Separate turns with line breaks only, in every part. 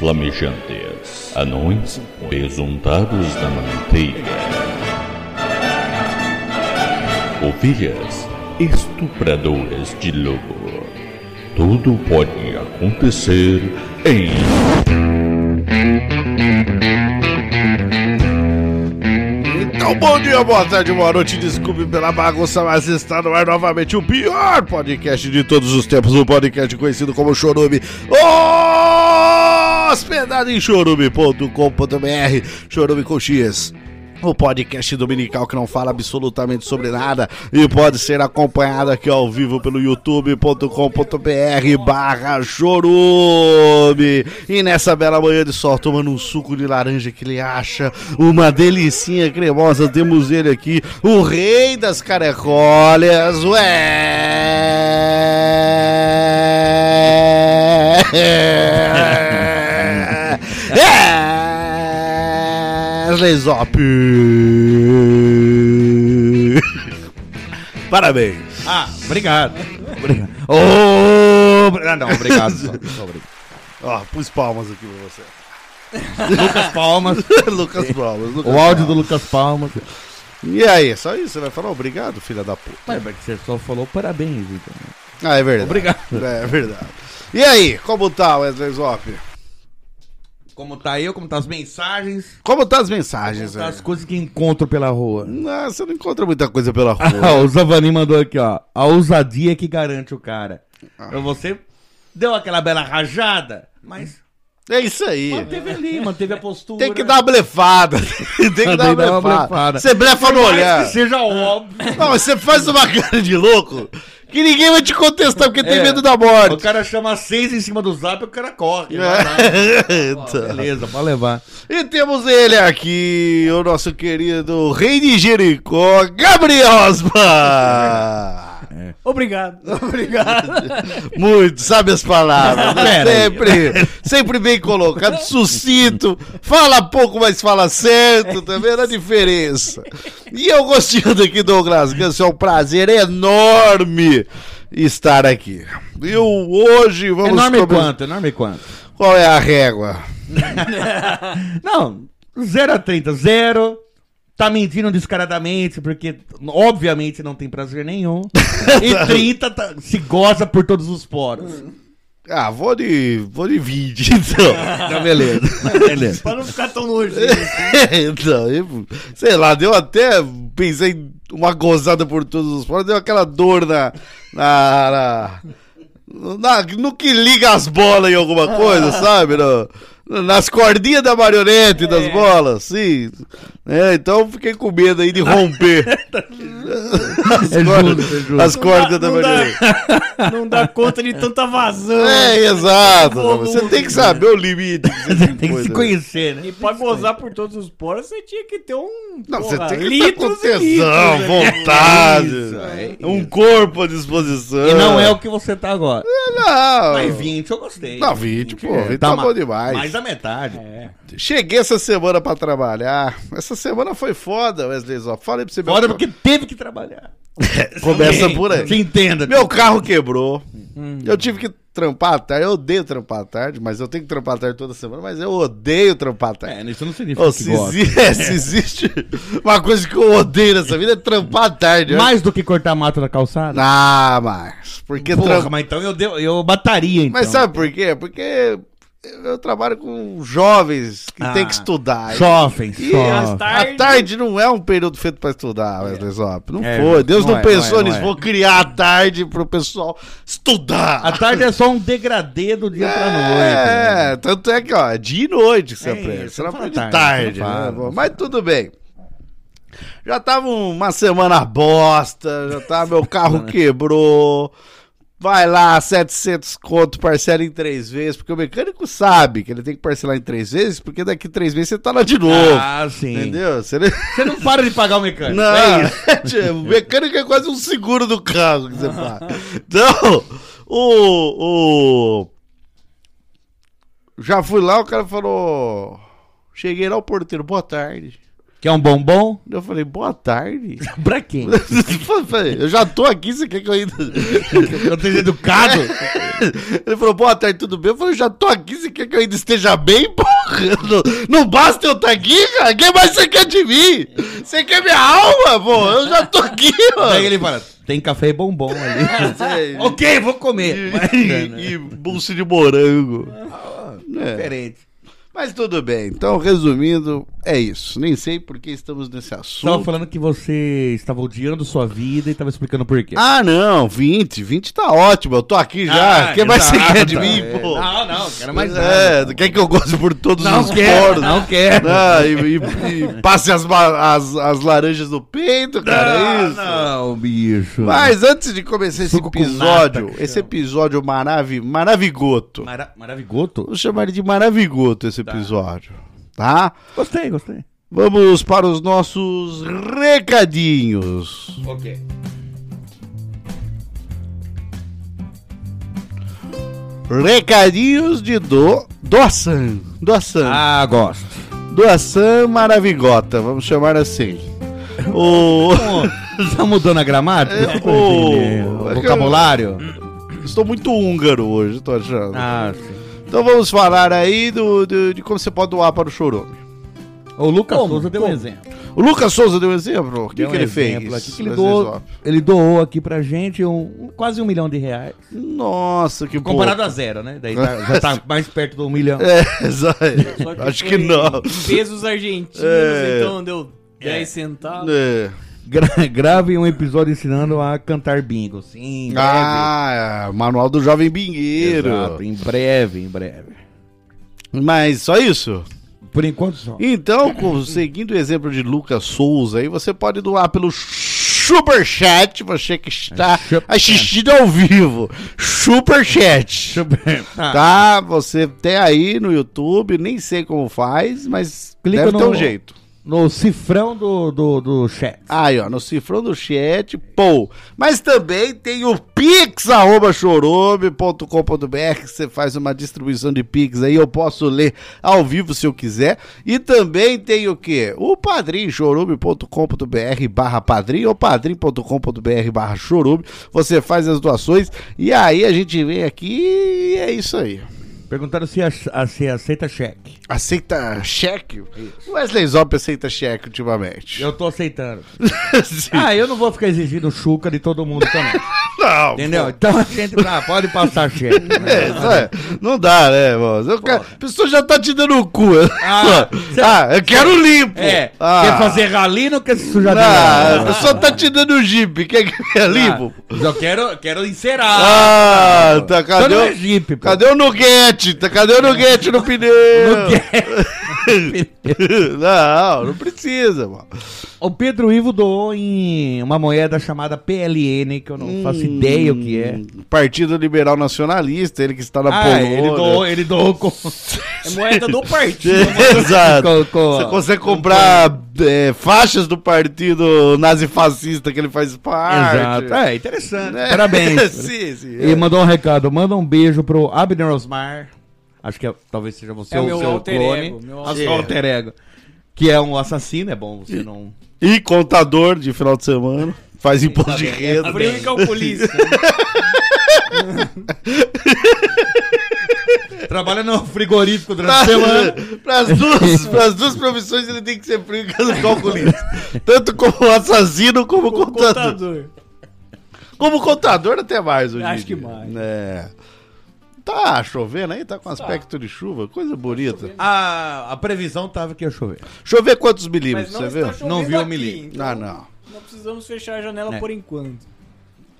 flamejantes, anões pesuntados na manteiga, ovelhas estupradoras de lobo. Tudo pode acontecer em.
Então, bom dia, boa tarde, boa noite. Desculpe pela bagunça, mas está no ar novamente o pior podcast de todos os tempos. O podcast conhecido como Chorume. Hospedado em chorume.com.br. Chorume com X. O podcast dominical que não fala absolutamente sobre nada e pode ser acompanhado aqui ao vivo pelo youtube.com.br barra chorume. E nessa bela manhã de sol, tomando um suco de laranja que ele acha uma delicinha cremosa, temos ele aqui, o rei das carecolhas, É! ué! É, Lesop. Parabéns.
Ah, obrigado.
Obrigado.
Ô, obri- ah, não, obrigado. só, só obrigado.
Ó, pus palmas aqui pra você.
Lucas Palmas.
Lucas Palmas. Lucas
O áudio do
Palmas.
Lucas Palmas.
E aí, só isso? Você vai falar obrigado, filha da puta.
Mas você só falou parabéns, então.
Ah, é verdade.
Obrigado.
É, é verdade. E aí, como tá, Wesley Zop?
Como tá eu, como tá as mensagens,
Como tá as
como
mensagens,
tá as
velho?
coisas que encontro pela rua.
Ah, você não encontra muita coisa pela
Ah,
rua.
o Zavani mandou aqui, ó. A ousadia é que garante o cara. Então Você deu aquela bela rajada, mas
é isso aí.
manteve ali, manteve a postura.
Tem que dar uma blefada. Tem que dar
Tem que
uma
dar uma
blefada.
blefada.
Você blefa no
Parece
olhar.
que seja óbvio.
Não, mas você faz uma cara de louco que ninguém vai te contestar porque tem
É.
medo da
O
morte.
cara chama seis em cima do zap e o cara corre. vai lá.
É. Então.
Beleza, pode levar.
E temos ele aqui, o nosso querido rei de Jericó, Gabriel Osman.
É.
Obrigado. Obrigado.
Muito, sabe as palavras, né?
Pera aí.
sempre, sempre bem colocado, sucinto, fala pouco, mas fala certo, tá vendo a diferença? E eu gostando aqui, Douglas Ganso, é um prazer enorme estar aqui. E o- hoje vamos...
enorme
come-
quanto, enorme quanto.
Qual é a régua?
Não, 0 a 30, 0. Tá mentindo descaradamente, porque obviamente não tem prazer nenhum. e 30 tá- se goza por todos os poros.
Ah, vou de, vou de 20, então.
Tá beleza. beleza.
pra não ficar tão longe.
então, eu- sei lá, deu até. Pensei em uma gozada por todos os poros, deu aquela dor na. na, na- na- no que liga as bolas em alguma coisa, sabe? No- nas cordinhas da marionete das bolas, sim. É, então eu fiquei com medo aí de romper. as,
É
cordas,
justo, é justo.
as cordas da
Não dá- não dá.
marionete.
Não dá conta de tanta vazão.
É, exato.
Volume.
Você tem que saber o limite. que você
Tem que
impõe,
se
né?
conhecer, né?
E pra gozar por todos os poros, você tinha que ter um.
Não, você
porra,
tem que ter com
litros e
tesão,
litros, né?
vontade,
Isso, é
um
isso.
corpo à disposição.
E não é o que você tá agora.
Não,
Mas 20 eu gostei.
Ah. não 20, pô, 20 tá
ma-
bom demais.
Mais da metade.
Cheguei essa semana pra trabalhar. Essa semana foi foda, Wesley Zó. Falei pra você, meu
Fora
carro-
porque teve que trabalhar.
Começa por aí.
Te entenda.
Meu carro quebrou.
Hum.
Eu tive que trampar à tarde. Eu odeio trampar à tarde, mas eu tenho que trampar à tarde toda semana, mas eu odeio trampar à tarde.
É, isso não significa
Ô,
que
se,
gosta.
exi- é, se existe uma coisa que eu odeio nessa vida é trampar à tarde. Eu-
Mais do que cortar mato na calçada?
Ah, mas. Porque
Porra,
trampa.
mas então eu, deu, eu bataria, então.
Mas sabe por quê? Porque eu trabalho com jovens que
Ah,
tem que estudar.
Jovem,
E
jovem.
as ta-
A tarde não é um período feito pra estudar, Wesley Zop. Não
É,
foi. Deus não,
não é,
pensou
não é,
nisso.
não é.
Vou criar a tarde pro pessoal estudar.
A tarde é só um degradê do dia pra noite. né?
É, tanto é que, ó, é dia e noite que você
É
aprende.
isso,
Você não
fala
aprende tarde.
tarde, você não
né?
fala.
Bom, Mas tudo bem. Já tava uma semana bosta, já tava, meu carro quebrou. Vai lá, 700 conto, parcela em três vezes, porque o mecânico sabe que ele tem que parcelar em três vezes, porque daqui três meses você tá lá de novo.
Ah, sim.
entendeu? Você não-
Você não para de pagar o mecânico.
não,
É isso. Ah.
tio, o mecânico é quase um seguro do carro que você paga. Então, o, o. Já fui lá, o cara falou. Cheguei lá, o porteiro, boa tarde.
Quer um bombom?
Eu falei, boa tarde.
Pra quem?
eu já tô aqui, você quer que eu ainda.
Eu tô educado.
Ele falou, boa tarde, tudo bem? Eu falei, eu já tô aqui, você quer que eu ainda esteja bem, porra? Não, não basta eu estar aqui, cara? Quem mais você quer de mim? Você quer minha alma, pô? Eu já tô aqui, mano.
Aí ele fala, tem café e bombom
É,
ali.
Você-
ok, vou
É
comer. Mas,
e, e bolsa de morango. É.
Diferente.
Mas tudo bem, então resumindo, é isso. Nem sei por que estamos nesse
Estava
assunto.
falando que você estava odiando sua vida e estava explicando por quê.
Ah, não, 20. 20 tá ótimo, eu tô aqui já.
Ah,
Quem mais você
exato,
quer de
é.
mim, pô?
Não, não, quero mais nada.
é, quer que eu goste por todos
Não
os
quero,
poros?
não quero.
Ah, e, e- e passe as, ma- as, as laranjas no peito, cara, é isso.
Não, bicho.
Mas antes de começar esse
Suco com
episódio,
nata, que
esse
chama.
episódio maravi, maravigoto.
Mara Maravigoto?
Vou chamar ele de maravigoto esse episódio, tá?
Gostei, gostei.
Vamos para os nossos recadinhos.
Ok.
Recadinhos de do doação, doação.
Ah, gosto.
Doação Maravigota, vamos chamar assim. O...
Tá mudando a gramática?
É,
Tipo,
o-
entender o Vocabulário?
Estou muito húngaro hoje, tô achando.
Ah, sim.
Então vamos falar aí do, do- de como você pode doar para o Chorume.
O Lucas
Como?
Souza deu um
Como?
exemplo.
O Lucas Souza deu um exemplo? O que,
Deu
que
um
ele
exemplo
fez?
aqui que ele,
Wesley
doou,
Zop?
ele doou aqui pra gente um, um- quase um milhão de reais.
Nossa, que
Comparado a zero, né? Daí tá- já tá mais perto do um milhão.
É, exato.
Só
Acho
foi
que não.
em Pesos argentinos,
É.
então deu 10 centavos.
É.
Gra grave um episódio ensinando a cantar bingo. Sim, em breve.
Ah, é, manual do jovem bingueiro.
Exato, em breve, em breve.
Mas só isso?
Por enquanto só.
Então, com- seguindo o exemplo de Lucas Souza aí, você pode doar pelo Superchat, você que está
Superchat.
assistindo ao vivo. Superchat.
Tá.
Tá, você tem aí no YouTube, nem sei como faz, mas
Clica
deve ter
no-
um jeito.
No cifrão do, do, do chat.
Aí, ó, no cifrão do chat, pô. Mas também tem o pix, arroba chorobe.com.br, que você faz uma distribuição de pix aí, eu posso ler ao vivo se eu quiser. E também tem o quê? O padrim, chorobe.com.br barra padrim ou padrim.com.br barra chorobe. Você faz as doações e aí a gente vem aqui e é isso aí.
Perguntaram se, ach- a- se aceita cheque.
Aceita cheque? Wesley Zop aceita cheque ultimamente.
Eu tô aceitando.
Sim.
Ah, eu não vou ficar exigindo chuca de todo mundo também.
Não,
Entendeu? Então a gente ah, pode passar cheque. né?
É, isso é. Não dá, né, mano? Eu quero- A pessoa já tá te dando o cu. Ah,
Ah,
eu quero limpo.
É,
Ah.
quer fazer rali não quer se sujar de
Ah, a
rali?
pessoa tá te dando o jipe. Quer que
Ah.
é limpo?
Eu quero, quero encerar.
Ah, tá,
Tô
cadê
no
o...
Egito, é pô.
Cadê o Nuguete? Tá, cadê o Nuguete no pneu? não, não precisa, mano.
O Pedro Ivo doou em uma moeda chamada PLN, que eu
Hum.
não faço ideia o que é.
Partido Liberal Nacionalista, ele que está na
Ah,
Polônia.
ele doou, ele doou com...
É moeda do partido.
Exato.
com- com-
Você consegue comprar é, faixas do partido nazifascista que ele faz parte.
Exato. É, interessante.
Né?
Parabéns.
sim, sim. é.
E mandou um recado. Manda um beijo pro Abner Osmar. Acho que é- talvez seja você
É
o
meu
seu
alter
clone.
ego, meu
Ah,
alter
seu alter ego. Que é um assassino, é bom você não...
E contador de final de semana. Faz imposto de renda.
Abriu e calculista.
tá
Trabalha no frigorífico durante
Pra,
a semana.
para as duas, pras duas profissões ele tem que ser frio e calculista. Tanto como assassino como contador.
Contador.
Como contador até mais hoje. em
Acho que
dia.
mais.
É. Tá chovendo aí, tá com aspecto de chuva, coisa bonita.
A, a previsão tava que ia chover.
Chover quantos milímetros,
Mas não
você
está
viu?
chovendo
Não viu, eu
aqui,
me ligo.
então
Ah, não.
Não precisamos fechar a janela
É.
por enquanto.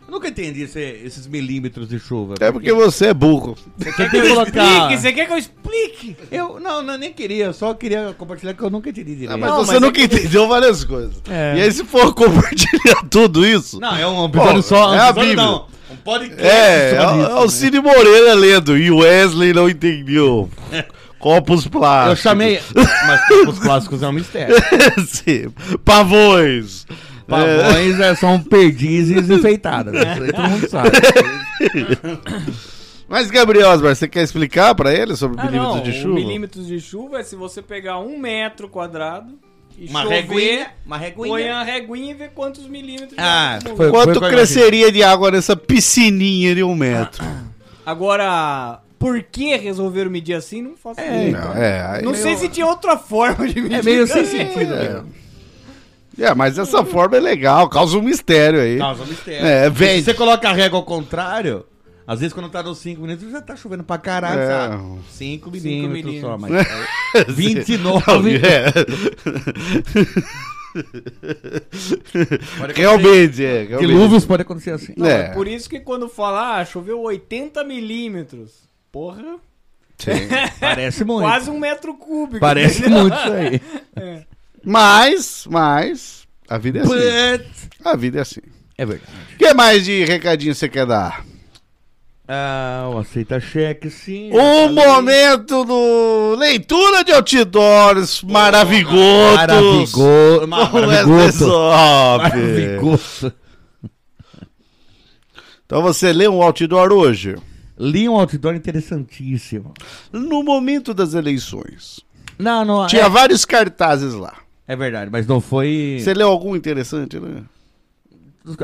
Eu nunca entendi esse- esses milímetros de chuva.
É porque você é burro.
Você tem que colocar...
Explique, você quer que eu explique?
Eu não, não, nem queria. Eu só queria compartilhar que eu nunca entendi direito.
Ah, mas
Não,
você
mas é
nunca entendeu várias coisas.
É.
E aí, se for compartilhar tudo isso.
Não, é um episódio
Pô,
só.
é a
um episódio
Bíblia.
não, um podcast.
é,
só
é, o-
disso,
é o
né?
Cine Moreira lendo. E o Wesley não entendeu. Copos plásticos.
Eu chamei. Mas os clássicos é um mistério.
Sim, Pavões.
Pavões é. são perdizes enfeitadas. né? Isso aí Todo mundo sabe.
Mas, Gabriel Osmar, você quer
Um
explicar pra ele sobre
Ah,
milímetros
não,
de
o
chuva?
milímetros de chuva é se você pegar um metro um quadrado E
Uma
chover,
reguinha, uma reguinha.
Põe a reguinha e vê quantos milímetros.
Ah,
dá.
foi-
Quanto
foi-
cresceria de água nessa piscininha de um metro?
Agora, por que resolveram medir assim? Não faço ideia.
Não, é, aí
Não
eu-
sei se tinha outra forma de medir.
É meio sem
assim.
sentido. né?
É. É, mas essa forma é legal, causa um mistério aí.
Causa mistério.
É,
Se
vende.
você coloca a régua ao contrário, às vezes quando tá nos 5 minutos já tá chovendo pra caralho.
É.
5
Cinco
milímetros só,
milímetros.
mas. é,
Tá
29.
É.
Pode
Realmente, é. realmente.
Dilúvios pode acontecer assim.
Não,
É.
é por isso que quando fala, ah, choveu 80 milímetros. Porra,
Sim.
Parece muito.
quase um metro cúbico.
Parece muito isso aí.
Mas, mas, a vida é assim.
But...
A vida é assim.
É verdade.
O que mais de recadinho você quer dar?
Ah, o aceita cheque, sim.
O momento do leitura de outdoors maravigotos.
Maravigoto.
Com Wesley
Maravigoto.
Zop.
Maravigoto.
Então você lê um outdoor hoje?
Li um outdoor interessantíssimo.
No momento das eleições.
Não, não.
Tinha vários cartazes lá.
É, é verdade, mas não foi.
Você leu algum interessante, né?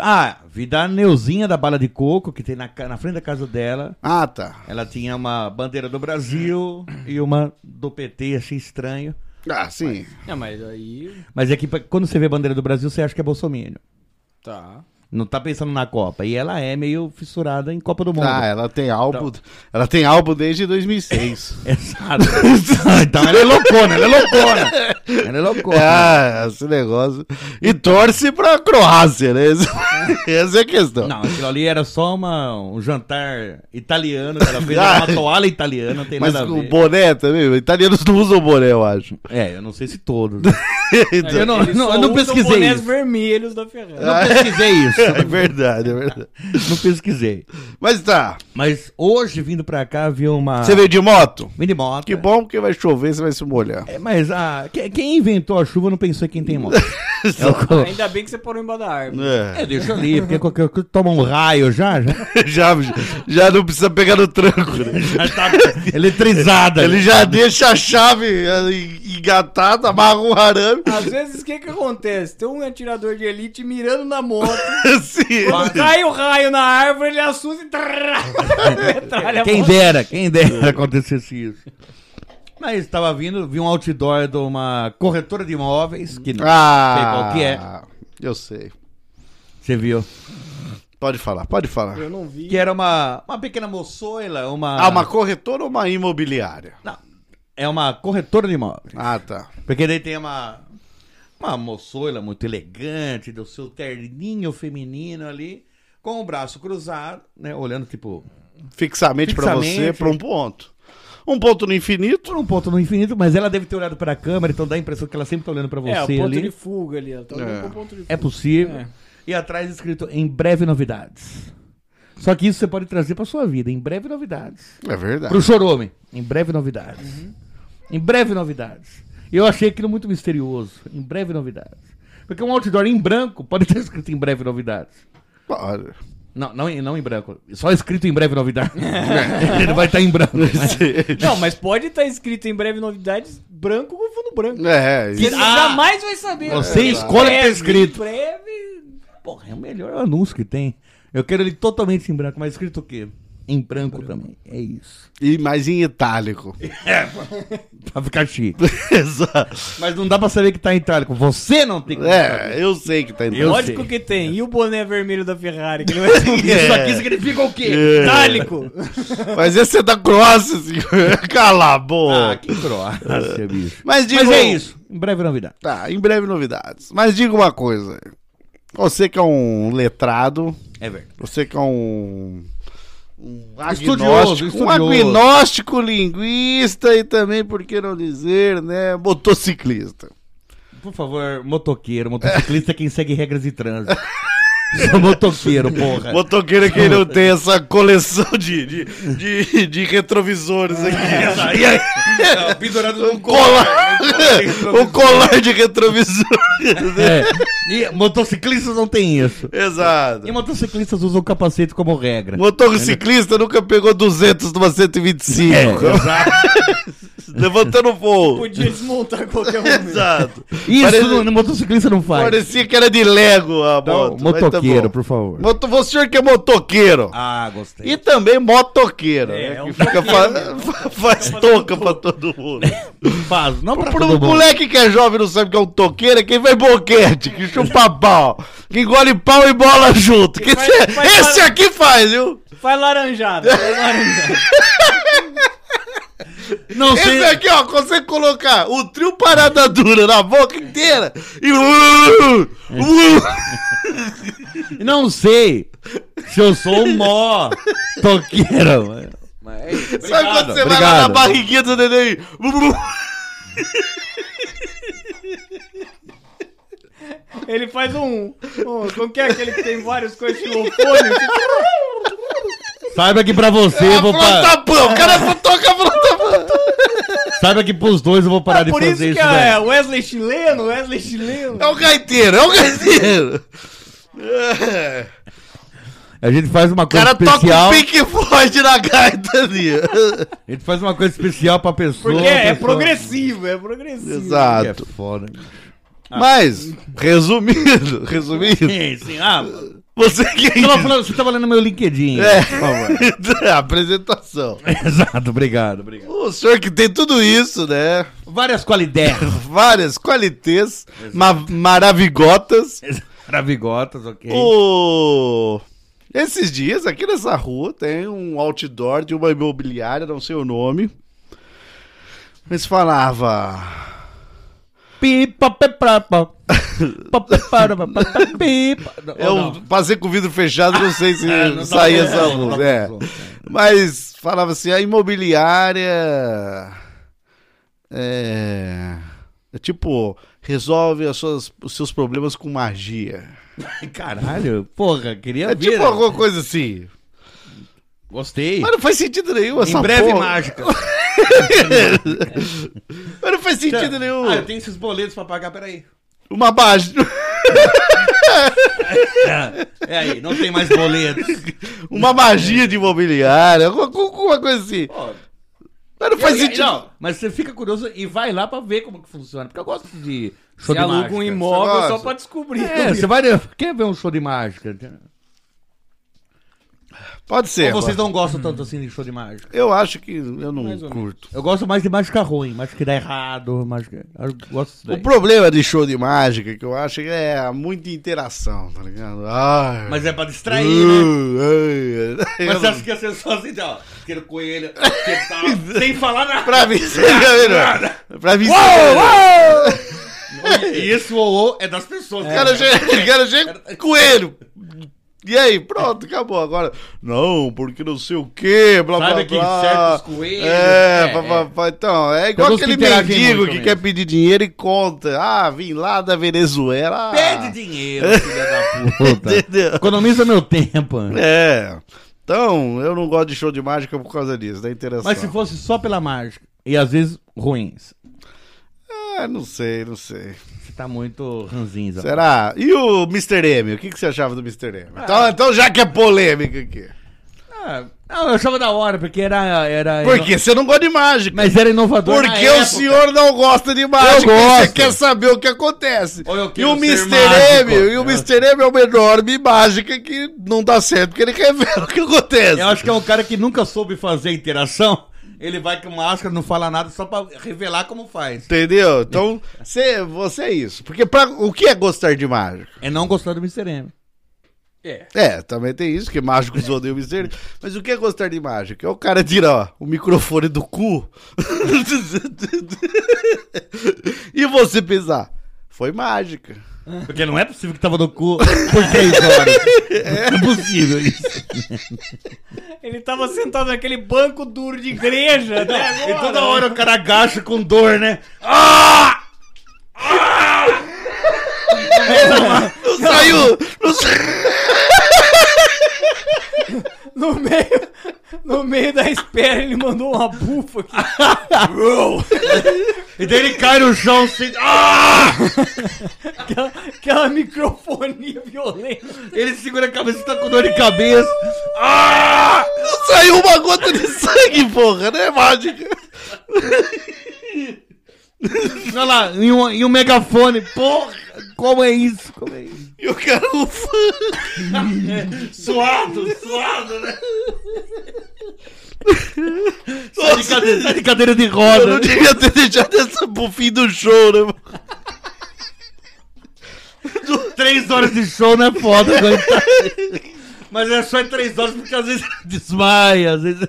Ah, vi da Neuzinha da Bala de Coco, que tem na, ca- na frente da casa dela.
Ah, tá.
Ela tinha uma bandeira do Brasil e uma do PT, achei estranho.
Ah, sim.
Não, mas aí.
Mas é que pra- quando você vê a bandeira do Brasil, você acha que é bolsominion.
Tá.
Não tá pensando na Copa. E ela é meio fissurada em Copa do Mundo.
Ah, ela tem álbum. Ela tem álbum desde 2006.
Exato. então ela é loucona, ela é loucona. Ela é loucona.
Ah, esse negócio. E torce pra Croácia, né? Esse- Essa é a questão.
Não, aquilo ali era só uma, um jantar italiano que ela fez, era uma toalha italiana, não tem
Ah. Mas
nada a
o
ver.
boné também. Italianos não usam boné, eu acho.
É, eu não sei se todos. né?
Então,
Eu não-
Eles
não-
só
eu não
usam
pesquisei
bonés
isso. Ah.
vermelhos da Ferrari.
Não pesquisei isso.
É verdade, é verdade.
Não pesquisei.
Mas tá.
Mas hoje, vindo pra cá, vi uma
Você veio de moto?
mini moto.
Ah. Que bom, porque vai chover, você vai se molhar.
É, mas ah, que- quem inventou a chuva não pensou em quem tem moto. É o co-
Ainda bem que você parou embaixo da árvore.
É.
É, deixa ali, porque qualquer coisa toma um raio já, já,
Já, já não precisa pegar no tranco, né?
já tá eletrizada.
Ele já deixa a chave eh, engatada, amarra um arame.
Às vezes, o que que acontece? Tem um atirador de elite mirando na moto.
Sim.
Quando cai o raio na árvore, ele assusta e... trrr, metralha a
Quem
moto.
dera, quem dera acontecesse isso. Mas tava vindo, vi um outdoor de uma corretora de imóveis, que não sei qual que é.
Ah, eu sei.
Você viu?
Pode falar, pode falar.
Eu não vi.
Que era uma, uma pequena moçoila, uma...
Ah, uma corretora ou uma imobiliária?
Não, é uma corretora de imóveis.
Ah, tá.
Porque daí tem uma. Uma moçoila muito elegante, do seu terninho feminino ali, com o braço cruzado, né? Olhando, tipo,
Fixamente, pra você,
Fixamente.
pra um ponto. Um ponto no infinito.
por um ponto no infinito, mas ela deve ter olhado pra câmera, então dá a impressão que ela sempre tá olhando pra
É, o
você
ponto
ali.
de fuga ali. ó. Tá olhando pro ponto de fuga.
É possível.
É.
E atrás escrito em breve novidades. Só que isso você pode trazer pra sua vida, em breve novidades.
É verdade.
Pro Chorome, Tá. em breve novidades. Em breve novidades. Eu achei aquilo muito misterioso. Em breve novidades. Porque um outdoor em branco pode ter escrito em breve novidades.
Olha.
Não, não, em- não em branco. Só escrito em breve novidades. Ele vai estar em branco. mas-
É,
Não, mas pode estar escrito em breve novidades branco com fundo branco.
É, isso.
Que ele
Ah,
jamais vai saber.
você
Em
escolhe o que tá
breve,
escrito.
em breve...
Porra, é o melhor anúncio que tem. Eu quero ele totalmente em branco, mas escrito o quê? Em branco também. É isso.
E mais em itálico.
Pra ficar chique.
Exato.
Mas não dá pra saber que tá em itálico. Você não tem que saber.
É, eu sei que tá indo.
Eu
Lógico
sei.
que tem. E o boné vermelho da Ferrari? Que não é
Isso aqui significa o quê?
É.
Itálico!
Mas esse é da Croácia, senhor. Cala a boca.
Ah, que croácia, bicho.
Mas, diga um-
Mas é isso. Em breve novidade.
Tá, em breve novidades. Mas diga uma coisa. Você que é um letrado,
É verdade.
você que é um... Um
Estudioso,
agnóstico, um
estudioso.
agnóstico linguista e também, por que não dizer, né, motociclista.
Por favor, motoqueiro, motociclista é quem segue regras de trânsito. Sou motoqueiro, porra.
Motoqueiro é que não tem essa coleção de, de, de, de retrovisores aqui.
E É. aí? Não, É, pendurado
Um colar, um colar de retrovisores.
É. E motociclistas não tem isso.
Exato.
E motociclistas usam capacete como regra.
Motociclista nunca pegou 200 numa 125.
É, exato.
levantando voo.
Podia desmontar a qualquer um momento.
Exato.
Isso
Parece-
no, no motociclista não faz.
Parecia que era de Lego a
Então,
moto. mas tá
motoqueiro,
bom.
por favor.
Moto, você que é motoqueiro.
Ah, gostei.
E também motoqueiro. né?
É, é um
que fica fa- faz touca pra todo mundo.
faz, não pra
Pro
todo mundo.
moleque que é jovem não sabe que é um toqueiro, é quem vai boquete, que chupa pau, que engole pau e bola junto. Que
faz-
cê-
faz-
esse aqui faz, viu?
Faz laranjada. Faz laranjada.
Não
Esse
sei.
aqui, ó, consegue colocar o trio parada dura na boca inteira e. uh,
Não sei se eu sou um mó toqueiro. mas-
Mas é isso.
Sabe quando você vai lá na
obrigado.
barriguinha do neném? uh,
Ele faz um. um como que é aquele que tem várias coisas tipo, um xilofone?
Saiba que pra você eu vou parar.
Frontapão, o cara toca frontapão.
Saiba que pros dois eu vou parar de
Por isso
fazer
que
isso, velho.
é Wesley chileno, Wesley chileno.
É o gaiteiro, é o gaiteiro. É.
A gente faz uma
O
coisa
cara toca um
especial.
o Pink Floyd na gaita ali.
A gente faz uma coisa especial pra pessoa.
Porque é,
a pessoa-
progressivo, é progressivo.
Que É
Exato.
foda. Ah.
Mas, resumindo, resumindo,
Sim, sim. Ah,
você que
você tava, falando- você tava lendo meu LinkedIn.
É.
por favor.
A apresentação.
Exato, obrigado, obrigado.
O senhor que tem tudo isso, né?
Várias qualidades.
Várias qualitês ma maravigotas.
Maravigotas, ok.
O... Esses dias, aqui nessa rua, tem um outdoor de uma imobiliária, não sei o nome. Mas falava.
Pipa, peprapa. Pipa.
Eu passei com o vidro fechado, não sei se
É,
saía essa luz. É. Mas falava assim, a imobiliária é, é tipo, resolve as suas- os seus problemas com magia.
Caralho, porra, queria
É
ver.
tipo alguma coisa assim.
Gostei.
Mas não faz sentido nenhum essa
em breve,
porra.
mágica.
Mas não faz sentido nenhum.
Ah, eu tenho esses boletos pra pagar, peraí.
Uma baixa.
É, é aí, não tem mais boletos.
Uma magia de imobiliária, alguma, alguma coisa assim.
Pô,
Mas não faz
eu-
sentido.
não, mas você fica curioso e vai lá pra ver como que funciona. Porque eu gosto de show
Você
de
aluga
mágica.
um
Você
imóvel
gosta?
só pra descobrir.
É, você vai. Quer ver um show de mágica? entendeu?
Pode ser.
Ou vocês
mano.
não gostam tanto assim de show de mágica?
Eu acho que eu não
Mais ou
curto.
Eu gosto mais de mágica ruim, mágica que dá errado, mágica. Eu gosto disso
O
daí.
problema de show de mágica que eu acho que é muita interação, tá ligado? Ai.
Mas é pra distrair, né?
Uh, ai.
Mas você acha que ia ser só assim, ó, aquele coelho, que tal, sem falar nada.
Pra mim seria melhor. Pra mim tá seria
Uou,
melhor.
uou! E esse uou, uou é das pessoas.
O cara chega, o cara chega coelho. E aí, pronto, acabou. Agora, não, porque não sei o quê, blá blá blá.
Sabe que certos coelhos-
É,
é,
pá,
é.
pá, pá. então, é igual
Tem uns que
aquele
interagem
mendigo
muito
que
mesmo.
quer pedir dinheiro e conta. Ah, vim lá da Venezuela. ah.
Pede dinheiro, filha da puta.
Entendeu?
Economiza meu tempo.
É. Então, eu não gosto de show de mágica por causa disso, da interação.
Mas se fosse só pela mágica, e às vezes ruins,
Ah, não sei, não sei.
você tá muito ranzinza.
Será? E o Mr. M? O que, que você achava do Mr. M? Então, então, já que é polêmica aqui.
Ah, não, eu achava da hora, porque era... era
Por quê? Você não gosta de mágica.
É, Mas era inovador na
Porque o
época.
senhor não gosta de mágica.
Eu
e Você
gosto.
quer saber o que acontece.
Ou eu
E
quero
o
ser
Mr. M,
mágico. né?
e o Mr. M é uma enorme mágica que não dá certo, porque ele revela o que acontece.
Eu acho que é um cara que nunca soube fazer interação. Ele vai com máscara, não fala nada, só pra revelar como faz.
Entendeu? Então, você, você é isso. Porque pra, o que é gostar de mágica?
É não gostar do Mr. M.
É.
É, também tem isso, que mágicos odeiam o Mr. Mas o que é gostar de mágica? É o cara tirar ó, o microfone do cu e você pensar, foi mágica.
Porque não é possível que tava no cu por três horas. Não é possível isso.
Ele tava sentado naquele banco duro de igreja até agora.
E toda hora o cara agacha com dor, né?
Não saiu! Não saiu!
No meio, no meio da espera, ele mandou uma bufa aqui.
E daí ele cai no chão assim. Ah!
Aquela, aquela é microfonia violenta.
Ele segura a cabeça, tá com dor de cabeça.
Não saiu uma gota de sangue, porra, né, mágica?
Olha lá, e um, e um megafone. Porra, como é isso? Como é isso?
E o cara ufando.
Suado, suado, né? Sai de cadeira, sai de, cadeira de
Eu
roda.
não devia ter deixado essa pro fim do show, né? mano?
Três horas de show não é foda, aguentar. Mas é só em três horas, porque às vezes desmaia, às vezes.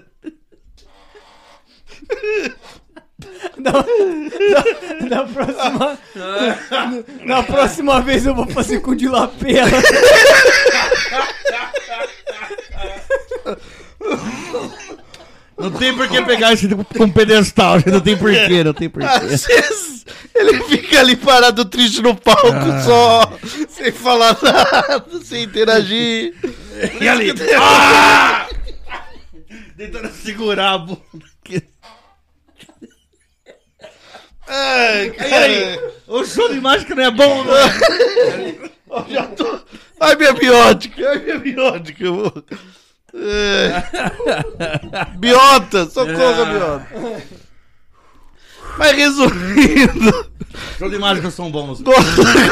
Na próxima. na próxima vez eu vou fazer com de lapela.
Não tem por que pegar esse tipo com pedestal, gente. não tem porquê, não tem porquê.
Às vezes ele fica ali parado triste no palco só, sem falar nada, sem interagir.
E ali? Ah! Tentando segurar a bunda. aqui.
Ai,
E aí?
cara.
O show de mágica não é bom, não.
Eu já tô... Ai, minha biótica, ai,
É
minha biótica. eu vou- Ai. É. biota,
É.
socorro, biota. Mas resumindo,
Show de mágica são bons.
go-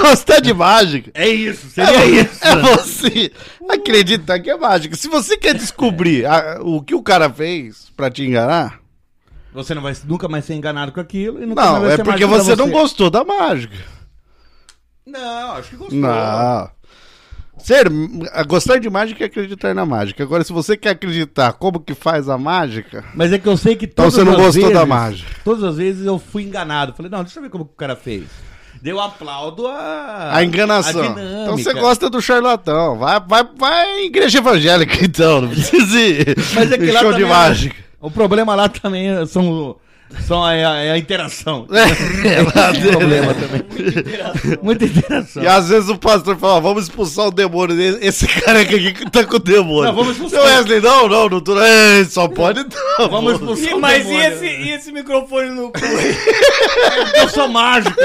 gostar de mágica
É isso,
é,
seria isso.
é você acreditar que é mágica. Se você quer descobrir a- o que o cara fez pra te enganar,
Você não vai nunca mais ser enganado com aquilo e nunca mais
Não,
vai
é
ser
porque
mágico
você,
pra
não gostou da mágica.
Não, acho que gostou.
Não. Ser, a- gostar de mágica é acreditar na mágica. Agora, se você quer acreditar como que faz a mágica.
Mas é que eu sei que
Então
todas
você não
as
gostou
vezes,
da mágica.
Todas as vezes eu fui enganado. Falei, não, deixa eu ver como que o cara fez. Deu aplaudo a...
A enganação.
Ah, a
então você
dinâmica.
gosta do charlatão. Vai, vai, vai em igreja evangélica, então. Não precisa ir.
Mas é que
em
lá
show de
também-
mágica.
O problema lá também são, são a, é a interação.
É, lá
Esse é o problema
dentro.
também. Muita interação.
E às vezes o pastor fala, "Ó, vamos expulsar o demônio. dele. Esse cara aqui que tá com o demônio.
Não, vamos expulsar.
Não, Wesley, não, não, não. tô- Ei, só pode não.
Vamos
pô."
expulsar
E-
o
mas e
um demônio.
esse, e esse microfone no cu?
Eu sou mágico.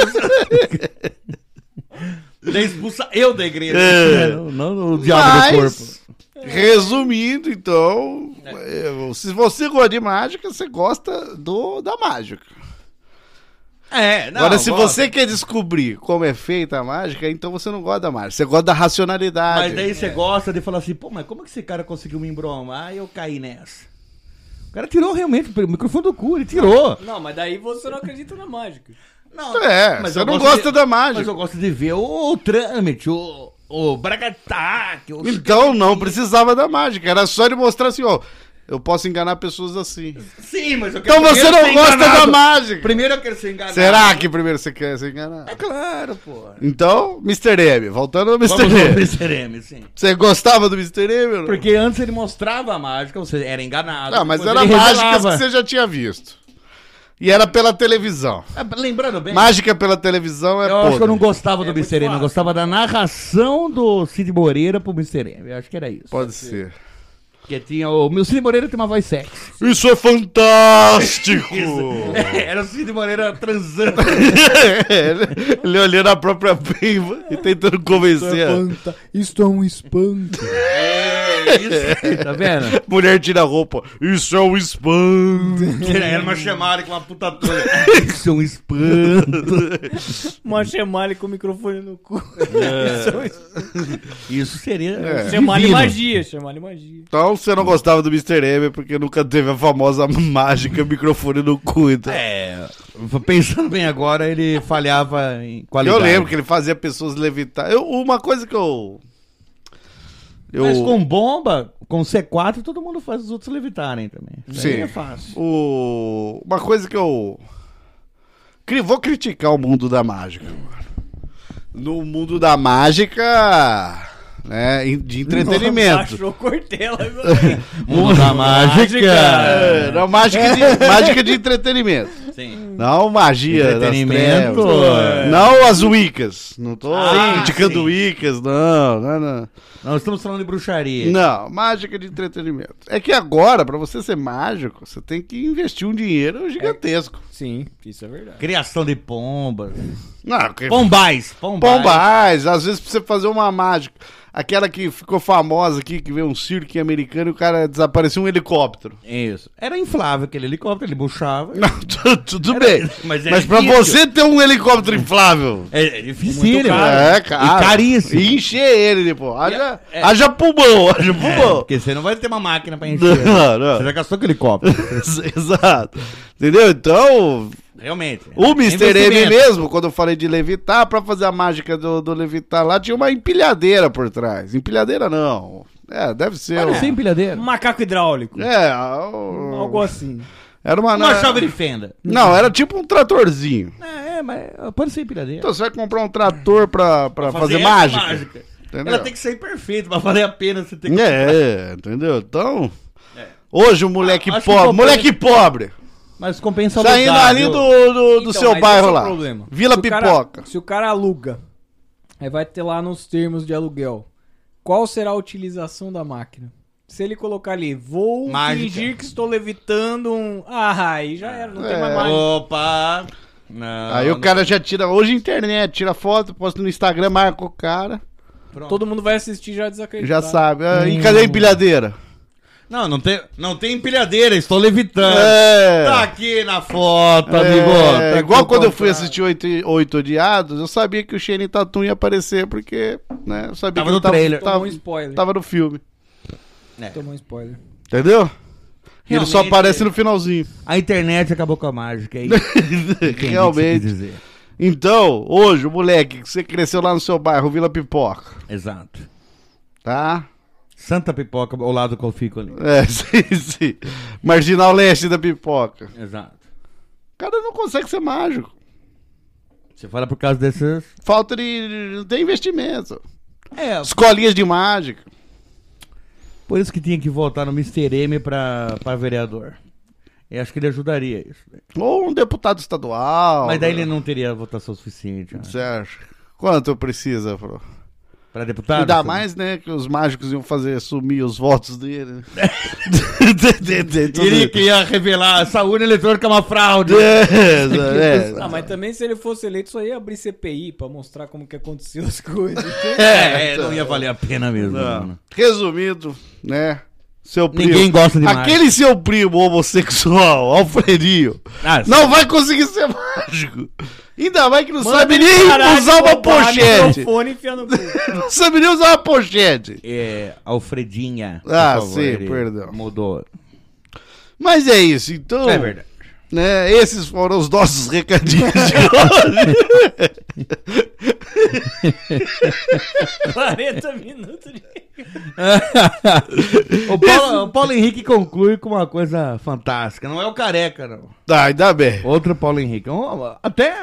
Daí expulsa eu da igreja.
É.
Não, não o diabo do corpo.
Resumindo, então,
É.
eu- se você gosta de mágica, você gosta do, da mágica.
É, não,
Agora, se
gosto.
você quer descobrir como é feita a mágica, então você não gosta da mágica. Você gosta da racionalidade.
Mas daí você gosta de falar assim, pô, mas como que esse cara conseguiu me embromar e eu caí nessa? O cara tirou realmente o microfone do cu, ele tirou.
Não, mas daí você não acredita na mágica.
Não,
É, você não gosta da mágica.
Mas eu gosto de ver o, o trâmite, o, o bragataque. o-
Então não precisava da mágica. Era só ele mostrar assim, ó. Eu posso enganar pessoas assim.
Sim, mas eu quero
Então você
primeiro
não
ser
gosta da
enganado.
mágica.
Primeiro eu quero ser enganado.
Será que primeiro você quer se enganar?
Claro, pô.
Então, Mr. M, voltando ao Mr.
Vamos ao
M.
Mr. M, sim.
Você gostava do Mr. M? ou não?
Porque antes ele mostrava a mágica, você era enganado.
Não, mas
depois
era
ele
mágicas
revelava.
que você já tinha visto. E era pela televisão.
Ah, Lembrando bem,
Mágica pela televisão é
Eu acho que eu não
podre.
gostava do
É muito
Mr. M, eu
fácil.
gostava da narração do Cid Moreira pro Mr. M. Eu acho que era isso.
Pode ser.
Porque tinha o. Meu Cid Moreira tem uma voz sexy.
Isso é fantástico!
era o Cid Moreira transando.
ele, ele olhando a própria bimba e tentando convencer. a
Isto é um espanto.
É isso, tá vendo?
Mulher tira a roupa. Isso é um espanto.
Era uma chamada com uma puta toda. Isso é um espanto.
Uma chemale com o microfone no cu.
Isso seria. um
É.
Chemale
divino.
magia, chemale magia.
Então você não gostava do Mr. M porque nunca teve a famosa mágica microfone no cu. Então.
É. Pensando bem agora, ele falhava em qualidade.
eu lembro que ele fazia pessoas levitar. Eu- uma coisa que eu. eu
Mas com bomba, com C4, todo mundo faz os outros levitarem também. Isso aí
Sim.
é fácil.
O... Uma coisa que eu. cri- Vou criticar o mundo da mágica. mano. No mundo da mágica. Né, em- de
Nossa,
entretenimento.
Achou Cortella agora.
Mundo da mágica.
É, não, mágica, de, mágica de entretenimento.
Sim.
Não magia. das
Entretenimento.
trevas. Não as Wiccas. Não tô
É. Ah,
criticando
sim.
Wiccas, não, não, não.
Nós estamos falando de bruxaria.
Não, mágica de entretenimento. É que agora, pra você ser mágico, você tem que investir um dinheiro gigantesco.
Sim, isso é verdade.
Criação de pombas.
Não, que-
Pombais. Pombais.
Pombais, às vezes pra você fazer uma mágica. Aquela que ficou famosa aqui, que veio um circo americano e o cara desapareceu um helicóptero.
Isso. Era inflável aquele helicóptero, ele murchava.
Não, tu- tudo bem. Mas,
mas é
pra
difícil.
você ter um helicóptero inflável.
É, é difícil.
É, cara.
E caríssimo.
E encher ele, né, pô. Haja,
É, é.
haja pulmão, haja
É,
pulmão.
porque você não vai ter uma máquina pra encher. né?
Não,
Você
não.
já gastou com helicóptero.
Exato. Entendeu? Então,
Realmente.
o Mr. M
Investimento.
mesmo, quando eu falei de levitar, pra fazer a mágica do, do levitar lá, tinha uma empilhadeira por trás. Empilhadeira não. É, deve ser. um-
Sem empilhadeira.
Um macaco hidráulico.
É,
Algo
o...
assim.
era uma.
Uma chave de fenda.
Não, era tipo um tratorzinho.
É, é, mas pode ser empilhadeira.
Então você vai comprar um trator pra, pra fazer,
essa
mágica. Entendeu?
Ela tem que ser perfeita pra valer a pena você ter que.
É, entendeu? Então. Hoje o moleque
Ah, Acho que
pobre.
compensa-
Moleque pobre.
Mas compensa o
Saindo
um lugar,
ali
viu?
do, do, do
Então,
seu
mas
bairro
esse é o
lá.
problema.
Vila
Se o cara-
Pipoca.
se o cara aluga, aí vai ter lá nos termos de aluguel. Qual será a utilização da máquina? Se ele colocar ali, vou
Mágica.
fingir que estou levitando um. Ah, aí já era, não
É.
tem mais mágica.
Opa! Não,
Aí o
não-
cara já tira. Hoje internet, tira foto, posta no Instagram, marca o cara.
Pronto.
Todo mundo vai assistir já
Já
desacreditado.
Tá.
sabe. Ah,
Hum.
E cadê a empilhadeira?
Não, não tem, não tem empilhadeira, estou levitando.
É.
Tá aqui na foto,
É,
amigo. Tá
igual
aqui o
quando eu fui assim. assistir
contrato.
Oito, Oito Odiados, eu sabia que o Shane Tatum ia aparecer, porque, né, eu sabia
Tava
que
no
ele tava,
trailer.
Tava,
Tomou um spoiler.
tava no filme.
Tomou um spoiler.
Entendeu? E ele só
Realmente.
aparece no finalzinho.
A internet acabou com a mágica aí. Entendi o que você quis
Realmente.
dizer.
Então, hoje, o moleque que você cresceu lá no seu bairro, Vila Pipoca,
Exato.
tá?
Santa Pipoca, ao lado que eu fico ali.
É, sim, sim. Marginal Leste da Pipoca.
Exato.
O cara não consegue ser mágico.
Você fala por causa desses.
Falta de. Não tem investimento.
É,
Escolinhas de mágica.
por isso que tinha que votar no Mr. M pra, pra vereador. Eu acho que ele ajudaria isso.
Ou um deputado estadual.
Mas daí
né?
ele não teria votação suficiente né?
Você acha? Quanto precisa, pro?
pra deputado. assim.
Ainda
sabe?
mais, né, que os mágicos iam fazer sumir os votos dele. Tudo-
Ele queria revelar a saúde eletrônica é uma fraude.
É,
Ah, mas também se ele fosse eleito, só ia abrir CPI pra mostrar como que aconteceu as coisas.
é.
É, é, não ia valer a pena mesmo.
Não.
mano.
Resumindo, né? Seu primo.
Ninguém gosta de mágico.
Aquele seu primo homossexual, Alfredinho,
Ah, sim.
não vai conseguir ser mágico. Ainda mais que não sabe nem
Parar de
usar uma
roubar
pochete.
microfone e enfiar no cu.
Não sabe nem usar uma pochete.
É, Alfredinha. por
Ah,
favor,
sim,
ele
perdão.
Mudou.
Mas é isso, então.
É verdade.
né? Esses foram os nossos recadinhos de hoje.
40 minutos de.
O Paulo, o Paulo Henrique conclui com uma coisa fantástica. Não é o careca, não.
Tá, ainda bem.
Outro Paulo Henrique. Um- Até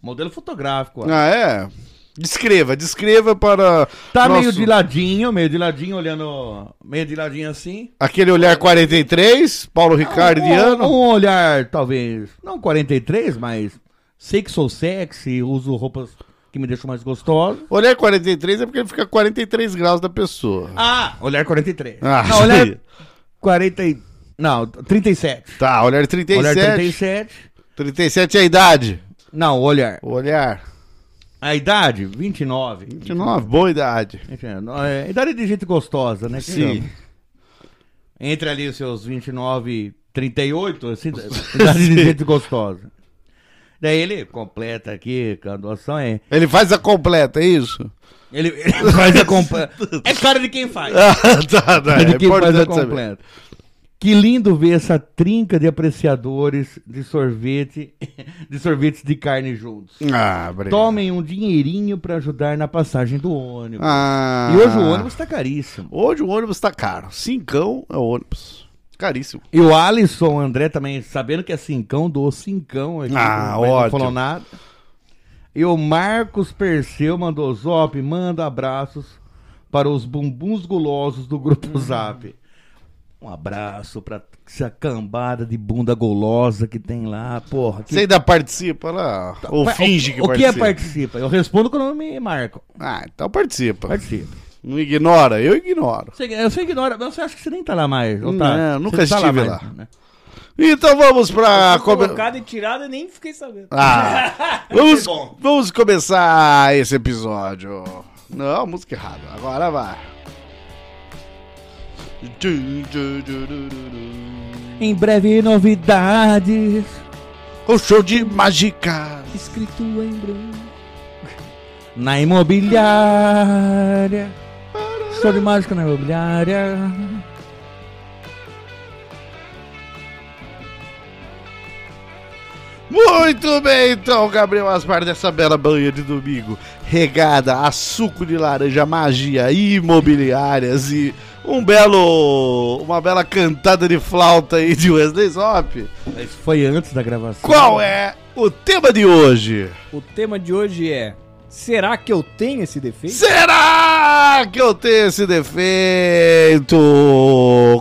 modelo fotográfico. ó.
Ah, é? Descreva, descreva para
Tá
nosso-
meio de ladinho, meio de ladinho, olhando. Meio de ladinho assim.
aquele olhar 43, Paulo Ricardiano.
Um, um olhar, talvez. Não 43, mas sei que sou sexy, uso roupas que me deixam mais gostosa.
Olhar 43 é porque ele fica 43 graus da pessoa.
Ah, olhar 43.
Ah,
não, olhar
sim.
40. e- Não, 37.
Tá, olhar 37.
Olhar 37.
37 é a idade.
Não, olhar.
O olhar.
A idade, 29.
29, boa idade.
Entendo. É, idade de gente gostosa, né? Que
Sim.
chama. Entre ali os seus 29, 38, assim, idade de gente gostosa. Daí ele completa aqui com a doação. É,
Ele faz a completa, é isso?
ele, ele faz a completa. É cara de quem faz.
Ah, tá, tá.
É de
É
quem faz a
importante saber.
completa. Que lindo ver essa trinca de apreciadores de sorvete, de sorvetes de carne juntos.
Ah, obrigado.
Tomem um dinheirinho pra ajudar na passagem do ônibus.
Ah.
E hoje o ônibus tá caríssimo.
Hoje o ônibus tá caro. Cincão é o ônibus. Caríssimo.
E o Alisson, o André também, sabendo que é cincão, doou cincão aqui.
Ah,
mas
ótimo.
Não falou nada. E o Marcos Perseu mandou Zop, manda abraços para os bumbuns gulosos do Grupo
Hum.
Zap. Um abraço pra essa cambada de bunda gulosa que tem lá, porra. que-
Você ainda participa lá? Ou
Pa-
finge que
o, o que é
participa?
participa? Eu respondo quando me marcam.
Ah, então participa.
Participa.
Não ignora? Eu ignoro.
Você, eu sei que ignora, mas você acha que você nem tá lá mais. ou
Não,
tá?
nunca
Você tá
estive
mais,
lá.
né?
Então vamos
Ah,
pra.
Foi
come-
colocado e tirado e nem fiquei sabendo.
Ah, vamos, vamos começar esse episódio. Não, música errada. Agora vai. Tchum, tchum, tchum, tchum, tchum.
Em breve novidades.
O show de mágica.
Escrito em branco. Na imobiliária. Show de mágica na imobiliária.
Muito bem, então, Gabriel Aspar, dessa bela banha de domingo, regada a suco de laranja, magia, imobiliárias e um belo. uma bela cantada de flauta aí de Wesley Zop.
Isso foi antes da gravação.
Qual é o tema de hoje?
O tema de hoje é: será que eu tenho esse defeito?
Será que eu tenho esse defeito?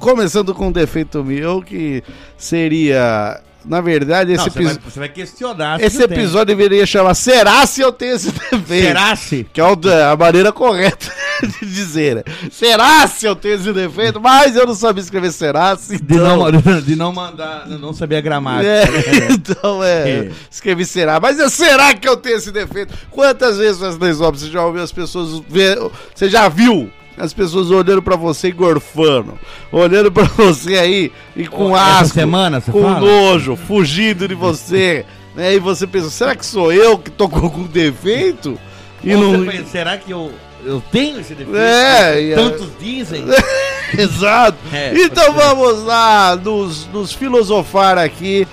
Começando com um defeito meu que seria. Na verdade, esse
Não, você, vai,
episódio.
você vai questionar. se
Esse
não tem.
episódio deveria chamar Será se eu tenho esse defeito?
Será se?
Que é o da- a maneira correta de dizer. né? Será se eu tenho esse defeito? Mas eu não sabia escrever será se.
De
Então,
não, de não mandar, não saber a gramática.
é, então é.
É.
Escrevi será. Mas é será que eu tenho esse defeito? Quantas vezes Wesley Zop, você já ouviu as pessoas. Ver, você já viu? As pessoas olhando pra você e gorfando. Olhando pra você aí e com
Essa
asco.
semana, você
com
fala?
nojo, fugindo de você. né? E você pensa, será que sou eu que tô com algum defeito? E
Ou
não.
você pensa, será que eu, eu tenho esse defeito?
É, e-
Tantos dizem.
Exato.
É,
então vamos lá nos, nos filosofar aqui,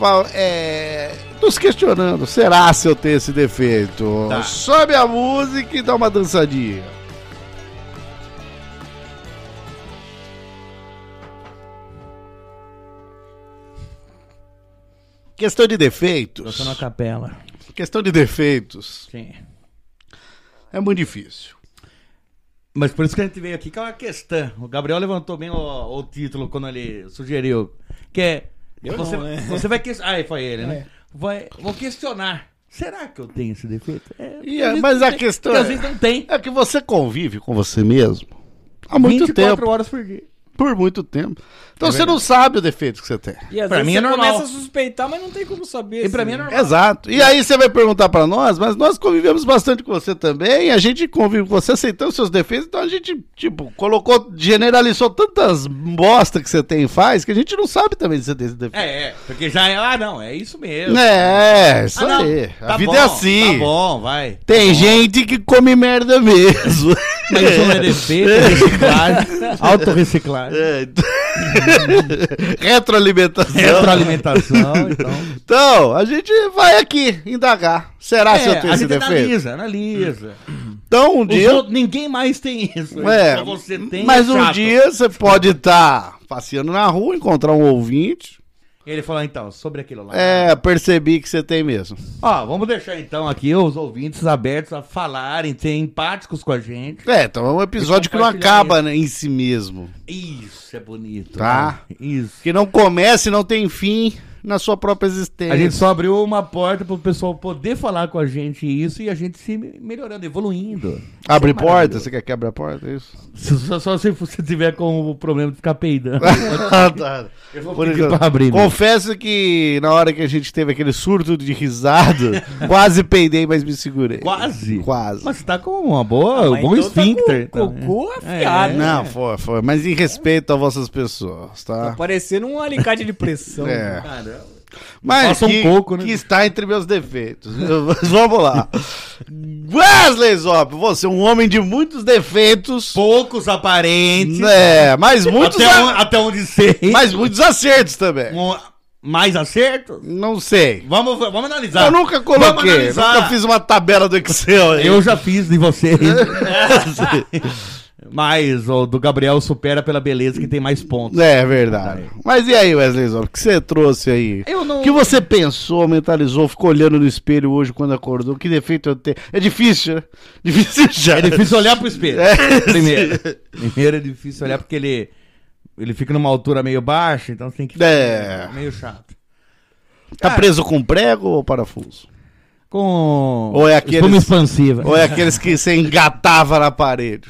fal- é, nos questionando, será se eu tenho esse defeito?
Tá.
Sobe a música e dá uma dançadinha. Questão de defeitos.
Tocando a capela.
Questão de defeitos.
Sim.
É muito difícil.
Mas por isso que a gente veio aqui, que é uma questão. O Gabriel levantou bem o, o título quando ele sugeriu. Que é.
Eu
você,
não, né?
você vai questionar. Ah, foi ele,
É.
né? Vai, vou questionar. Será que eu tenho esse defeito? É,
E é- mas a questão
porque às vezes
é,
não tem.
é que você convive com você mesmo há muito
24
tempo.
horas por dia.
Por muito tempo. Então
É
você
verdade.
não sabe o defeito que você tem.
E às
Pra
vezes
mim
você
é normal.
começa a suspeitar, mas não tem como saber.
E pra
assim,
mim é
né?
normal.
Exato. E aí você vai perguntar pra nós, mas nós convivemos bastante com você também, a gente convive com você aceitando seus defeitos, então a gente, tipo, colocou, generalizou tantas bosta que você tem e faz, que a gente não sabe também se você tem esse defeito.
É, é. Porque já é. Ah, não, é isso mesmo.
É, isso
Ah, não,
aí. A
tá
vida
bom,
é assim.
Tá bom, vai.
Tem gente que come merda mesmo.
Mas isso não é defeito, é reciclagem. Autorreciclagem.
É, então- Retroalimentação.
É. Retroalimentação, então.
Então, a gente vai aqui indagar. Será Ah, se eu
É,
tenho
a
esse
gente
defeito?
analisa, analisa.
Então, um
Os
dia.
outros- ninguém mais tem isso.
É,
Só você tem.
mas
é
um
chato.
dia você pode estar passeando na rua, encontrar um ouvinte.
Ele falou, então, sobre aquilo lá.
É, percebi que você tem mesmo.
Ó, vamos deixar então aqui os ouvintes abertos a falarem, serem empáticos com a gente.
É, então é um episódio que não
compartilhar
acaba né, em si mesmo.
Isso é bonito.
Tá.
né? Isso.
Que não começa e não tem fim na sua própria existência.
A gente só abriu uma porta pro pessoal poder falar com a gente isso e a gente se me- melhorando, evoluindo.
Abre
Isso é
porta? Você quer que abra a porta? É isso?
Se- Só, só se você tiver com o problema de ficar peidando.
Ah, tá.
Eu vou
Por
pedir
enquanto.
pra abrir. né?
Confesso que na hora que a gente teve aquele surto de risada, quase peidei, mas me segurei.
Quase?
Quase.
Mas tá com uma boa,
Ah, tá,
um
mas
bom
então tá
esfíncter.
com o
também.
cocô afiado.
É.
Não, foi, foi. Mas em respeito a vossas pessoas,
Então
Tá
tá?
parecendo um alicate de pressão. né,
É.
Caramba.
Mas
Passa um
que,
pouco, né?
que está entre meus defeitos. Vamos lá. Wesley Zop, você é um homem de muitos defeitos.
Poucos aparentes.
É, mas muitos,
até, um
a-
on- até onde sei.
mas muitos acertos também.
Um- mais acerto?
Não sei.
Vamos, vamos analisar.
Eu nunca
Vamos
coloquei,
analisar.
nunca fiz uma tabela do Excel. aí.
Eu já fiz de vocês. Mas o do Gabriel supera pela beleza que tem mais pontos.
É verdade. Mas e aí, Wesley Zop, o que você trouxe aí?
Eu não.
O que você pensou, mentalizou, ficou olhando no espelho hoje quando acordou? Que defeito eu tenho? É difícil, né? Difícil já.
É difícil olhar pro espelho.
É.
Primeiro. Primeiro é difícil olhar porque ele, ele fica numa altura meio baixa, então tem que.
É.
Meio chato.
Tá preso com prego ou parafuso?
Com.
Ou é aqueles-
Espuma expansiva.
Ou é aqueles que você engatava na parede?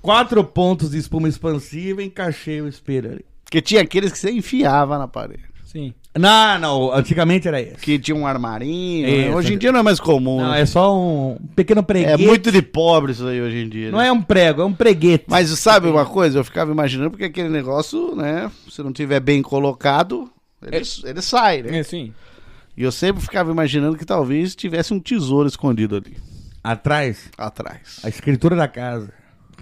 Quatro pontos de espuma expansiva, encaixei o espelho ali.
Porque tinha aqueles que você enfiava na parede.
Sim.
Não, não, antigamente era esse.
Que tinha um armarinho.
É,
né? Hoje em
tá-
dia não é mais comum.
Não,
né?
é só um pequeno
é,
preguete.
muito de pobre isso aí hoje em dia.
Não
né?
é um prego, é um preguete.
Mas sabe uma coisa? Eu ficava imaginando porque aquele negócio, né? Se não tiver bem colocado, ele, ele sai, né?
É, sim.
E eu sempre ficava imaginando que talvez tivesse um tesouro escondido ali
Atrás,
atrás.
a escritura da casa.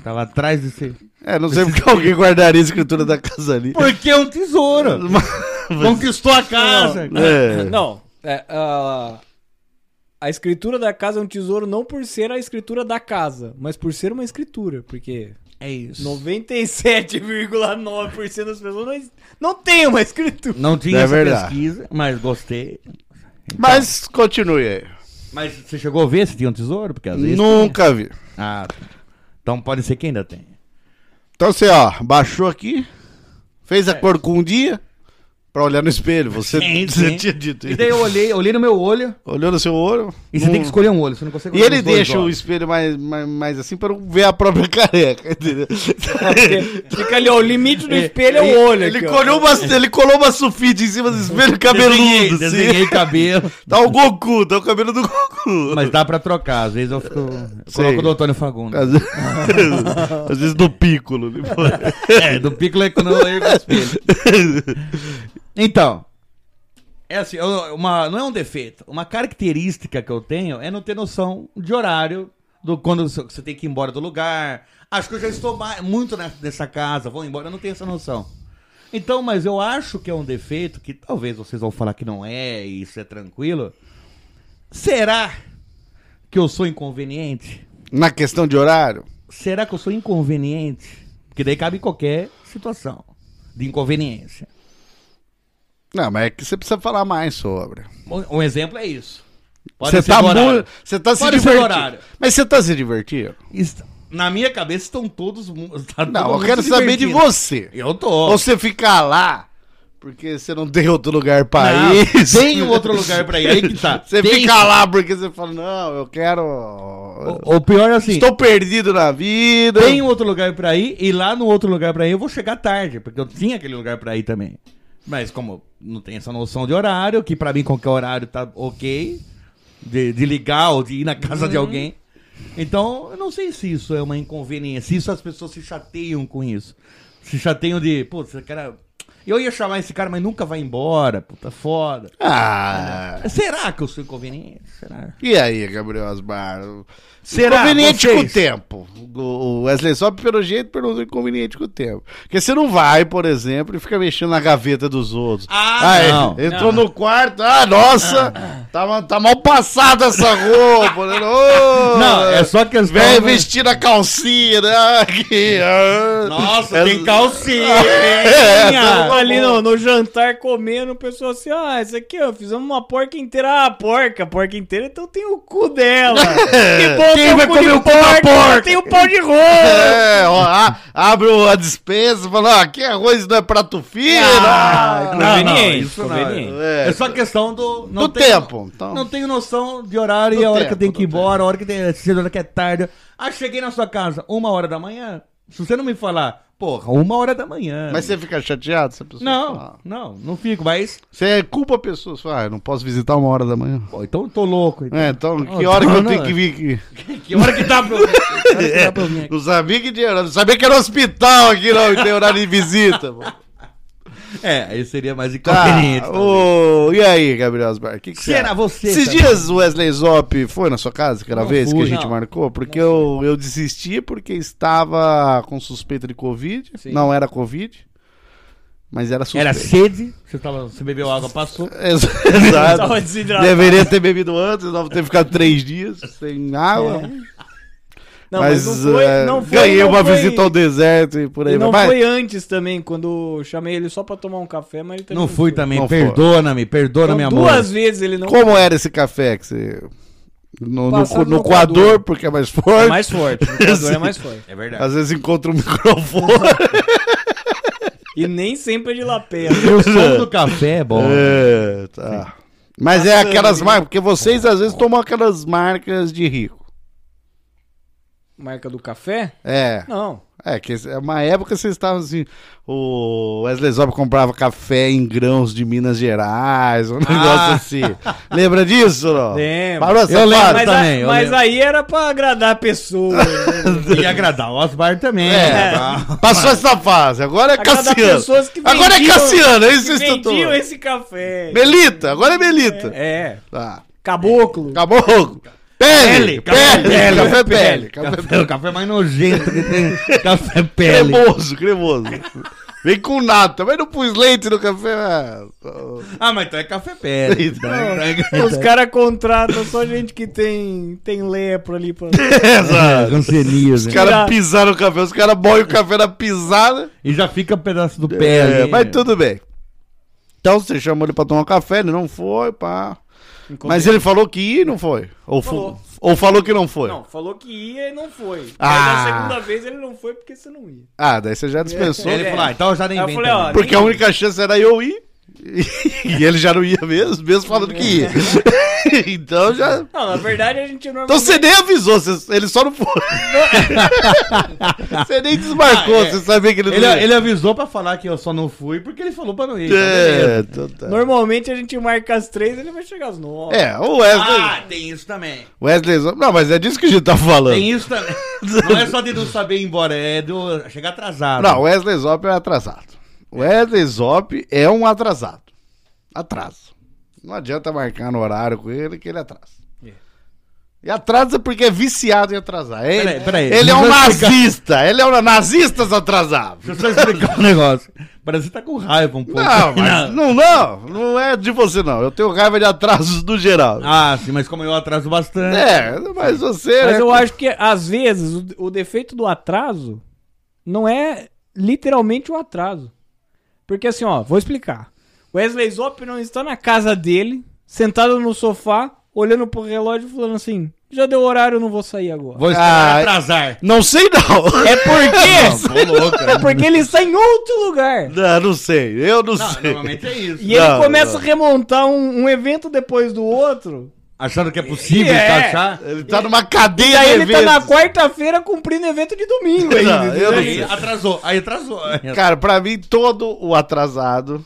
Tava atrás desse.
É, não sei porque alguém guardaria a escritura da casa ali.
Porque é um tesouro. Conquistou a casa.
É.
Não, é, ah, a escritura da casa é um tesouro não por ser a escritura da casa, mas por ser uma escritura, porque
É isso.
97,9% das pessoas não, es- não tem uma escritura.
Não tinha
É
essa
verdade.
pesquisa, mas gostei.
Mas continue aí.
Mas você chegou a ver se tinha um tesouro? Porque às vezes.
Nunca vi.
Ah, então pode ser que ainda tenha.
Então você, ó, baixou aqui, fez acordo com um dia pra olhar no espelho. Você,
É. Sim,
você
sim.
tinha dito
E
isso.
daí eu olhei, olhei no meu olho.
Olhou no seu olho.
E você
não-
tem que escolher um olho, você não consegue
E
olhar
ele
nos dois
deixa o
olhos.
espelho mais, mais, mais assim pra não ver a própria careca, entendeu?
Porque Fica ali, ó, o limite do espelho é o olho.
Ele,
aqui, ó.
colhou uma, ele colou uma sulfite em cima do espelho cabeludo.
Desenhei, desenhei
assim.
cabelo.
Tá o Goku, tá o cabelo do Goku.
Mas dá pra trocar, às vezes eu, fico, eu
Sei.
coloco o do Antônio Fagundes.
Às vezes, às vezes do Piccolo. né?
É, do Piccolo é quando eu ergo o espelho. Então, é assim, eu- uma, não é um defeito. Uma característica que eu tenho é não ter noção de horário, do quando você você tem que ir embora do lugar. Acho que eu já estou ma- muito ne- nessa casa, vou embora, eu não tenho essa noção. Então, mas eu acho que é um defeito que talvez vocês vão falar que não é, e isso é tranquilo. Será que eu sou inconveniente?
Na questão de horário,
Será que eu sou inconveniente? Porque daí cabe em qualquer situação de inconveniência.
não, mas é que você precisa falar mais sobre.
Um, um exemplo é isso.
Você
ser
tá,
do horário.
mu- você tá se
Pode ser do
divertindo.
horário.
Mas você tá se divertindo?
Est- Na minha cabeça estão todos. mu- tá todo
Não, eu
mundo
quero
se
saber de
divertindo.
você.
Eu tô.
Ou você ficar lá porque você não tem outro lugar pra
Não,
ir.
tem um outro lugar pra ir, aí que tá.
Você
Tem.
fica lá porque você fala, não, eu quero.
O, o pior é assim.
Estou perdido na vida.
Tem um outro lugar pra ir e lá no outro lugar pra ir eu vou chegar tarde, porque eu tinha aquele lugar pra ir também. Mas como não tem essa noção de horário, que pra mim qualquer horário tá ok, de, de ligar ou de ir na casa de alguém. Então, eu não sei se isso é uma inconveniência, se isso as pessoas se chateiam com isso. Se chateiam de, pô, esse cara... Eu ia chamar esse cara, mas nunca vai embora, puta foda.
Ah.
Será que eu sou inconveniente? Será?
E aí, Gabriel Asmar?
Será,
Inconveniente
vocês?
com o tempo. O o Wesley Sop, pelo jeito, perguntou inconveniente com o tempo. Porque você não vai, por exemplo, e fica mexendo na gaveta dos outros.
Ah,
é,
não.
Entrou no quarto, ah, nossa, tá, ma- tá mal passada essa roupa. né? Ô,
Não, é só questão...
Vem
né?
vestindo a calcinha, né? Aqui, ah.
Nossa,
É-
tem calcinha!
É,
Tamo ali no, no jantar comendo, o pessoal assim, ah, isso aqui, ó, fizemos uma porca inteira. Ah, porca, porca inteira, então tem o cu dela. Que bom
É. Quem
ter
vai
cu
comer
de
o cu da porca?
Tem o pau de rolo.
É, ó, a- abre o- a dispensa e fala, ah, aqui arroz não é prato fino.
Ah,
Ah,
Não, não,
Conveniente,
isso não.
conveniente.
é.
É só questão do.
Do tempo, então.
Não tenho noção de horário,
Do
a hora que eu
tempo,
tenho que ir
do
embora, a hora que tem, se a hora que é tarde. Ah, cheguei na sua casa, uma hora da manhã. Se você não me falar, porra, uma hora da manhã.
Mas você fica chateado se a pessoa
Não,
falar?
não, não fico, mas.
Você é culpa a pessoa, você fala, ah, eu não posso visitar uma hora da manhã.
Pô, então eu tô louco. Então.
É, então, que
Oh,
hora que eu
não,
tenho
não.
que vir aqui?
Que hora que dá pra. que hora que dá pra eu vir aqui?
Não sabia que tinha horário, não sabia que era um hospital aqui não, que tem horário de visita. pô.
É, aí seria mais inconveniente.
Tá,
também.
ô, e aí, Gabriel Asbar, o que, que você
Será
acha?
você?
Esses
sabe?
dias o Wesley Zop foi na sua casa aquela
Não
vez que a
fui.
gente
Não.
marcou? Porque eu, eu desisti porque estava com suspeita de Covid,
Sim.
não era Covid, mas era suspeita.
Era sede, você, tava, você bebeu água, passou.
Ex-
Tava
Exato.
desidratado.
Deveria ter bebido antes, não ter ficado três dias sem água.
É. Não,
mas
mas, não foi,
eh,
não foi,
ganhei
não
uma
foi-
visita ao deserto e por aí
E não
vai.
foi antes também, quando eu chamei ele só pra tomar um café, mas ele também
Não fui
foi.
também,
Não foi.
perdona-me, perdona
Então,
minha amor.
duas vezes ele não
Como era esse café que você. No, no,
Passado
cu- no
no
coador,
coador.
porque é mais
É
forte.
mais forte. O jogador é mais forte.
É verdade.
Às vezes encontra um microfone.
E nem sempre é de lapela.
E o som do café é bom.
É, tá. Mas é aquelas marcas, porque vocês às vezes tomam aquelas marcas de rico.
Marca do café?
É.
Não.
É, que esse- é uma época vocês estavam assim. O Wesley Zop comprava café em grãos de Minas Gerais, um negócio assim. Lembra disso, não?
Lembro.
Parou essa
Eu lembro.
parte?
Mas, a-
também, eu
mas
lembro.
aí era pra agradar a pessoa. né?
É. E agradar o Osmar também.
É.
tá?
Passou essa fase, agora é
Agradar
Cassiano.
pessoas que
Agora é
vendiam-
Cassiano, é isso
que
que vocês estão
vendiam
tomando.
esse café.
Melita, agora é Melita.
É.
Tá.
Caboclo.
Caboclo. Pele,
Pele,
pele,
pele,
café
pele,
pele, café
Café, o café mais nojento que tem.
É
Café pele.
cremoso, cremoso. Vem com nata, mas não pus leite no café. ah, ah.
Ah, mas então é café pele. Então,
É,
então
Os caras contratam só gente que tem, tem lepra ali. Pra...
é cancenia,
Os
né?
caras pisaram o café, os caras boiam o café na pisada.
E já fica um pedaço do pé
É,
ali. né?
mas tudo bem. Então você chamou ele pra tomar um café, ele não foi, pá. Mas ele falou que ia e não foi. Ou fu-
Falou.
ou falou que não foi.
Não, falou que ia e não foi.
Ah.
Aí na segunda vez ele não foi porque você não ia.
Ah, daí você já dispensou.
Aí Ele falou, ah, então eu já nem
Aí eu
vem
falei,
também.
ó,
Porque a única chance era eu ir. E ele já não ia mesmo, mesmo falando que ia. Então já.
Não, na verdade a gente normalmente...
Então você nem avisou, você- ele só não foi. Você nem desmarcou,
Ah, é.
você sabia que ele não
Ele,
ia.
ele avisou pra falar que eu só não fui porque ele falou pra não ir. então beleza.
É, então tá.
Normalmente a gente marca às três ele vai chegar às nove.
É, o Wesley.
Ah, tem isso também.
Wesley. Zop- Não, mas é disso que a gente tá falando.
Tem isso também. Não é só de não saber ir embora, é de eu chegar atrasado.
Não, Wesley Zop é atrasado. Wesley Zop é um atrasado. Atraso. Não adianta marcar no horário com ele que ele atrasa. E atrasa porque é viciado em atrasar. Ele,
Peraí, peraí.
ele é um
Deixa eu explicar.
nazista. Ele é um nazistas atrasados.
Deixa eu só explicar um negócio. Parece que tá com raiva um pouco.
Não, mas não, não. Não é de você, não. Eu tenho raiva de atrasos do geral.
Ah, sim, mas como eu atraso bastante.
É, mas você.
Mas
né,
eu acho que, às vezes, o, o defeito do atraso não é literalmente o atraso. Porque assim, ó, vou explicar. Wesley Zop não está na casa dele, sentado no sofá, olhando pro relógio e falando assim, já deu horário, eu não vou sair agora.
Vou esperar
Ah,
atrasar.
Não sei, não.
É porque...
Ô, louco.
é porque ele está em outro lugar.
Não, não sei. Eu não,
Não,
sei.
normalmente é isso.
E ele
Não,
começa
não.
a remontar um, um evento depois do outro.
Achando que é possível
É.
tá, achar.
Ele tá numa cadeia
E aí
de
ele tá na
eventos.
quarta-feira cumprindo evento de domingo ainda.
Não, eu
entendeu?
não
Aí atrasou, aí atrasou.
Cara, pra mim, todo o atrasado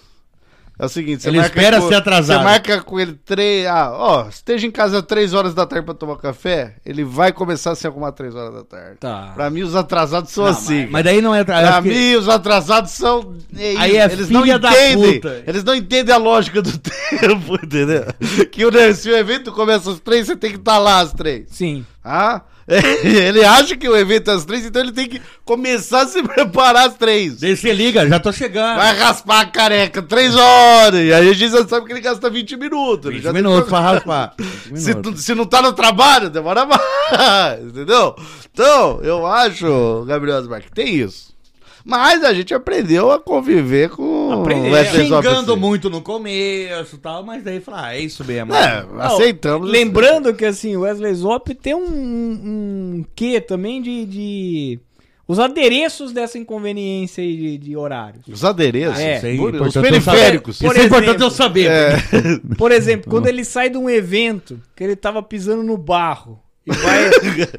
é o seguinte:
Ele espera ser atrasado.
Você marca com ele três. Ah, ó, esteja em casa três horas da tarde pra tomar café, ele vai começar a se arrumar três horas da tarde.
Tá.
Pra mim, os atrasados são assim.
Mas daí não é
Pra
atrasado.
mim, os atrasados são. é
Aí
isso,
é
eles não
filha da
entendem.
puta.
Eles não entendem a lógica do tempo, entendeu? Que o, se o evento começa às três, você tem que estar lá às três.
Sim.
Ah? Ele acha que o evento é às três, então ele tem que começar a se preparar às três.
Daí você liga, já tô chegando.
Vai raspar a careca, três horas. E aí a gente já sabe que ele gasta 20 minutos. ele
20
já tem
minutos
que-
pra raspar.
Se, tu- se não tá no trabalho, demora mais. Entendeu? Então, eu acho, Gabriel Asmar, que tem isso. Mas a gente aprendeu a conviver com
Aprendeu.
Wesley Zop,
é. Xingando
assim.
muito no começo e tal, mas daí fala, ah, é isso mesmo.
É, aceitamos.
Lembrando que assim, o Wesley Zop tem um, um quê também de, de- Os adereços dessa inconveniência aí de, de horários.
Os adereços.
É,
os
Isso
os
aí é importante eu
periféricos. É.
saber. Isso é
Por exemplo.
importante eu saber. porque-
Por exemplo, quando ele sai de um evento que ele tava pisando no barro e vai,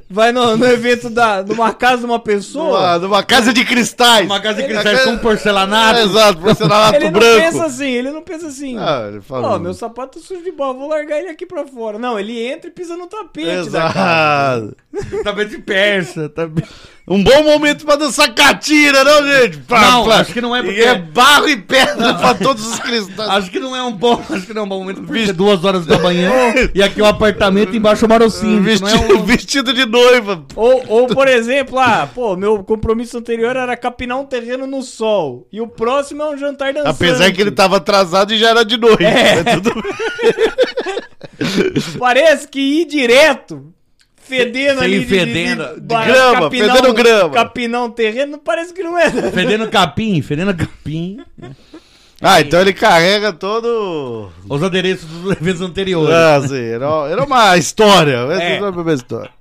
vai no, no evento da, numa casa de uma
Numa,
pessoa.
numa casa de cristais.
é um Uma casa de
Ele-
cristais com porcelanato.
Ah, Exato, porcelanato
Ele não
branco.
pensa assim, ele não pensa assim.
Ah, ele
Ó,
fala.
meu sapato tá sujo de barro, vou largar ele aqui pra fora. Não, ele entra e pisa no tapete da é casa.
Exato.
Também de persa. Também...
Um bom momento pra dançar catira, não, gente? Pá,
Não,
pá.
acho que não é porque-
E é barro e pedra pra todos os cristãos.
Acho que não é um bom, acho que não é um bom momento. Porque é duas horas da manhã e aqui o apartamento embaixo é o Marocinho.
vestido,
Não é um...
vestido de noiva.
Ou, ou, por exemplo, ah, pô, meu compromisso anterior era capinar um terreno no sol. E o próximo é um jantar dançante.
Apesar que ele tá- tava atrasado e já era de noite.
É.
mas tudo bem.
Parece que ir direto, fedendo
Sem
ali.
fedendo, de
ba-
grama, fedendo grama.
Capinar um terreno, parece que não é.
Fedendo capim, fedendo capim.
Ah, então ele carrega todo.
Os adereços dos eventos anteriores.
Ah, assim, era, era uma história. Mas
É.
não é uma história.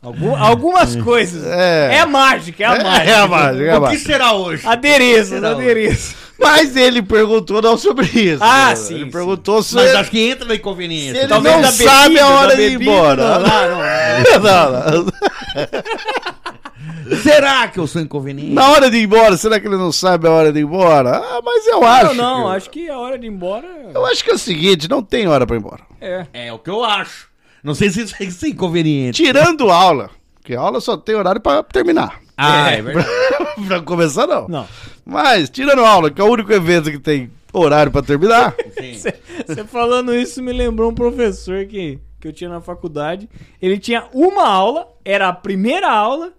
Algu- algumas coisas.
É.
É a mágica, é a mágica.
É, a mágica, é a
O que
mágica.
será hoje?
Adereços,
Será,
adereços.
Mas ele perguntou não sobre isso.
Ah,
né?
sim,
Ele
sim.
perguntou se.
Mas acho que entra na
se
inconveniência.
ele
Talvez
não
da
sabe é
bebida,
a hora
da
Ah,
de ir
bebida,
embora.
não, não, não.
Não, não.
Será que eu sou inconveniente?
Na hora de ir embora, será que ele não sabe a hora de ir embora? Ah, mas eu
Não,
acho.
não,
que-
acho que a hora de ir embora
Eu acho que é o seguinte, não tem hora pra ir embora.
é.
É o que eu acho. Não sei se isso é isso é inconveniente.
Tirando aula, que aula só tem horário pra terminar.
Ah, é verdade.
pra começar não.
Não.
Mas tirando aula, que é o único evento que tem horário pra terminar.
Você falando isso me lembrou um professor que, que eu tinha na faculdade. Ele tinha uma aula, era a primeira aula,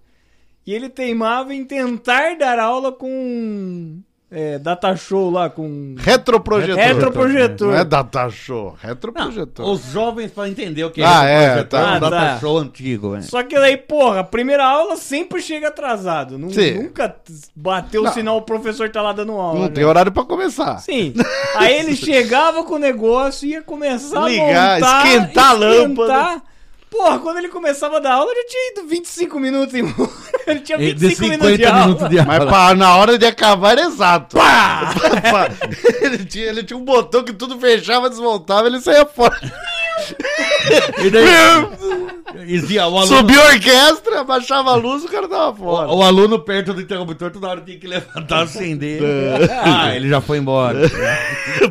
e ele teimava em tentar dar aula com é, data show lá, com
retroprojetor.
retroprojetor.
Não é data show,
Não,
retroprojetor.
os jovens para entender o que
Ah, é, tá.
projetor, um data
Ah, tá.
show antigo, né?
Só que daí, porra, a primeira aula sempre chega atrasado. Nu-
Sim.
Nunca t- bateu o
Não.
sinal, o professor tá lá dando aula.
Não
né?
tem horário pra começar.
Sim. Aí ele chegava com o negócio, ia começar a
Ligar,
montar,
esquentar a lâmpada.
Porra, quando ele começava a dar aula, já tinha ido 25 minutos embora. Ele tinha
De
25 minutos de aula.
Mas pá, na hora de acabar era exato. Pá! ele, tinha, ele tinha um botão que tudo fechava, desmontava, ele saía fora.
E daí, Dizia, o, aluno,
Subiu a orquestra, abaixava a luz, o cara tava fora.
o aluno perto do interruptor toda hora tinha que levantar, acender. ah, ele já foi embora.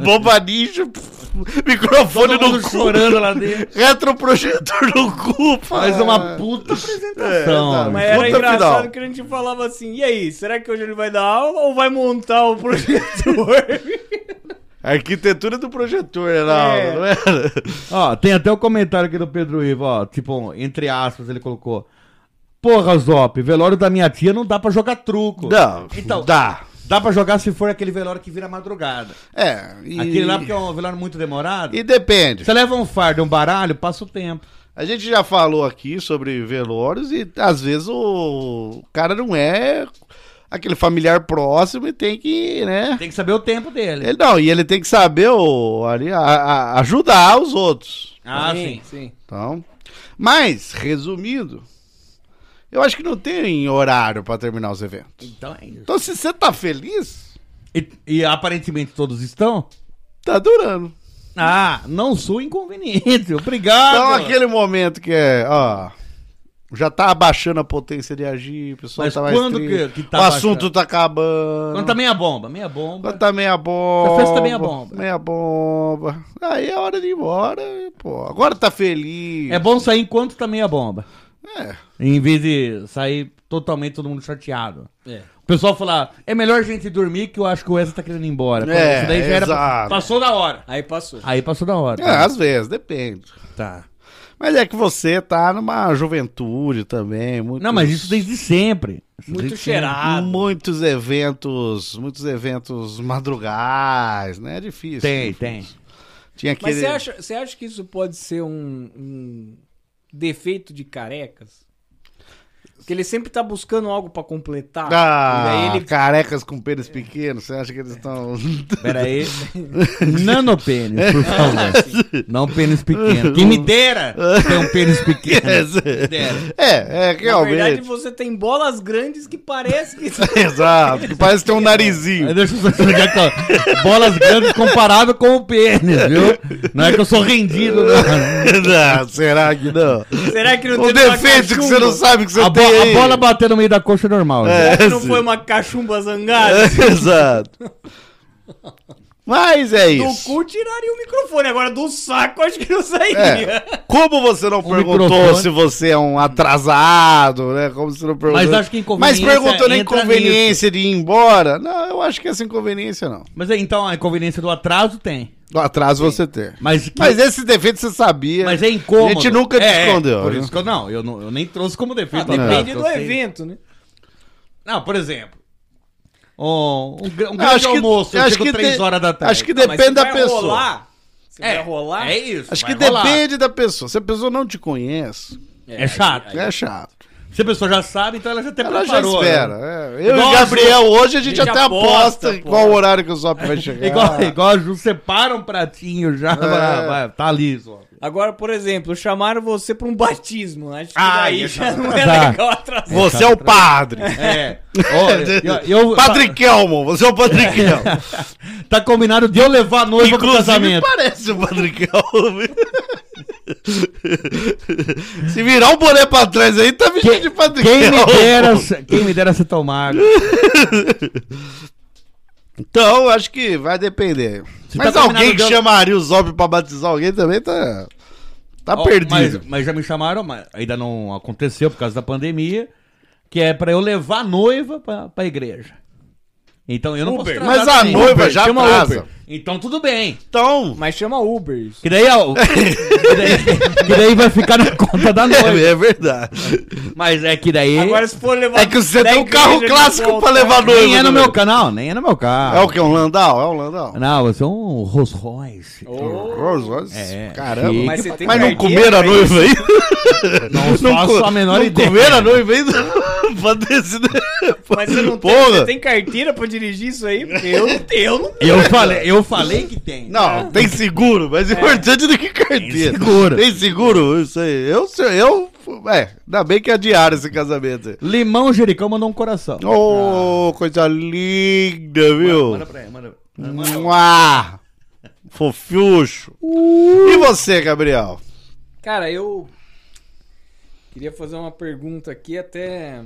Bomba ninja, pff, microfone
Todo mundo
no cu,
chorando lá dentro.
retroprojetor no cu. pá.
Faz uma puta apresentação.
exato.
Mas era
Puta
engraçado
final.
que a gente falava assim, e aí, será que hoje ele vai dar aula ou vai montar o projetor?
A arquitetura do projetor era a
É.
aula, não era?
Ó, tem até o comentário aqui do Pedro Ivo, ó. Tipo, entre aspas, ele colocou. Porra, Zop, velório da minha tia não dá pra jogar truco.
Não,
Então-
dá.
Dá pra jogar se for aquele velório que vira madrugada.
É, e,
Aquele lá porque é um velório muito demorado.
e depende.
Você leva um fardo, um baralho, passa o tempo.
A gente já falou aqui sobre velórios e às vezes o cara não é aquele familiar próximo e tem que, né?
Tem que saber o tempo dele.
Ele não, e ele tem que saber o, ali, a- a- ajudar os outros.
Ah, sim.
sim.
Então, mas, resumindo, eu acho que não tem horário pra terminar os eventos.
Então é isso.
Então, se você tá feliz,
E, e aparentemente todos estão?
tá durando.
Ah, não sou inconveniente. Obrigado.
Então, aquele momento que é, ó. Já tá abaixando a potência de agir, o pessoal
Mas
tá mais
quando
triste,
que- que tá
O assunto
abaixando?
tá acabando.
Quando tá meia bomba, meia bomba.
Quando tá meia bomba.
Essa festa tá meia bomba.
Meia bomba. Aí é hora de ir embora, e, pô. Agora tá feliz.
É bom sair enquanto tá meia bomba.
É.
Em vez de sair totalmente todo mundo chateado. O pessoal falar, é melhor a gente dormir que eu acho que o Wesley tá querendo ir embora. Pô,
É,
era,
exato.
passou da hora.
Aí passou.
Aí passou da hora.
É, às vezes, depende.
Tá.
Mas é que você tá numa juventude também. Muitos, Ah,
Não, mas isso desde sempre. Isso
Muito
desde
cheirado.
Muitos eventos, muitos eventos madrugais, né? É difícil.
Sempre. Tem, tem.
Tinha aquele...
Mas você acha, você acha que isso pode ser um, um defeito de carecas? Porque ele sempre tá buscando algo pra completar.
Ah,
e daí ele
carecas com pênis pequenos, você acha que eles estão...
Pera aí. Nanopênis, por favor. Não pênis pequeno. Quem me dera ter um pênis pequeno. Dera.
é, é,
Na
realmente.
verdade, você tem bolas grandes que parece que.
Exato, que parece ter um narizinho.
Aí Deixa eu só explicar aqui, ó. Bolas grandes comparável com o pênis, viu? Não é que eu sou rendido. né? não.
Não, será que não?
Será que não
O
teve uma
Um defeito que você
cachumba?
não sabe que você
A, bo-
tem. aí.
a bola bater no meio da coxa é normal.
É.
gente.
Será que não foi uma cachumba zangada?
Exato. Mas é
Do
isso.
cu tiraria o microfone, agora do saco acho que não sairia. Ah,
É. Como você não perguntou
microfone.
se você é um atrasado, né? Como você não perguntou.
Mas acho que
Mas
inconveniência
perguntou na
entra
inconveniência de ir embora. Não, eu acho que essa inconveniência não.
Mas é, então a inconveniência do atraso tem.
Do atraso você tem.
Mas, que-
Mas esse defeito você sabia.
mas é incômodo.
A gente nunca te
É, é,
escondeu,
Por
né? Ah,
isso que eu não, eu não, eu nem trouxe como defeito. do atraso,
Depende
eu
do
sei.
evento, né?
Não, por exemplo. Um, um, gr- um
Eu
grande
acho que-
almoço, eu
acho
chego
que
3
de-
horas da tarde.
Acho que
Mas
depende
se
da
vai
pessoa.
Rolar, se
é,
vai rolar.
É isso.
Acho
vai
que
rolar.
depende da pessoa. Se a pessoa não te conhece,
É chato.
é chato.
Se a pessoa já sabe, então ela já até
Ela já
preparou. né?
espera. é. Eu
Igual
e o
a
Gabriel hoje a gente
gente
até aposta,
aposta,
em
pô.
qual horário que o Zop vai chegar.
É Igual, igual a Ju, separa um pratinho
É.
já. vai- vai, tá liso.
Agora, por exemplo, chamaram você pra um batismo. Acho que
Ah,
daí
ia
já não é
Tá.
legal atrasar.
Você é o padre.
É. Ó, eu, eu-
Padre Kelmo, você é o Padre Kelmo.
Tá combinado de eu levar a noiva pro
Inclusive
casamento.
parece o Padre Kelmo. Se virar um boné pra trás aí, tá vestido de Patrick Tá
Quem me
Kelly.
dera, se- quem me dera ser tão magro.
Então, acho que vai depender.
Se
mas
tá
alguém
combinado
que
de-
chamaria o Zop pra batizar alguém também tá. Tá
Ó,
perdido.
Mas, mas já me chamaram, mas ainda não aconteceu por causa da pandemia, que é pra eu levar a noiva pra, pra igreja. Então eu não
Uber.
posso
Mas,
tratar
a
também.
noiva
Uber,
já
chama
casa.
Uber.
Então tudo bem.
Então.
Mas chama Uber isso.
Que daí, ó, que, daí, que daí vai ficar na conta da noiva.
É, é verdade.
Mas é que daí.
Agora se for levar...
É que você
da
tem um
igreja
carro
de
clássico
volta,
pra levar noiva.
nem é no
né,
meu
velho?
canal, nem é no meu
É o
carro.
que? Um Landau? É Oh. um Landau?
Não, você é um Rolls Royce.
Rolls Royce?
É,
Caramba.
chique.
Mas
Mas,
você tem
não
carteira
comeram a
pra isso?
noiva aí?
Não faço a menor
não
ideia.
comeram a noiva ainda? pra decidir.
Mas você não tem,
Porra.
você tem carteira pra dirigir isso aí? Porque eu não tenho. Eu não tenho.
Eu falei, eu falei que tem.
Não, tem seguro, mas é importante do que carteira.
Tem seguro.
Tem seguro, isso aí. Eu, sei, eu, é, ainda bem que adiaram esse casamento aí.
Limão Jericão mandou um coração.
Ô, coisa linda, viu?
Manda pra ele, manda.
Mua! Fofiucho. E você, Gabriel?
Cara, eu... Queria fazer uma pergunta aqui até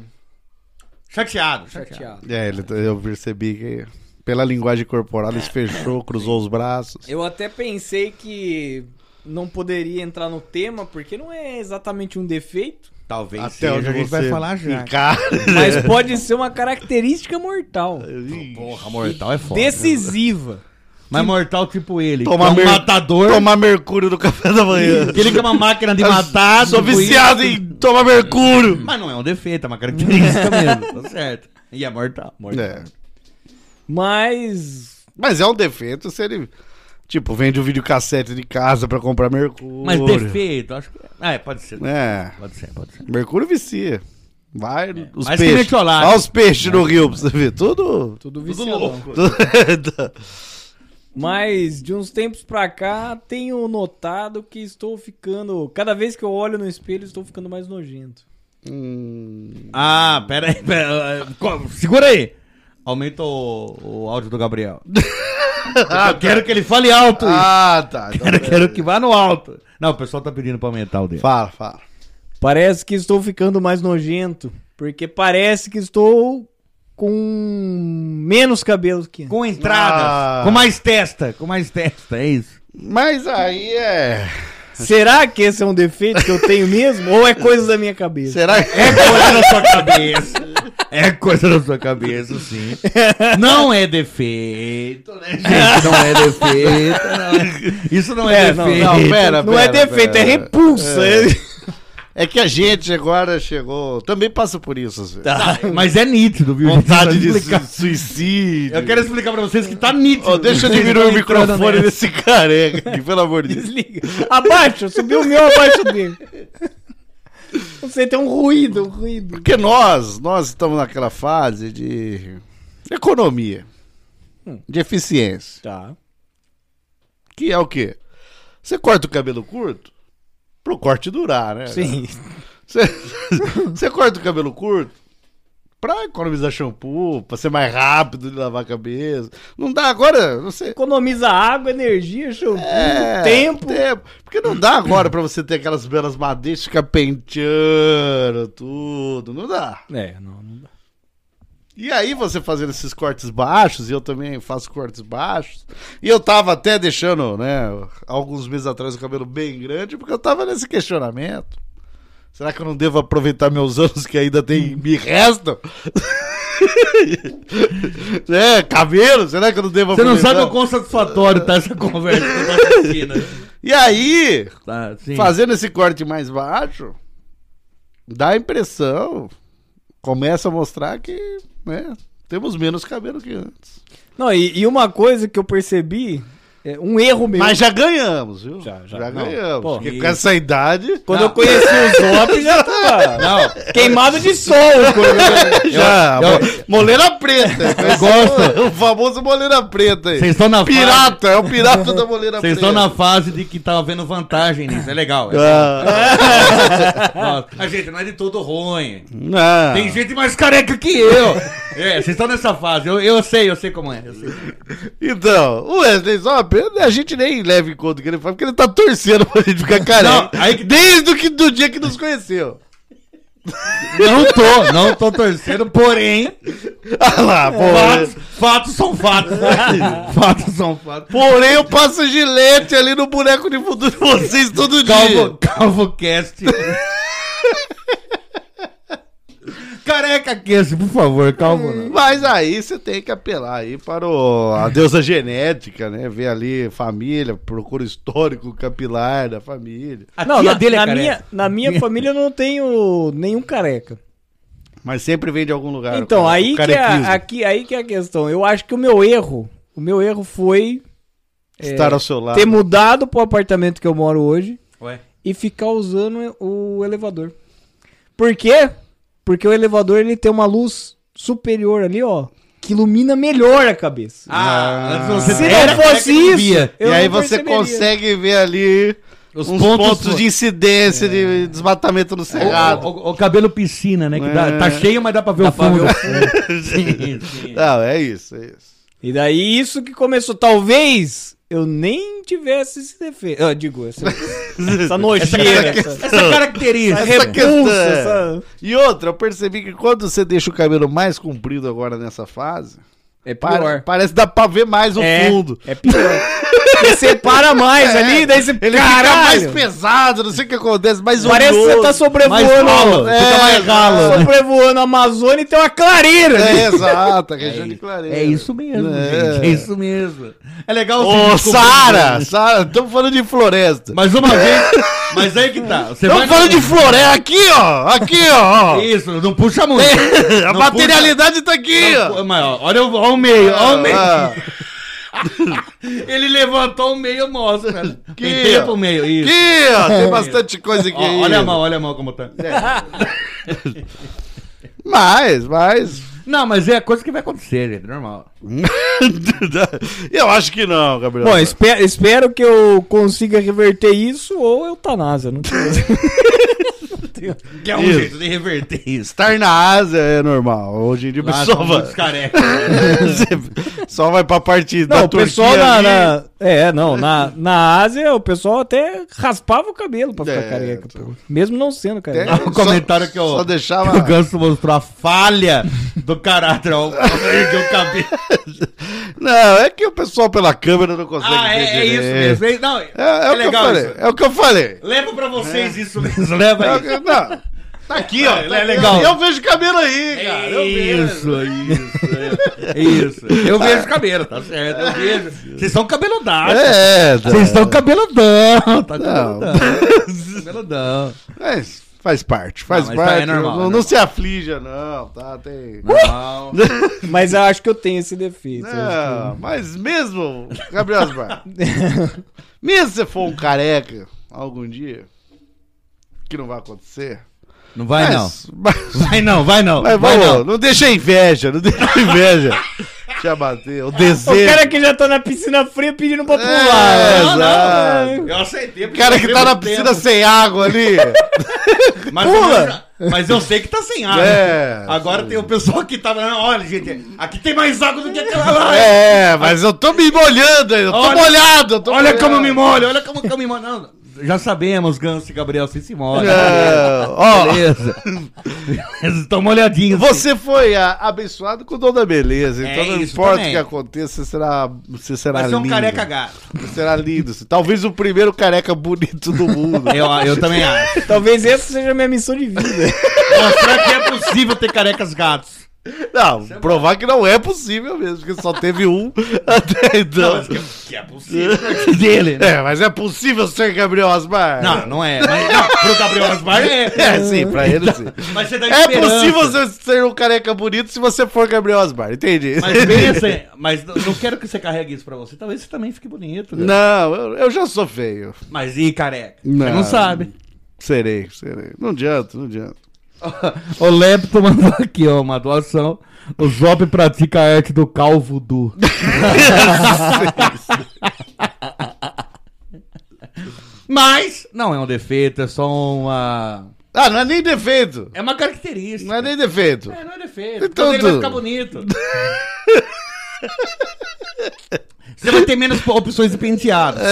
Chateado, chateado.
chateado.
É, ele- eu percebi que pela linguagem corporal ele se fechou, cruzou os braços.
Eu até pensei que não poderia entrar no tema, porque não é exatamente um defeito,
Talvez
Até
seja,
onde
a gente vai
você
falar já.
Cara,
mas pode ser uma característica mortal.
Porra, mortal é foda.
Decisiva.
Mas mortal tipo ele.
Tomar
que é um
mer-
matador.
tomar mercúrio no café da manhã.
Que ele que é uma máquina de matar.
Sou
tipo
viciado
isso.
em tomar mercúrio.
Mas não é um defeito, é uma característica mesmo. Tá certo. E é mortal. mortal.
É.
Mas.
Mas é um defeito se ele. Tipo, vende um videocassete de casa pra comprar mercúrio.
Mas defeito, acho que. Ah, é, pode ser.
É.
Pode ser, pode ser.
Mercúrio vicia. Vai os
mais que
peixes.
mertiolate.
Olha os peixes
É.
no rio pra você ver. Tudo.
Tudo
Tudo
viciadão.
louco.
Mas de uns tempos pra cá, tenho notado que estou ficando. Cada vez que eu olho no espelho, estou ficando mais nojento.
Hum,
Ah, pera aí, pera aí. Co- Segura aí. Aumenta o, o áudio do Gabriel. Eu quero que ele fale alto. isso.
Ah, tá. Então,
Quero,
pera-
quero que vá no alto. Não, o pessoal tá pedindo pra aumentar o dele.
Fala, fala.
Parece que estou ficando mais nojento. Porque parece que estou com menos cabelo que antes.
Com entradas.
Ah.
Com mais testa. Com mais testa, é isso.
Mas aí é.
Será que esse é um defeito que eu tenho mesmo? ou é coisa da minha cabeça?
Será que.
É coisa da sua cabeça. É coisa da sua cabeça, sim. Não é defeito, né, gente? Não é defeito. não é- Isso não é,
É, não,
defeito.
um não, pera,
Não é
pera,
defeito,
pera.
é repulsa.
É.
É-
É que a gente agora chegou. Também passa por isso, às vezes.
Mas é nítido, viu? gente?
Vontade
Deixa
de
eu
su-
explicar.
suicídio.
Eu quero explicar pra vocês que tá nítido.
Ô, deixa eu
Vocês
diminuir o
estão entrando
microfone
nessa.
desse careca aqui, pelo amor de Deus.
Desliga. Abaixo, subiu o meu abaixo dele. Não sei, tem um ruído, um ruído.
Porque nós, nós estamos naquela fase de economia,
Hum.
de eficiência,
Tá.
que é o quê? Você corta o cabelo curto pro corte durar, né?
Sim.
Você, você corta o cabelo curto pra economizar shampoo, pra ser mais rápido de lavar a cabeça. Não dá agora, você...
Economiza água, energia, show.
É,
Tempo.
tempo. Porque não dá agora pra você ter aquelas belas madeixas, ficar penteando, tudo. Não dá.
É, não, não dá.
E aí você fazendo esses cortes baixos, e eu também faço cortes baixos. E eu tava até deixando, né, alguns meses atrás o cabelo bem grande, porque eu tava nesse questionamento. Será que eu não devo aproveitar meus anos que ainda tem, me restam? é, cabelo, será que eu não devo
Você não
aproveitar?
sabe o quão satisfatório tá essa conversa que eu tô assistindo.
E aí,
Tá, sim.
fazendo esse corte mais baixo, dá a impressão, começa a mostrar que, né, temos menos cabelo que antes.
Não, e, e uma coisa que eu percebi, é um erro meu.
Mas já ganhamos, viu?
Já, já. Não,
ganhamos.
pô.
porque
Isso.
com essa idade. tá.
Quando
Não.
eu conheci o Zop, já tava
Não,
queimado de sol.
já.
eu-
mo- moleira preta. Eu
gosto.
O famoso moleira preta aí.
vocês estão na fase-
Pirata, é o pirata da moleira
Vocês
preta.
estão na fase de que tava vendo vantagem nisso, é legal. É
Ah,
legal. a gente não é de todo ruim.
não.
Tem gente mais careca que eu. É, vocês estão nessa fase. Eu, eu sei, eu sei como é. Eu sei.
Então, o Wesley Zop, a gente nem leva em conta o que ele fala, porque ele tá torcendo pra gente ficar careca.
Não, aí que-
Desde o que, do dia que nos conheceu.
Não tô, não tô torcendo, porém,
Ah lá, pô.
fatos, fatos são fatos. fatos são fatos.
Porém, eu passo gilete ali no boneco de fundo de vocês todo
Calvo,
dia.
CalvoCast. Careca Cast, por favor, calvo não.
Mas aí você tem que apelar aí para o, a deusa genética, né? Ver ali família, procura o histórico capilar da família.
A
Não,
tia
na,
dele é
na
careca.
minha, na minha família eu não tenho nenhum careca.
Mas sempre vem de algum lugar.
Então,
o- o
aí que, é
carequismo.
a, aqui, aí que é a questão. Eu acho que o meu erro, o meu erro foi
Estar ao seu lado.
ter mudado pro apartamento que eu moro hoje
Ué.
e ficar usando o elevador. Por quê? Porque o elevador ele tem uma luz superior ali, ó, que ilumina melhor a cabeça.
Ah, antes você
Se
era
não fosse
careca, não
isso,
via.
E
eu
aí
não
você
perceberia.
consegue ver ali
Os
uns
pontos
pontos,
fo-
de incidência
É.
de desmatamento no cerrado.
O, o- o cabelo piscina, né? Que dá- tá
É.
cheio, mas dá pra ver o
pra
fundo.
ver o
sim, sim.
Não, é isso, é isso.
E daí isso que começou. Talvez eu nem tivesse esse defeito. Eu digo, essa, essa nojeira. essa-
Essa característica.
Essa questão
repulsa,
é-
essa-
E outra, eu percebi que quando você deixa o cabelo mais comprido agora nessa fase,
É pior.
pare- parece que dá pra ver mais o
é,
fundo. É.
é pior. Você separa mais ali, daí você.
Ele fica
caralho,
mais pesado, não sei o que acontece, mais
Parece que
Mais
você tá
ralo,
sobrevoando. É,
fica mais ralo.
Sobrevoando a Amazônia e tem uma clareira.
É,
ali.
exato, a região de clareza.
É isso mesmo,
É.
gente. É isso mesmo. É legal
Ô, é
descobrir-
Sara, Sara, estamos falando de floresta.
Mais uma vez. Mas aí que tá. Você
Estamos falando de floresta, aqui ó, aqui ó.
Isso, não puxa muito.
É, a
Não
materialidade tá aqui
puxa-
ó.
Não pu- Mas, ó, olha, o, olha o meio, olha o meio.
Ah,
Ele levantou o meio, mostra.
Que- é
Tem tempo o meio, isso.
Aqui, ó, tem bastante coisa aqui.
Ó, olha a
ainda.
mão, olha a mão como tá.
É. Mas, mas.
Não, mas é a coisa que vai acontecer, gente, normal.
eu acho que não, Gabriel.
Bom, espero, espero que eu consiga reverter isso ou eutanásia. Não sei.
Que é um
Isso.
jeito de reverter isso.
estar na Ásia é normal. Hoje em dia o
Lá
pessoal
são
vai.
muitos carecas. né?
Só vai pra parte da
Não, o
Turquia.
pessoal na,
ali.
na- É, não, na, na Ásia o pessoal até raspava o cabelo pra ficar
É,
careca,
então.
pô. Mesmo não sendo
É,
careca.
o comentário que eu-
Só deixava.
O Ganso mostrou a falha do caráter. ó, Ergueu o cabelo.
Não, é que o pessoal pela câmera não consegue.
Ah,
ver
é, é isso
direito.
mesmo. É, não, é,
É, é o que eu
legal
falei.
isso.
É o que eu falei.
Leva pra vocês isso mesmo. Leva
É o
aí.
que- Não. Tá aqui, ó.
É,
tá
é
aqui,
legal.
ó. Eu vejo cabelo aí, cara. Eu vejo.
Isso, isso, é. isso. É. Eu vejo cabelo, tá certo? Eu vejo. Vocês são cabeludados.
É, tá.
Vocês estão cabeludão. Tá
Não.
cabeludão. É. cabeludão.
Mas É, faz parte, faz
Não, mas tá,
parte.
é normal,
não,
é
não
normal.
se aflija, não, tá? Tem.
Não.
Mas eu acho que eu tenho esse defeito.
Não, mas mesmo, Gabriel Asmar, mesmo se você for um careca algum dia, que não vai acontecer.
Não vai não.
mas, Mas,
Vai não, vai não.
mas
vai
vamos,
não.
não. deixa a inveja, não deixa a inveja. Te abater, o é
O
desejo.
cara que já tá na piscina fria pedindo pra
É,
pular. né?
Não, não,
exato.
Eu aceitei.
O cara que tá na piscina sem água ali.
Mas,
Pula!
Eu, mas eu sei que tá sem água.
É.
Agora tem o pessoal que tá falando, olha, gente, aqui tem mais água do que aquela lá.
É, mas eu tô me molhando, eu tô
Olha-
molhado. Eu tô
Olha como eu me
molhado.
molho, olha como que eu me molho. Não, já sabemos, Ganso e Gabriel, vocês se molham.
É, ó,
Beleza. Eles estão molhadinhos.
Você foi ah, abençoado com o dom da beleza,
É
então não
isso
importa
também.
o que aconteça, você será, você será
Vai ser um
lindo.
careca gato.
Você será lindo. Você- Talvez o primeiro careca bonito do mundo.
Eu, eu também acho.
Talvez essa seja a minha missão de vida.
Mostrar que é possível ter carecas gatos.
Não, provar que não é possível mesmo, porque só teve um até então.
Mas que, que é possível. Dele, né?
É, mas é possível ser Gabriel Asmar?
Não, não é. Mas, não, pro Gabriel Asmar é.
É, sim, pra ele sim.
Mas você dá
É
esperança.
possível você ser um careca bonito se você for Gabriel Asmar, entendi.
Mas pensa, mas n- não quero que você carregue isso pra você. Talvez você também fique bonito. né?
Não, eu, eu já sou feio.
Mas e careca?
Não.
Você não sabe.
Serei, serei. Não adianta, não adianta.
O Lepto mandou aqui, ó, uma doação. O Zop pratica a arte do calvo do. Mas não é um defeito, é só uma
Ah, não é nem defeito.
É uma característica.
Não é nem defeito.
É, não é defeito.
Então,
Então, ele vai
tu-
ficar bonito. Você vai ter menos opções de penteado.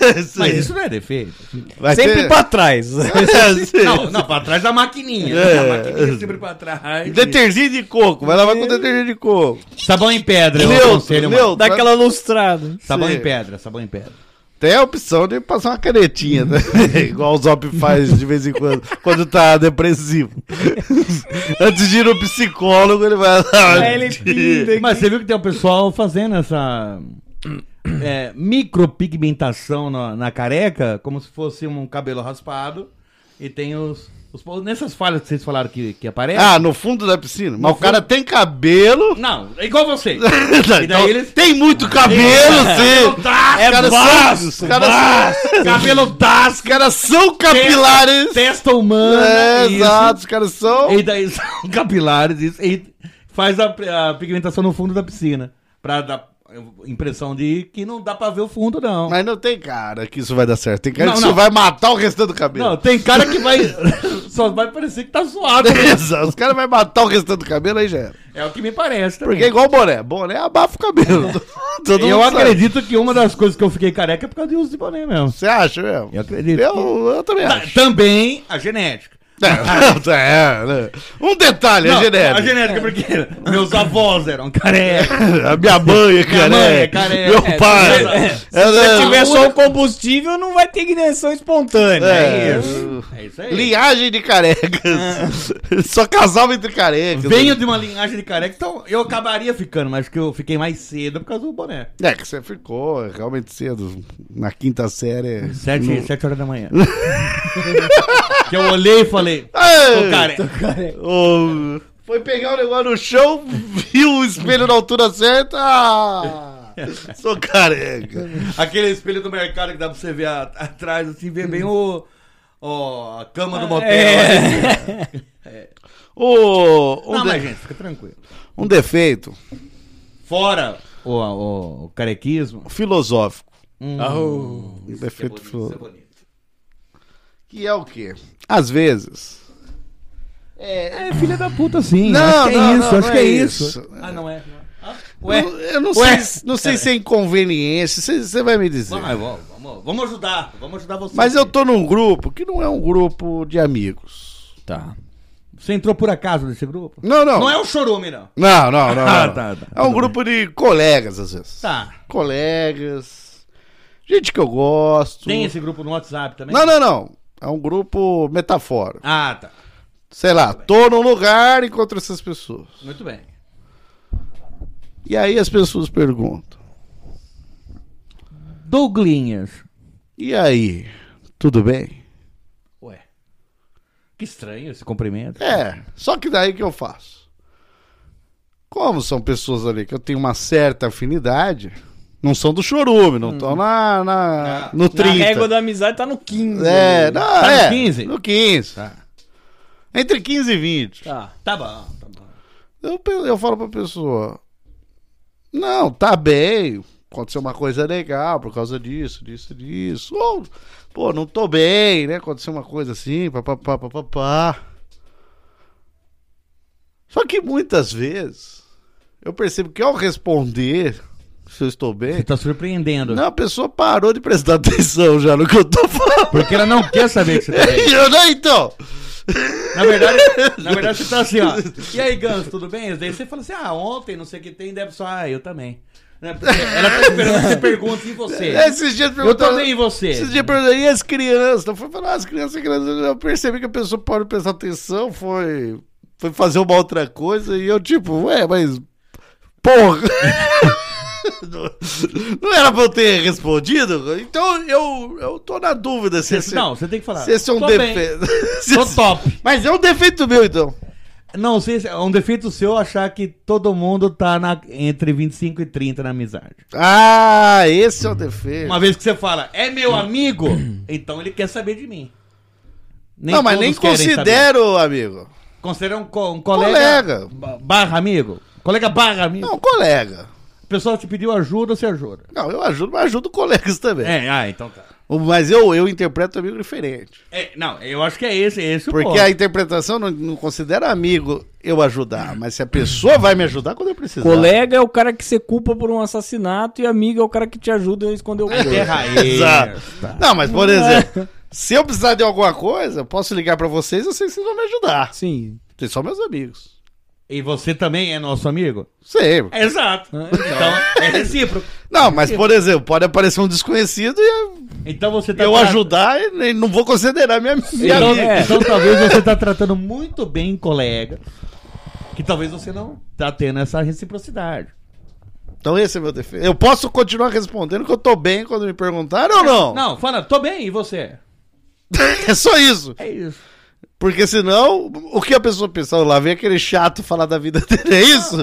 É, Sim.
Mas isso não é defeito.
Vai
Sempre
ter-
pra trás.
É, sim.
Não, não, pra trás da maquininha.
É.
A maquininha sempre pra trás.
Detergente de coco, vai lavar com detergente de coco.
Sabão em pedra, eu
Neutro,
aconselho, mano.
neutro.
Dá aquela lustrada.
Sabão
Sim.
em pedra, sabão em pedra.
Tem a opção de passar uma canetinha, né? Igual o Zop faz de vez em quando, quando tá depressivo. Antes de ir no psicólogo, ele vai lá.
Aí ele pinta
Mas
aqui. Mas
você viu que tem o pessoal fazendo essa é, micropigmentação na, na careca, como se fosse um cabelo raspado. E tem os. os po- nessas falhas que vocês falaram que, que aparecem.
Ah, no fundo da piscina. Mas o cara tem cabelo.
Não, é igual vocês.
Então,
daí eles-
Tem muito cabelo, sim.
Tá,
Os caras são- os caras
cabelo
Os caras são capilares.
testa humana.
É,
isso. Então-
exato, os caras são.
E daí são capilares, isso. E faz a, a pigmentação no fundo da piscina. Pra dar impressão de que não dá pra ver o fundo, não.
Mas não tem cara que isso vai dar certo. Tem cara
Não,
que
não.
isso vai matar o restante do cabelo.
Não, tem cara que vai. só vai parecer que tá suado.
Beleza, os caras vão matar o restante do cabelo, aí já era.
É o que me parece também.
Porque é igual o boné. Boné abafa o cabelo. Todo
eu
mundo sabe.
acredito que uma das coisas que eu fiquei careca é por causa de uso de boné mesmo.
Você acha mesmo?
Eu acredito. Tá,
Eu, eu também
Ta-
acho.
Também a genética.
É, é, né? Um detalhe,
tá. Não,
a
A
genética. É.
genética, porque meus avós eram carecas.
A minha mãe é careca.
mãe é careca.
Meu
É,
pai.
é,
se
Ela-
tiver só
um
o combustível, não vai ter ignição espontânea.
É,
É isso aí.
Linhagem de carecas. Só casava entre carecas.
Ah. Venho de uma linhagem de careca, então eu acabaria ficando, mas que eu fiquei mais cedo por causa do boné.
É, que você ficou realmente cedo. Na quinta série.
Sete, sete horas da manhã. que eu olhei e falei,
Ei,
tô careca.
ô, foi pegar o negócio no chão, viu o espelho na altura certa. Ah, sou careca.
Aquele espelho do mercado que dá pra você ver a- atrás, assim, ver bem o, o- a cama do motel. assim.
Ô, um,
Não,
de-
mas gente, fica tranquilo.
um defeito
Fora o, o- o carequismo.
filosófico.
Hum,
Um defeito
isso é
filosófico.
bonito.
Que é o quê? Às vezes.
É filha da puta, sim.
Não,
acho que é
não,
isso,
não,
acho
não
que é
é
isso.
isso.
Ah, não é. Ah, ué.
Eu, eu não
Ué.
sei, não sei se é inconveniência, você você vai me dizer.
Vai, vamos, vamos, vamos ajudar, vamos ajudar você.
Mas eu tô num grupo que não é um grupo de amigos.
Tá.
Você entrou por acaso nesse grupo?
Não, não.
Não é o chorume, não.
Não, não, não.
Ah,
não.
tá, tá.
É um grupo de colegas, às vezes.
Tá.
Colegas. Gente que eu gosto.
Tem esse grupo no WhatsApp também?
Não, não, não. É um grupo metafórico.
Ah, tá.
Sei lá, tô num lugar, encontro essas pessoas.
Muito bem.
E aí as pessoas perguntam:
Douglinhas.
E aí? Tudo bem?
Ué. Que estranho esse cumprimento.
É, só que daí que eu faço. Como são pessoas ali que eu tenho uma certa afinidade, não são do chorume, não estão na, na- no
A
30.
Ah, régua da amizade tá no 15.
É,
né?
não,
no
é,
15?
No 15. Entre 15 e 20.
Tá.
Tá
Ah,
bom, tá bom.
Eu, pe- eu falo pra pessoa: Não, tá bem. Aconteceu uma coisa legal por causa disso, disso, disso. Ou, pô, não tô bem, né? Aconteceu uma coisa assim, papapá, papapá. Só que muitas vezes eu percebo que ao responder se eu estou
Você
bem,
tá surpreendendo.
não, a pessoa parou de prestar atenção já no que eu tô falando.
Porque ela não quer saber que você tá bem.
Eu, né, então.
Na verdade, na verdade, você tá assim, ó. E aí, Gans, tudo bem? Daí você fala assim, ah, ontem, não sei o que tem, deve só, ah, eu também. Né? Porque Ela tá esperando que você pergunte e você.
Esses dias
Eu
perguntaram-
também e você.
Esses dias perguntaram, e as crianças? Eu fui falar, as crianças, as crianças. Eu percebi que a pessoa parou de prestar atenção, foi, foi fazer uma outra coisa, e eu, tipo, ué, mas. Porra! não, não era pra eu ter respondido? Então eu, eu tô na dúvida se esse,
Não, você tem que falar.
se esse é um
Tô bem,
defeito.
Tô top.
Mas é um defeito meu, então.
Não sei se é um defeito seu achar que todo mundo tá na, entre 25 e 30 na amizade.
Ah, esse é o defeito.
Uma vez que você fala, é meu amigo, então ele quer saber de mim. Nem
não, mas
todos
nem
querem saber.
considero, amigo.
Considera um, co- um colega,
Colega.
ba- barra amigo. Colega barra amigo.
Não, colega.
O pessoal te pediu ajuda, você ajuda.
Não, eu ajudo, mas ajudo colegas também.
É, ah, então tá.
Mas eu, eu interpreto amigo diferente.
É, não, eu acho que é esse, é esse o
Porque
ponto.
a interpretação não, não considera amigo eu ajudar, mas se a pessoa vai me ajudar quando eu precisar.
Colega é o cara que você culpa por um assassinato e amigo é o cara que te ajuda a esconder o corpo.
É raiz.
Exato. Não, mas por exemplo, se eu precisar de alguma coisa, eu posso ligar pra vocês, eu sei que vocês vão me ajudar.
Sim.
Vocês são meus amigos.
E você também é nosso amigo?
Sei.
Exato. Então, é recíproco.
Não, mas por exemplo, pode aparecer um desconhecido e eu-
Então você tá
eu
tra-
ajudar e não vou considerar minha, minha
Então,
amiga.
É.
então talvez você tá tratando muito bem colega, que talvez você não tá tendo essa reciprocidade.
Então esse é meu defeito. Eu posso continuar respondendo que eu tô bem quando me perguntaram ou não?
Não, fala, tô bem, e você?
É só isso.
É isso.
Porque senão, o que a pessoa pensar? Lá vem aquele chato falar da vida dele, é isso?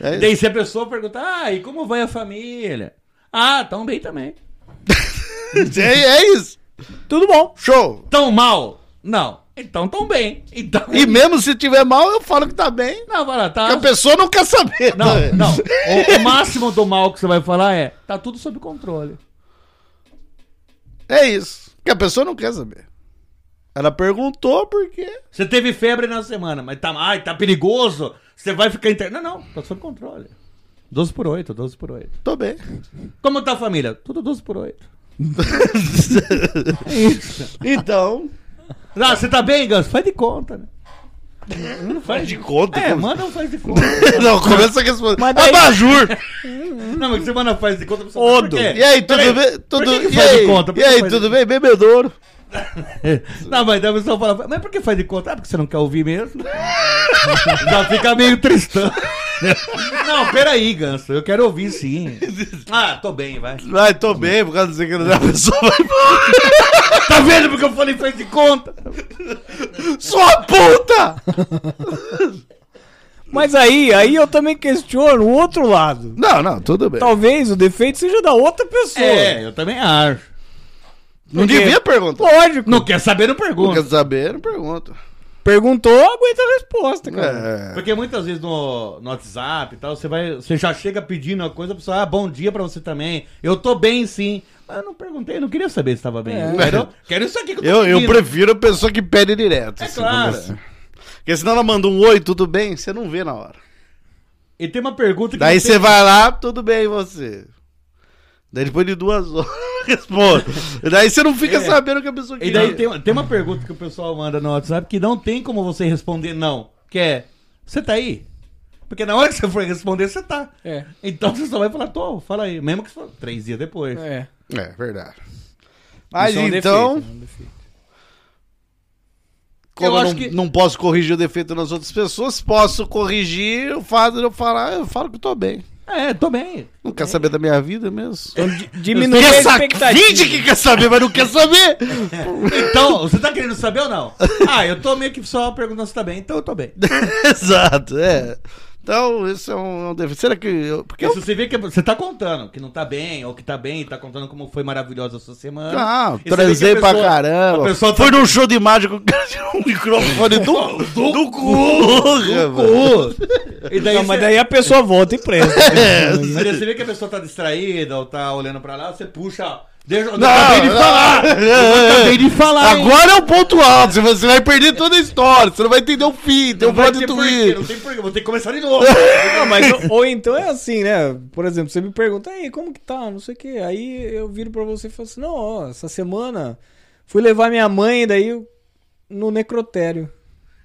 É isso.
Daí se a pessoa perguntar, ah, e como vai a família? Ah, tão bem também.
É, é isso.
Tudo bom.
Show.
Tão mal? Não. Então tão bem. Então...
E mesmo se tiver mal, eu falo que tá bem.
Não, fala, tá...
Porque a pessoa não quer saber.
Não,
né?
não. O, o máximo do mal que você vai falar é, tá tudo sob controle.
É isso. Que a pessoa não quer saber. Ela perguntou porque.
Você teve febre na semana, mas tá, ai, tá perigoso, você vai ficar internado. Não, não, tá sob controle. 12 por 8, 12 por 8.
Tô bem.
Como tá a família? Tudo 12 por 8.
Então.
Ah, você tá bem, Ganso? Faz de conta, né? Não faz de
conta.
É,
como- assim?
manda não faz de conta.
Não, começa a responder.
Mas daí-
Abajur!
Não, mas você manda um faz de conta pra
Odo! E aí, tudo bem? Tudo...
que que
e
faz de
aí,
conta? Por
e
que
aí,
faz de
tudo bem? Bebedouro.
Não, mas daí a pessoa fala, mas por que faz de conta? Ah, porque você não quer ouvir mesmo. Já fica meio tristão. Não, peraí, Ganso, eu quero ouvir sim. Ah, tô bem, vai.
Ai, tô bem, por causa disso né? que a pessoa vai
Tá vendo porque eu falei faz de conta?
Sua puta!
Mas aí, aí eu também questiono o outro lado.
Não, não, tudo bem.
Talvez o defeito seja da outra pessoa.
É, eu também acho.
não
porque-
devia perguntar.
Lógico.
Não quer saber, não
Não
pergunta.
quer saber? Não pergunta.
Perguntou, aguenta a resposta, cara.
É.
Porque muitas vezes no, no WhatsApp e tal, você vai. Você já chega pedindo a coisa, a pessoa, ah, bom dia pra você também. Eu tô bem sim. Mas eu não perguntei, eu não queria saber se tava bem.
É.
Eu Quero, quero isso aqui que eu tô
Eu, eu
pedindo.
prefiro a pessoa que pede direto.
É
assim,
claro.
como assim. Porque senão ela manda um oi, tudo bem, você não vê na hora.
E tem uma pergunta que.
Daí
não
você
tem-
vai lá, tudo bem, e você. Daí depois de duas horas responde. Daí você não fica
É.
sabendo o que a pessoa
E daí tem, tem uma pergunta que o pessoal manda no WhatsApp que não tem como você responder não. Que é. Você tá aí? Porque na hora que você for responder, você tá.
É.
Então você só vai falar, tô, fala aí. Mesmo que você fala, três dias depois.
É.
É, verdade. Mas
Isso é um
então,
defeito, é um defeito.
como
Eu
eu,
acho
não,
que-
não posso corrigir o defeito nas outras pessoas, posso corrigir o fato de eu falar, "Ah, eu falo que eu tô bem.
É, tô bem.
Não quer saber da minha vida mesmo.
Então, di- diminuir a
Quer sa-
expectativa.
finge que quer saber, mas não quer saber.
Então, você tá querendo saber ou não? Ah, eu tô meio que só perguntando se tá bem, então eu tô bem.
Exato, é. Então, isso é um, é um defeito. Será que eu. Porque
Porque
eu
se você vê que você tá contando que não tá bem, ou que tá bem, tá contando como foi maravilhosa a sua semana.
Ah,
E você vê é um que a
transei pra
pessoa-
caramba.
A pessoa tá
Foi num show de mágica que o cara tirou um microfone do, do, cu. rapaz.
cu. E daí,
Não, mas
você,
daí É. a pessoa volta e presa.
né?
mas daí você vê que a pessoa tá distraída ou tá olhando pra lá, você puxa, ó. Deixa, eu
Não,
acabei de
não. É,
falar! Eu acabei de falar! hein?
Agora é o ponto alto. Você vai perder toda a história. Você não vai entender o fim. Tem
Não
um
vai
plot
ter porquê, não
twist.
tem porquê, vou ter que começar de novo.
Não, mas ou- ou então é assim, né? Por exemplo, você me pergunta, aí, como que tá? Não sei o quê. Aí eu viro pra você e falo assim, não, ó, essa semana fui levar minha mãe daí eu- no necrotério.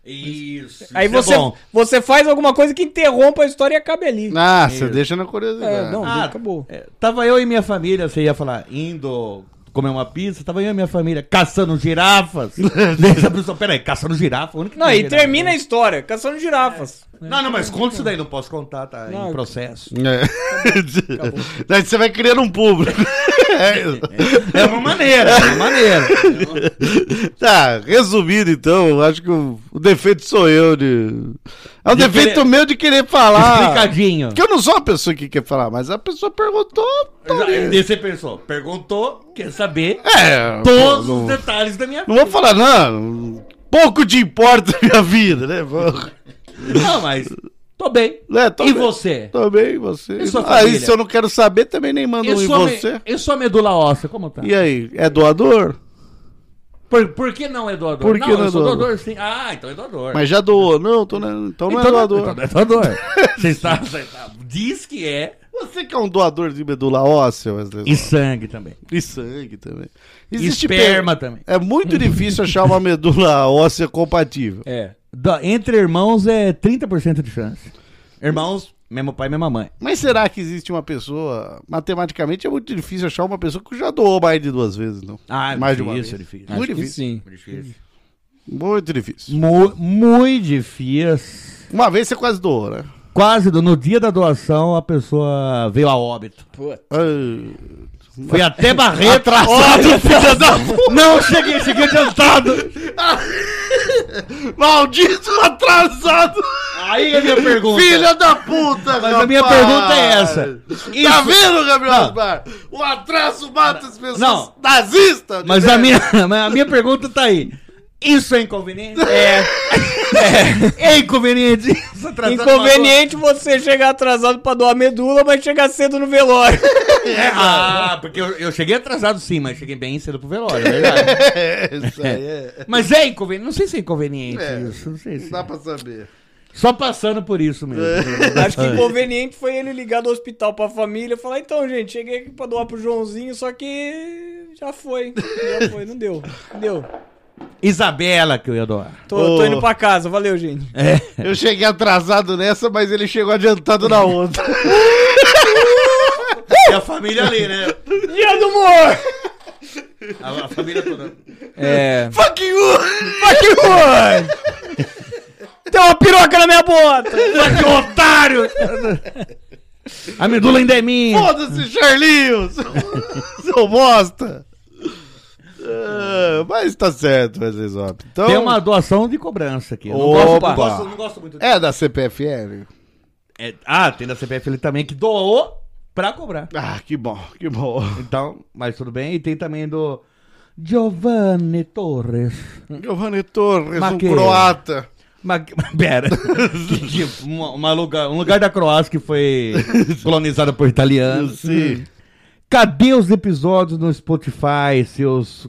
Isso.
aí
isso
você,
É bom.
você faz alguma coisa que interrompa a história e acabe ali.
Nossa, deixa na curiosidade.
É, não,
Ah,
acabou.
É, tava eu e minha família, você ia falar, indo comer uma pizza, tava eu e minha família caçando girafas. Deixa a pessoa, peraí, caçando girafa? Onde que
Não,
tem
e
girafa?
termina a história, caçando girafas.
Não, não, mas conta isso daí, não posso contar, tá
Não,
em processo.
É. Daí você vai criando um público.
É uma maneira, é uma maneira.
Tá, resumindo então, eu acho que o, o defeito sou eu de. É um
De
defeito
querer-
meu de querer falar.
Explicadinho.
Porque eu não sou a pessoa Ah. que quer falar, mas a pessoa perguntou. tô ali.
E você pensou, perguntou, quer saber
É,
todos
pô,
os
não,
detalhes da minha
não vou falar, não. Pouco te importa a minha vida, né? Pô,
Não, mas Tô bem.
É, tô
e
bem.
você?
Também você.
E sua
aí,
família?
se eu não quero saber, também nem mando um em
sua me-
você.
e sua medula óssea, como tá?
E aí, é doador?
Por, por que não é doador?
Por que
não,
não é
eu sou
doador?
doador sim. Ah, então é doador.
Mas já doou. Não, tô na- então não é doador.
Então não é doador. Você está, você está- Diz que é.
Você que é um doador de medula óssea, Wesley.
E sangue também.
E sangue também.
Esperma
pe-
também.
É muito difícil achar uma medula óssea compatível.
É.
Da- entre irmãos é 30% de chance. Irmãos, mesmo pai, mesma mãe.
Mas será que existe uma pessoa. Matematicamente é muito difícil achar uma pessoa que já doou mais de duas vezes, não?
Ah, é
mais
difícil,
de
difícil.
uma vez. Muito
Acho que
difícil.
sim.
Muito difícil.
Mu- muito difícil.
Uma vez você quase doou, né?
Quase do- no dia da doação a pessoa veio a óbito.
Ah,
Foi até barreto.
Atrasado, filha da
não, cheguei, cheguei adiantado.
Maldito atrasado!
Aí é a minha pergunta.
Filha da puta,
Mas a minha pergunta é essa.
Tá
Isso-
vendo, Gabriel Asmar? O atraso mata as pessoas
Não.
nazistas!
Mas
né?
a minha, mas a minha pergunta tá aí. Isso é inconveniente? É. É, inconveniente. Isso atrasado
Inconveniente você chegar atrasado pra doar medula, mas chegar cedo no velório.
pra- É, ah, porque eu, eu cheguei atrasado sim, mas cheguei bem cedo pro velório, é verdade.
É, isso aí é.
Mas é inconveniente. Não sei se é inconveniente
É.
isso. Não sei
Não
se.
dá pra saber.
Só passando por isso mesmo.
Acho que inconveniente foi ele ligar do hospital pra família e falar: então, gente, cheguei aqui pra doar pro Joãozinho, só que já foi. Já foi, não deu. Não deu.
Isabela que eu ia doar.
Tô,
Ô.
tô indo pra casa, valeu, gente.
É.
Eu cheguei atrasado nessa, mas ele chegou adiantado na outra.
E a família ali, né?
Dia do humor!
A, a família toda.
É.
Fuck you!
Fuck you! Tem uma piroca na minha bota!
Mas que um otário! A medula ainda é minha.
Foda-se, Charlinhos! Seu bosta! Ah, mas tá certo, Wesley Zop. Então,
Tem uma doação de cobrança aqui. Eu não gosto-
Opa!
não gosto, não gosto muito
É da CPFL?
É, ah, tem da CPF ele também que doou pra cobrar.
Ah, que bom, que bom.
Então, mas tudo bem. E tem também do Giovanni Torres.
Giovanni Torres, um
Maqueira.
croata.
Ma- Pera. Que- que- uma- uma lugar, um lugar da Croácia que foi colonizado por italianos.
Sim.
Cadê os episódios no Spotify, seus.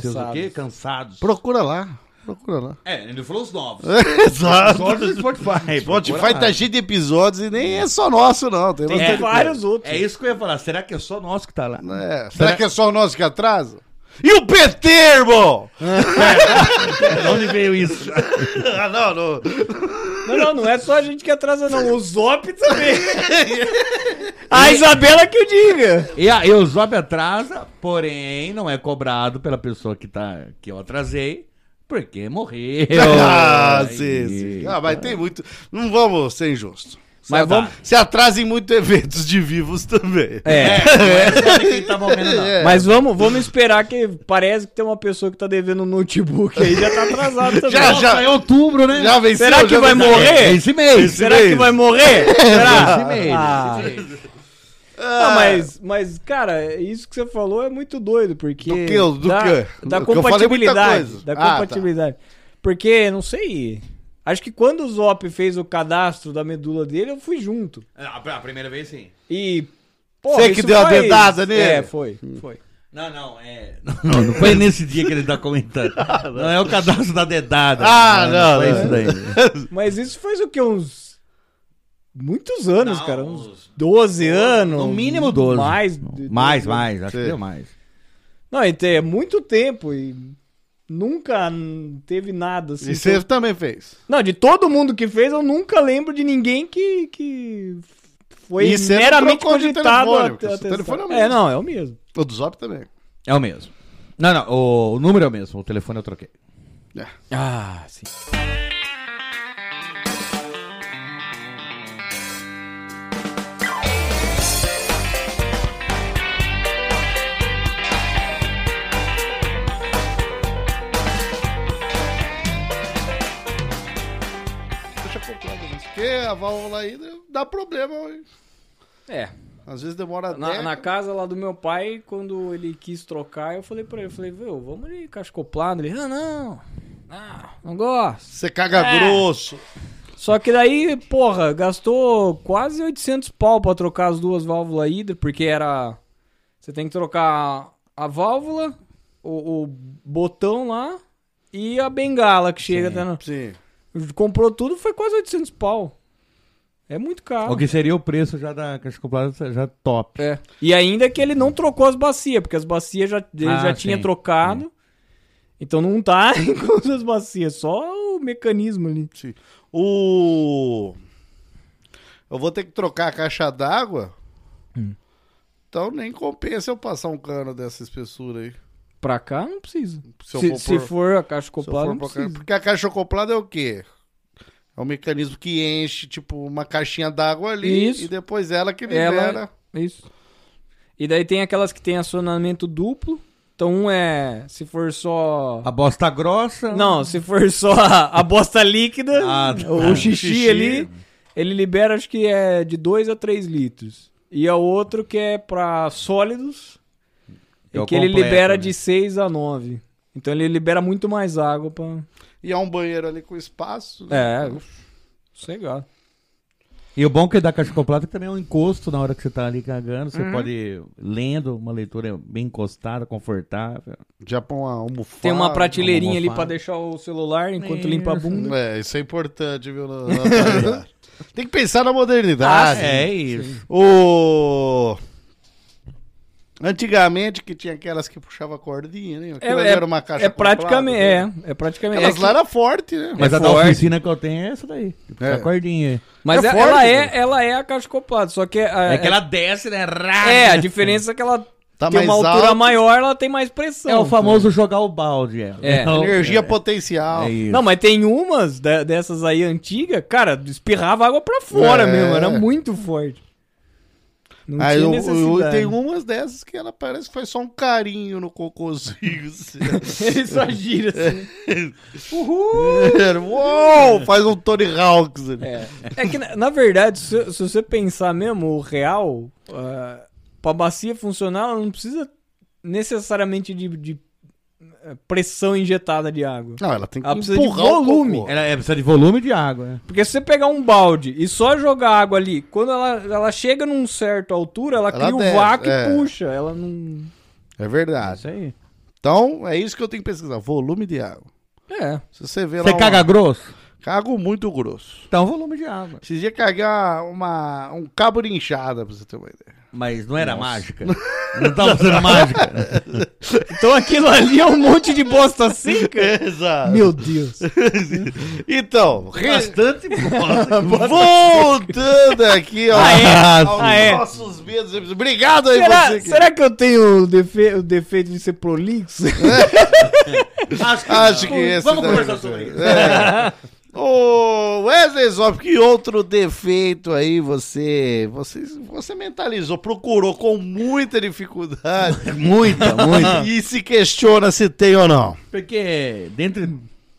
Seus o quê?
Cansado.
Cansados.
Procura lá, procura lá.
É, ele falou os novos.
Exato.
Episódios do Spotify.
Spotify tá cheio de episódios e nem é só nosso, não. Tem
Tem
bastante
vários outros.
É isso que eu ia falar. Será que é só nosso que tá lá?
coisa. É, Será, que é só o nosso que atrasa? E o PT, irmão?
De onde veio isso?
Ah, não, não.
Não, não, não é só a gente que atrasa, não. O Zop também. a Isabela que o diga.
E a Eusóbio atrasa, porém não é cobrado pela pessoa que, tá, que eu atrasei, porque morreu.
ah,
Ai,
sim, sim. Ah, mas tem muito. Não vamos ser injusto.
Mas vamos.
Se atrasem muito eventos de vivos também.
É, não é
Ah,
só de quem tá morrendo, não.
É.
Mas vamos, vamos esperar que parece que tem uma pessoa que tá devendo um notebook aí já tá atrasado também.
Já, já.
é outubro, né?
Já venceu,
Será que
já
vai
venceu.
morrer?
É esse mês.
Esse
Será que
mês.
vai morrer? Será?
Esse mês.
Ah.
esse mês.
Ah, mas, mas, cara, isso que você falou é muito doido, porque.
Do quê? Do
da,
quê?
Da
Porque eu falei muita
compatibilidade.
coisa.
Da
Ah, tá.
compatibilidade. Porque, não sei. Acho que quando o Zop fez o cadastro da medula dele, eu fui junto.
Ah, A, a primeira vez, sim.
E. porra,
Você que
isso
deu a
faz-
dedada nele? Hum.
É, foi. foi.
Não, não, é. Não, não, não foi nesse dia que ele tá comentando. Não é o cadastro da dedada.
Ah, não,
foi
não.
isso daí.
Mas isso faz o quê? Uns. Muitos anos,
Não,
cara. Uns
uns-
12 anos.
No mínimo 12.
Mais,
Mais, mais. Acho
Sim.
que deu mais.
Não, e tem- é muito tempo e nunca hum, teve nada assim.
E você também fez.
Não, de todo mundo que fez, eu nunca lembro de ninguém que, que foi
E você não
meramente
trocou de
cogitado.
telefone,
a-
porque
a
seu telefone é o
testar.
mesmo.
é, não, é o mesmo.
O do Zop também.
É o mesmo. Não, não, o, o número é o mesmo. O telefone eu troquei.
Ah, sim.
Deixa
um
comprado isso. Porque a válvula aí dá problema. hein?
É,
Às vezes demora
na,
até.
na casa lá do meu pai, quando ele quis trocar, eu falei pra ele, eu falei, viu, vamos de cascoplado. Ele, ah, não, não, não gosto.
Você caga grosso.
Só que daí, porra, gastou quase 800 pau pra trocar as duas válvulas hidro, porque era. Você tem que trocar a válvula, o, o botão lá e a bengala que chega até na.
Sim.
Comprou tudo, foi quase 800 pau. É muito caro.
O que seria o preço já da caixa acoplada já top.
É. E ainda que ele não trocou as bacias, porque as bacias já, ele
Ah,
já
sim,
tinha trocado. Então não tá com as bacias, só o mecanismo ali.
Sim. O. Eu vou ter que trocar a caixa d'água.
Hum.
Então nem compensa eu passar um cano dessa espessura aí.
Pra cá não precisa.
Se eu
Se,
for
se
por-
for a caixa
Se eu for
acoplada, não
pra cá-
precisa.
Porque a caixa acoplada é o quê? É um mecanismo que enche, tipo, uma caixinha d'água ali
Isso.
e depois ela que
Ela-
libera.
É Isso. E daí tem aquelas que tem acionamento duplo. Então um é, se for só...
A bosta grossa.
Não, se for só a, a bosta líquida,
Ah,
o xixi,
Xixi.
ali, ele libera acho que é de 2 a 3 litros. E a outro que é pra sólidos,
Que
que,
é o
que ele
completo,
libera
né?
de 6 a 9. Então ele libera muito mais água pra...
E há um banheiro ali com espaço. né?
É, sossegado.
E o bom que da caixa acoplada é que também é um encosto na hora que você tá ali cagando. Você pode ir lendo, uma leitura bem encostada, confortável.
Já põe uma almofada.
Tem uma
uma
prateleirinha ali pra
almofada.
deixar o celular enquanto limpa a bunda.
É, isso é importante, viu? na- na atualidade. Tem que pensar na
Ah,
modernidade.
Ah, é isso.
O... Antigamente que tinha aquelas que puxava a cordinha, né? Aquilo ali era uma caixa né?
é praticamente, é, é praticamente.
Elas
é que-
lá era forte, né?
Mas
É
a da
forte.
oficina que eu tenho é essa daí.
É.
A cordinha.
mas
é
é-
forte,
ela,
velho.
é, ela é a caixa acoplada, só que a,
É que ela desce, né? Rá!
é, a diferença é que ela
Tá
tem
mais
uma altura
alto,
maior, ela tem mais pressão.
É o famoso jogar o balde. É.
É.
o-
energia potencial.
É isso.
Não, mas tem umas de- dessas aí antigas, cara, espirrava água pra fora
É.
mesmo, era muito forte. Não
Aí
tinha
eu, um- eu,
necessidade.
tem umas dessas que ela parece que foi só um carinho no cocôzinho. assim.
Ele só gira assim.
Era, Uou, faz um Tony Hawks. ali.
É, É que, na, na verdade, se, se você pensar mesmo, o real, ah, pra bacia funcionar, ela não precisa necessariamente de, de, eh, pressão injetada de água.
Não, ela tem que
Ela precisa de
empurrar o
volume.
cocô.
Ela é, precisa de volume de água. né?
Porque se você pegar um balde e só jogar água ali, quando ela, ela chega num certo altura, ela,
Ela
cria
desce,
um vácuo
é.
e puxa. Ela não.
É verdade.
Isso aí.
Então, é isso que eu tenho que pesquisar. Volume de água.
É.
Se você vê lá...
Você
uma-
caga grosso?
Cago muito grosso.
Então volume de água.
Esses dias caguei uma, uma- um cabo de inchada, pra você ter uma ideia.
Mas não era mágica. Não tava fazendo mágica.
Então aquilo ali é um monte de bosta assim, seca.
Exato.
Meu Deus.
Então, re-
Bastante
voltando aqui ó,
Ah, é?
aos
Ah, é.
nossos medos. Obrigado aí
Será,
você. que-
será que eu tenho o, defe- o defeito de ser prolixo?
Acho que,
Acho que esse
Vamos
daí-
conversar sobre isso.
É. Ô, Wesley Zop, que outro defeito aí você, você, você mentalizou, procurou com muita dificuldade
Muita, muita.
e se questiona se tem ou não.
Porque dentre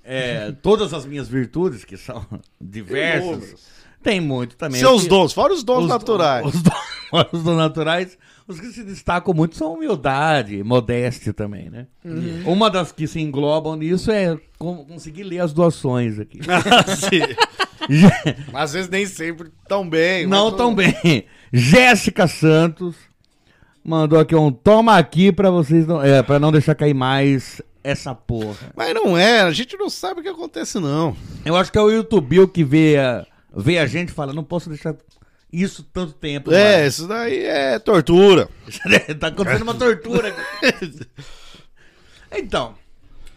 é, todas as minhas virtudes, que são diversas, tem muito também.
Seus
O que-
dons, fora os dons naturais.
Os, dons, os dons naturais, os que se destacam muito são humildade e modéstia também, né?
Uhum.
Uma das que se englobam nisso é con- conseguir ler as doações aqui.
Ah, Às vezes nem sempre tão bem. mas
Não
tudo
tão bem. Jéssica Santos mandou aqui um toma aqui pra vocês não, é, para não deixar cair mais essa porra.
Mas não é, a gente não sabe o que acontece, não.
Eu acho que é o YouTube que vê a, vê a gente e fala, não posso deixar isso tanto tempo.
É, isso daí é tortura.
mano." tá acontecendo uma tortura. aqui. então,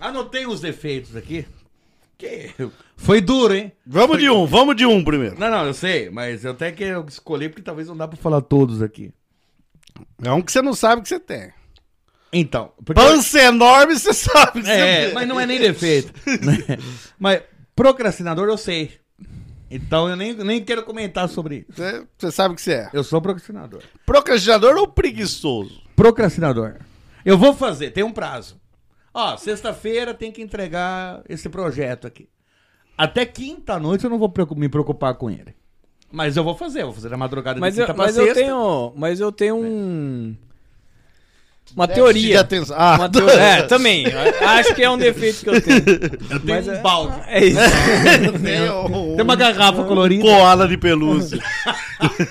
anotei os defeitos aqui. Que foi duro, hein?
Vamos de um, vamos de um primeiro.
Não, não, eu sei, mas eu até que eu escolhi porque talvez não dá pra falar todos aqui.
É um que você não sabe que você tem.
Então, porque
Pança enorme, você sabe que você
É,
tem.
mas não é nem defeito. né? mas procrastinador eu sei. Então eu nem, nem quero comentar sobre isso.
Você- Você sabe que você é.
Eu sou procrastinador.
Procrastinador ou preguiçoso?
Procrastinador. Eu vou fazer, tem um prazo. Ó, sexta-feira tem que entregar esse projeto aqui. Até quinta-noite eu não vou preocu- me preocupar com ele. Mas eu vou
tá
fazer, eu vou fazer na madrugada
mas
de
eu,
quinta pra
mas eu
sexta.
tenho. Mas eu tenho um. uma
Déficit de
teoria.
atenção. Ah,
Uma teo- É, também. Acho que é um defeito que eu tenho.
Eu tenho
Mas
um
é-
balde.
É Ah, isso.
tem um-
Tem uma garrafa colorida.
Koala de pelúcia.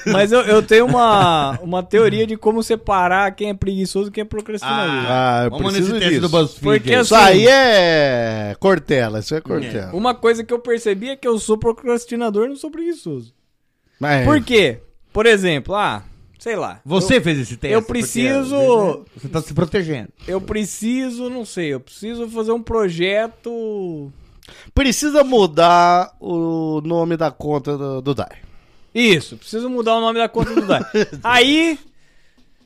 Mas eu, eu tenho uma, uma teoria de como separar quem é preguiçoso e quem é procrastinador.
Ah, eu
Vamos
preciso
nesse teste do
disso.
BuzzFeed.
Porque
aí.
assim,
Isso aí é Cortella, isso é Cortella.
uma coisa que eu percebi é que eu sou procrastinador e não sou preguiçoso.
Mas-
Por quê? Por exemplo, ah, sei lá.
É. Você fez esse teste.
eu
porque,
preciso-
às vezes, né, Você tá se protegendo.
Eu, eu preciso, não sei, eu preciso fazer um projeto.
Precisa mudar o nome da conta do, do Dai.
Isso, preciso mudar o nome da conta do Dai. Aí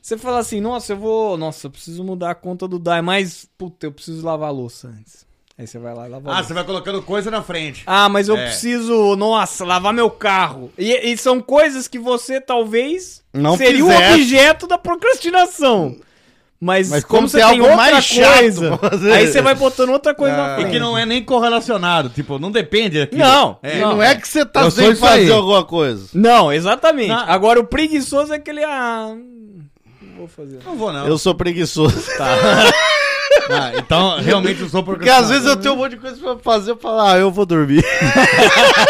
você fala assim, nossa, eu vou. Nossa, eu preciso mudar a conta do Dai, mas puta, eu preciso lavar a louça antes. Aí você vai lá e lava a
Ah,
louça.
você vai colocando coisa na frente.
Ah, mas eu
É.
preciso, nossa, lavar meu carro. E, e são coisas que você talvez
Não
seria
fizesse.
o objeto da procrastinação. Mas,
Mas
como,
como
você
tem
tem
algo
outra
mais chato,
coisa,
você-
aí você vai botando outra coisa na
E
frente.
que não é nem correlacionado. Tipo, não depende daquilo.
Não,
É.
Não é que você tá
Eu sou
sem
isso aí.
fazer alguma coisa.
Não, exatamente.
Não.
Agora o preguiçoso é aquele ah, não vou fazer.
Não vou, não.
Eu sou preguiçoso.
Ah, então, realmente eu sou
Porque às
procrastinador.
vezes eu tenho um monte de coisa pra fazer, eu falo, ah, eu vou dormir.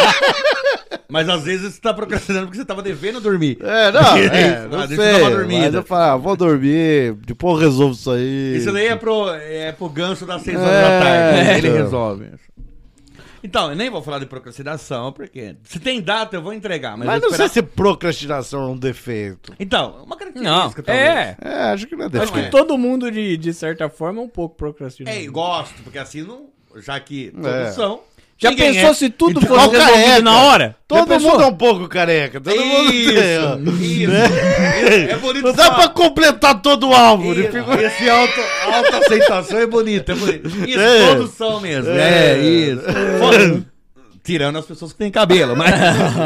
Mas às vezes você tá procrastinando porque você tava devendo dormir.
É, não, é,
Ah,
não
deixa eu dar uma
sei.
dormida.
Mas eu falo, ah, vou dormir, depois eu resolvo isso aí.
Isso daí é pro, é pro ganso das 6
É,
horas da tarde.
é.
Ele resolve. Então, eu nem vou falar de procrastinação, porque se tem data eu vou entregar. Mas,
Mas
eu
não sei
esperar-
se procrastinação é um defeito.
Então, uma característica
Não,
talvez.
é.
É, acho que não é defeito.
Acho que todo mundo de, de certa forma é um pouco procrastinador.
É, eu gosto, porque assim não. Já que todos
É.
são.
Já
ninguém
pensou
é.
se tudo
Então,
fosse resolvido
careca.
na hora? Já
Todo
pensou?
mundo é um pouco careca. Todo mundo tem.
Isso, isso, isso. É bonito.
Não dá pra
falar.
completar todo o álbum.
Isso,
Ele fica-
Esse auto, autoaceitação é bonito, é bonito. Isso,
É.
todos são mesmo.
É.
É, isso. Fora- Tirando as pessoas que têm cabelo, mas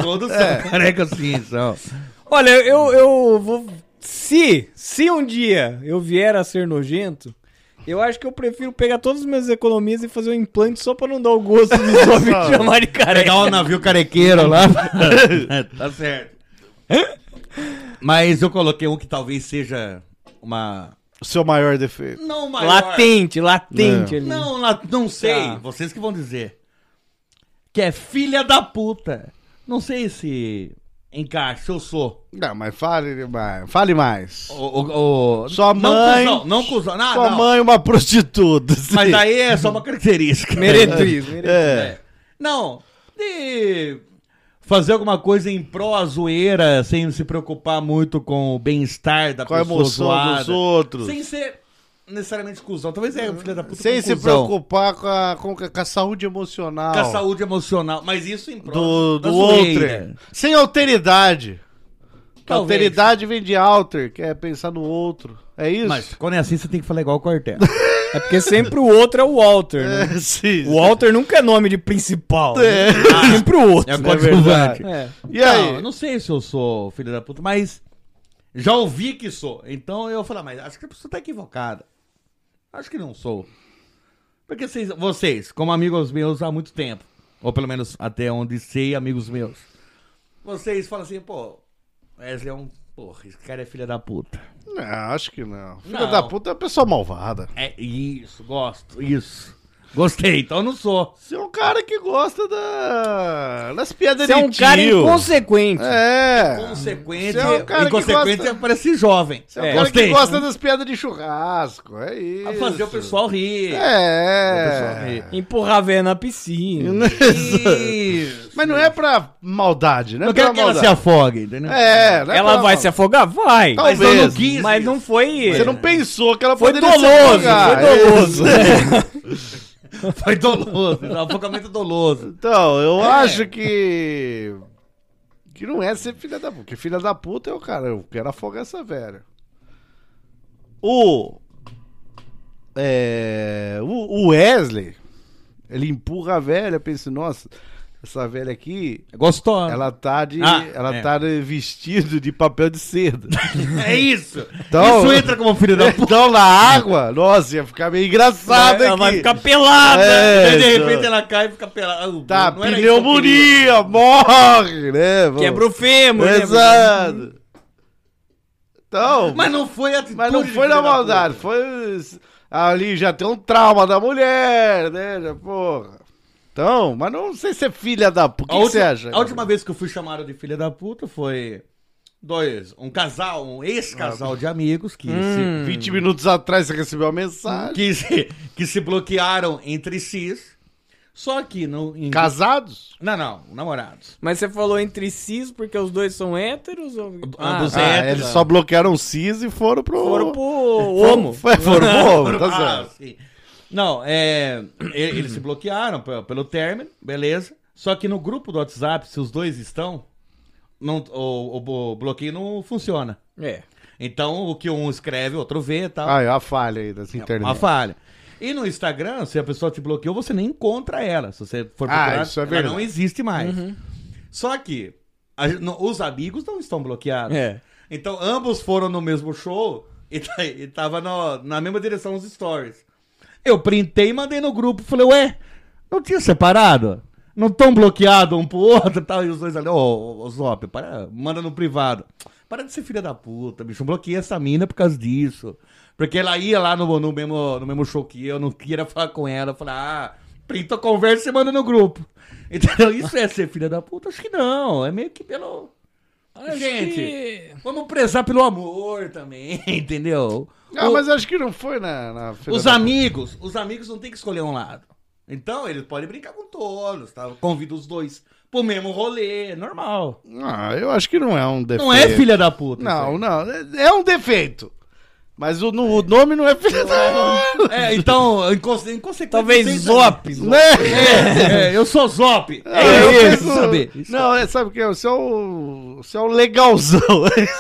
todos são carecas É. sim, são.
Olha, eu, eu vou. Se, se um dia eu vier a ser nojento, eu acho que eu prefiro pegar todas as minhas economias e fazer um implante só pra não dar o gosto de só me chamar de careca.
Pegar é um o navio carequeiro lá. tá certo. Mas eu coloquei um que talvez seja uma.
Seu maior defeito.
Não maior.
Latente, latente
É.
ali.
Não, la- não sei.
Tá.
Vocês que vão dizer. Que é filha da puta. Não sei se encaixa, eu sou.
Não, mas fale mais. Fale mais.
O, o, o-
Sua
não
mãe-
Cuzão, não cuzão. Não,
Sua
não.
mãe é uma prostituta. sim.
Mas daí né? é só uma característica.
Meretriz, meretriz.
É.
Não, de fazer alguma coisa em pró à zoeira, sem se preocupar muito com o bem-estar da
Com a
pessoa
emoção
zoada.
dos outros. Sem,
Sem ser necessariamente cuzão. Talvez é filha da puta com
se
cuzão.
preocupar com a, com, a- com a saúde emocional.
Com a saúde emocional. Mas isso em pró
Do,
da
do
zoeira.
outro. Sem alteridade. Que
Talvez.
Alteridade vem de alter, que é pensar no outro. É isso?
Mas quando é assim, você tem que falar igual o quartel.
É porque sempre o outro é o Walter, né?
É, sim.
O Walter nunca é nome de principal. né?
É.
É sempre o outro.
É o
é verdade.
coadjuvante.
É.
E aí?
Não, né? eu não sei se eu sou filho da puta, mas já ouvi que sou. Então eu falo, mas acho que a pessoa tá equivocada. Acho que não sou. Porque vocês, vocês, como amigos meus há muito tempo, ou pelo menos até onde sei, amigos meus, vocês falam assim, pô, Wesley é um. Porra, esse cara é filha da puta.
Não, acho que não. Filha
Não.
da puta é uma pessoa malvada.
É isso, gosto, isso. Gostei, então eu não sou.
Você é um cara que gosta da... das piadas
Você é
de
um cara
tio.
inconsequente.
É.
Consequente,
Você é um cara que
inconsequente,
gosta-
parece jovem.
Você é um
É,
cara
gostei.
que gosta das piadas de churrasco. É isso.
A fazer o pessoal rir.
É.
Empurrar a véia na piscina.
Isso.
Mas não é pra maldade, né?
Eu quero
Pra
que ela se
maldade.
afogue, entendeu?
É, não é pra
Ela vai
maldade.
se afogar? Vai.
Talvez.
Mas eu não quis.
Mas não foi.
Você não pensou que ela
Foi
poderia se É
doloso,
afogar.
foi doloso.
Foi doloso.
né?
Um afogamento doloso.
Então, eu
É.
acho que. Que não é ser filha da puta. Porque filha da puta é o cara. Eu quero afogar essa velha. O. É. O o Wesley. Ele empurra a velha, pensa, nossa, essa velha aqui.
Gostosa.
Ela tá de.
Ah,
ela
é.
tá de vestido de papel de seda.
É isso.
Então-
Isso entra como filho da puta.
Então na água, nossa, ia ficar meio
Vai-
engraçado
ela
aqui.
vai ficar pelada.
É,
Aí, né? de repente
então.
ela cai e fica pelada. Uh,
Tá,
Não era isso que eu queria.
pneumonia, morre, né?
Quebra o fêmur. né?
Exato. Então, mas,
Mas não foi a
não foi na maldade, foi ali já tem um trauma da mulher, né? já, porra. Então, mas não sei se é filha da puta.
A,
O que que você
última,
acha?
a última vez que eu fui chamado de filha da puta foi dois, um casal, um ex-casal de amigos que, se,
20 minutos atrás você recebeu a mensagem.
que, se, que se bloquearam entre si. Só que no em-
Casados?
Não, não, namorados.
Mas você falou entre cis porque os dois são héteros? Ou...
ambos
Ah,
héteros.
eles só bloquearam o cis e foram pro.
foram pro homo.
Foi, foram pro homo, tá
Ah,
certo.
sim. Não, é, e- eles se bloquearam pe- pelo término, beleza. Só que no grupo do WhatsApp, se os dois estão, não, o, o- o bloqueio não funciona.
É.
Então, o que um escreve, o outro vê e tal.
Ai, a é falha aí dessa Ah, internet.
É Uma falha. E no Instagram, se a pessoa te bloqueou, você nem encontra ela. Se você for
Ah,
procurar,
isso é
ela
verdade.
não existe mais. Só que a gen- no- os amigos não estão bloqueados.
É.
Então, ambos foram no mesmo show e, ta- e tava no- na mesma direção os stories. Eu printei e mandei no grupo. Falei, ué, não tinha separado? Não tão bloqueado um pro outro e tal. E os dois ali, ô, ô, ô, Zop, para, manda no privado. Para de ser filha da puta, bicho. Bloqueia essa mina por causa disso. Porque ela ia lá no, no, mesmo, no mesmo show que eu, não queria falar com ela. Eu falei, ah, printa a conversa e manda no grupo. Entendeu? Isso é ser filha da puta? Acho que não. É meio que pelo.
Acho
Gente.
que-
Vamos prezar pelo amor também, entendeu?
Ah,
O-
mas acho que não foi na. na filha
os
da-
amigos, os amigos não tem que escolher um lado. Então, eles podem brincar com todos, tá? Convida os dois pro mesmo rolê, é normal.
Ah, eu acho que não é um defeito.
Não é filha da puta.
Não, não. É, é um defeito. Mas o, no- o nome não é filha da
isso aí. É, então, em conse- em consequência...
Talvez
vocês-
Zop.
Né? Ah,
É, é, eu sou Zop. É,
eu
eu
penso-
preciso saber.
Não, é, sabe o que? é? Você é o. Você é o legalzão.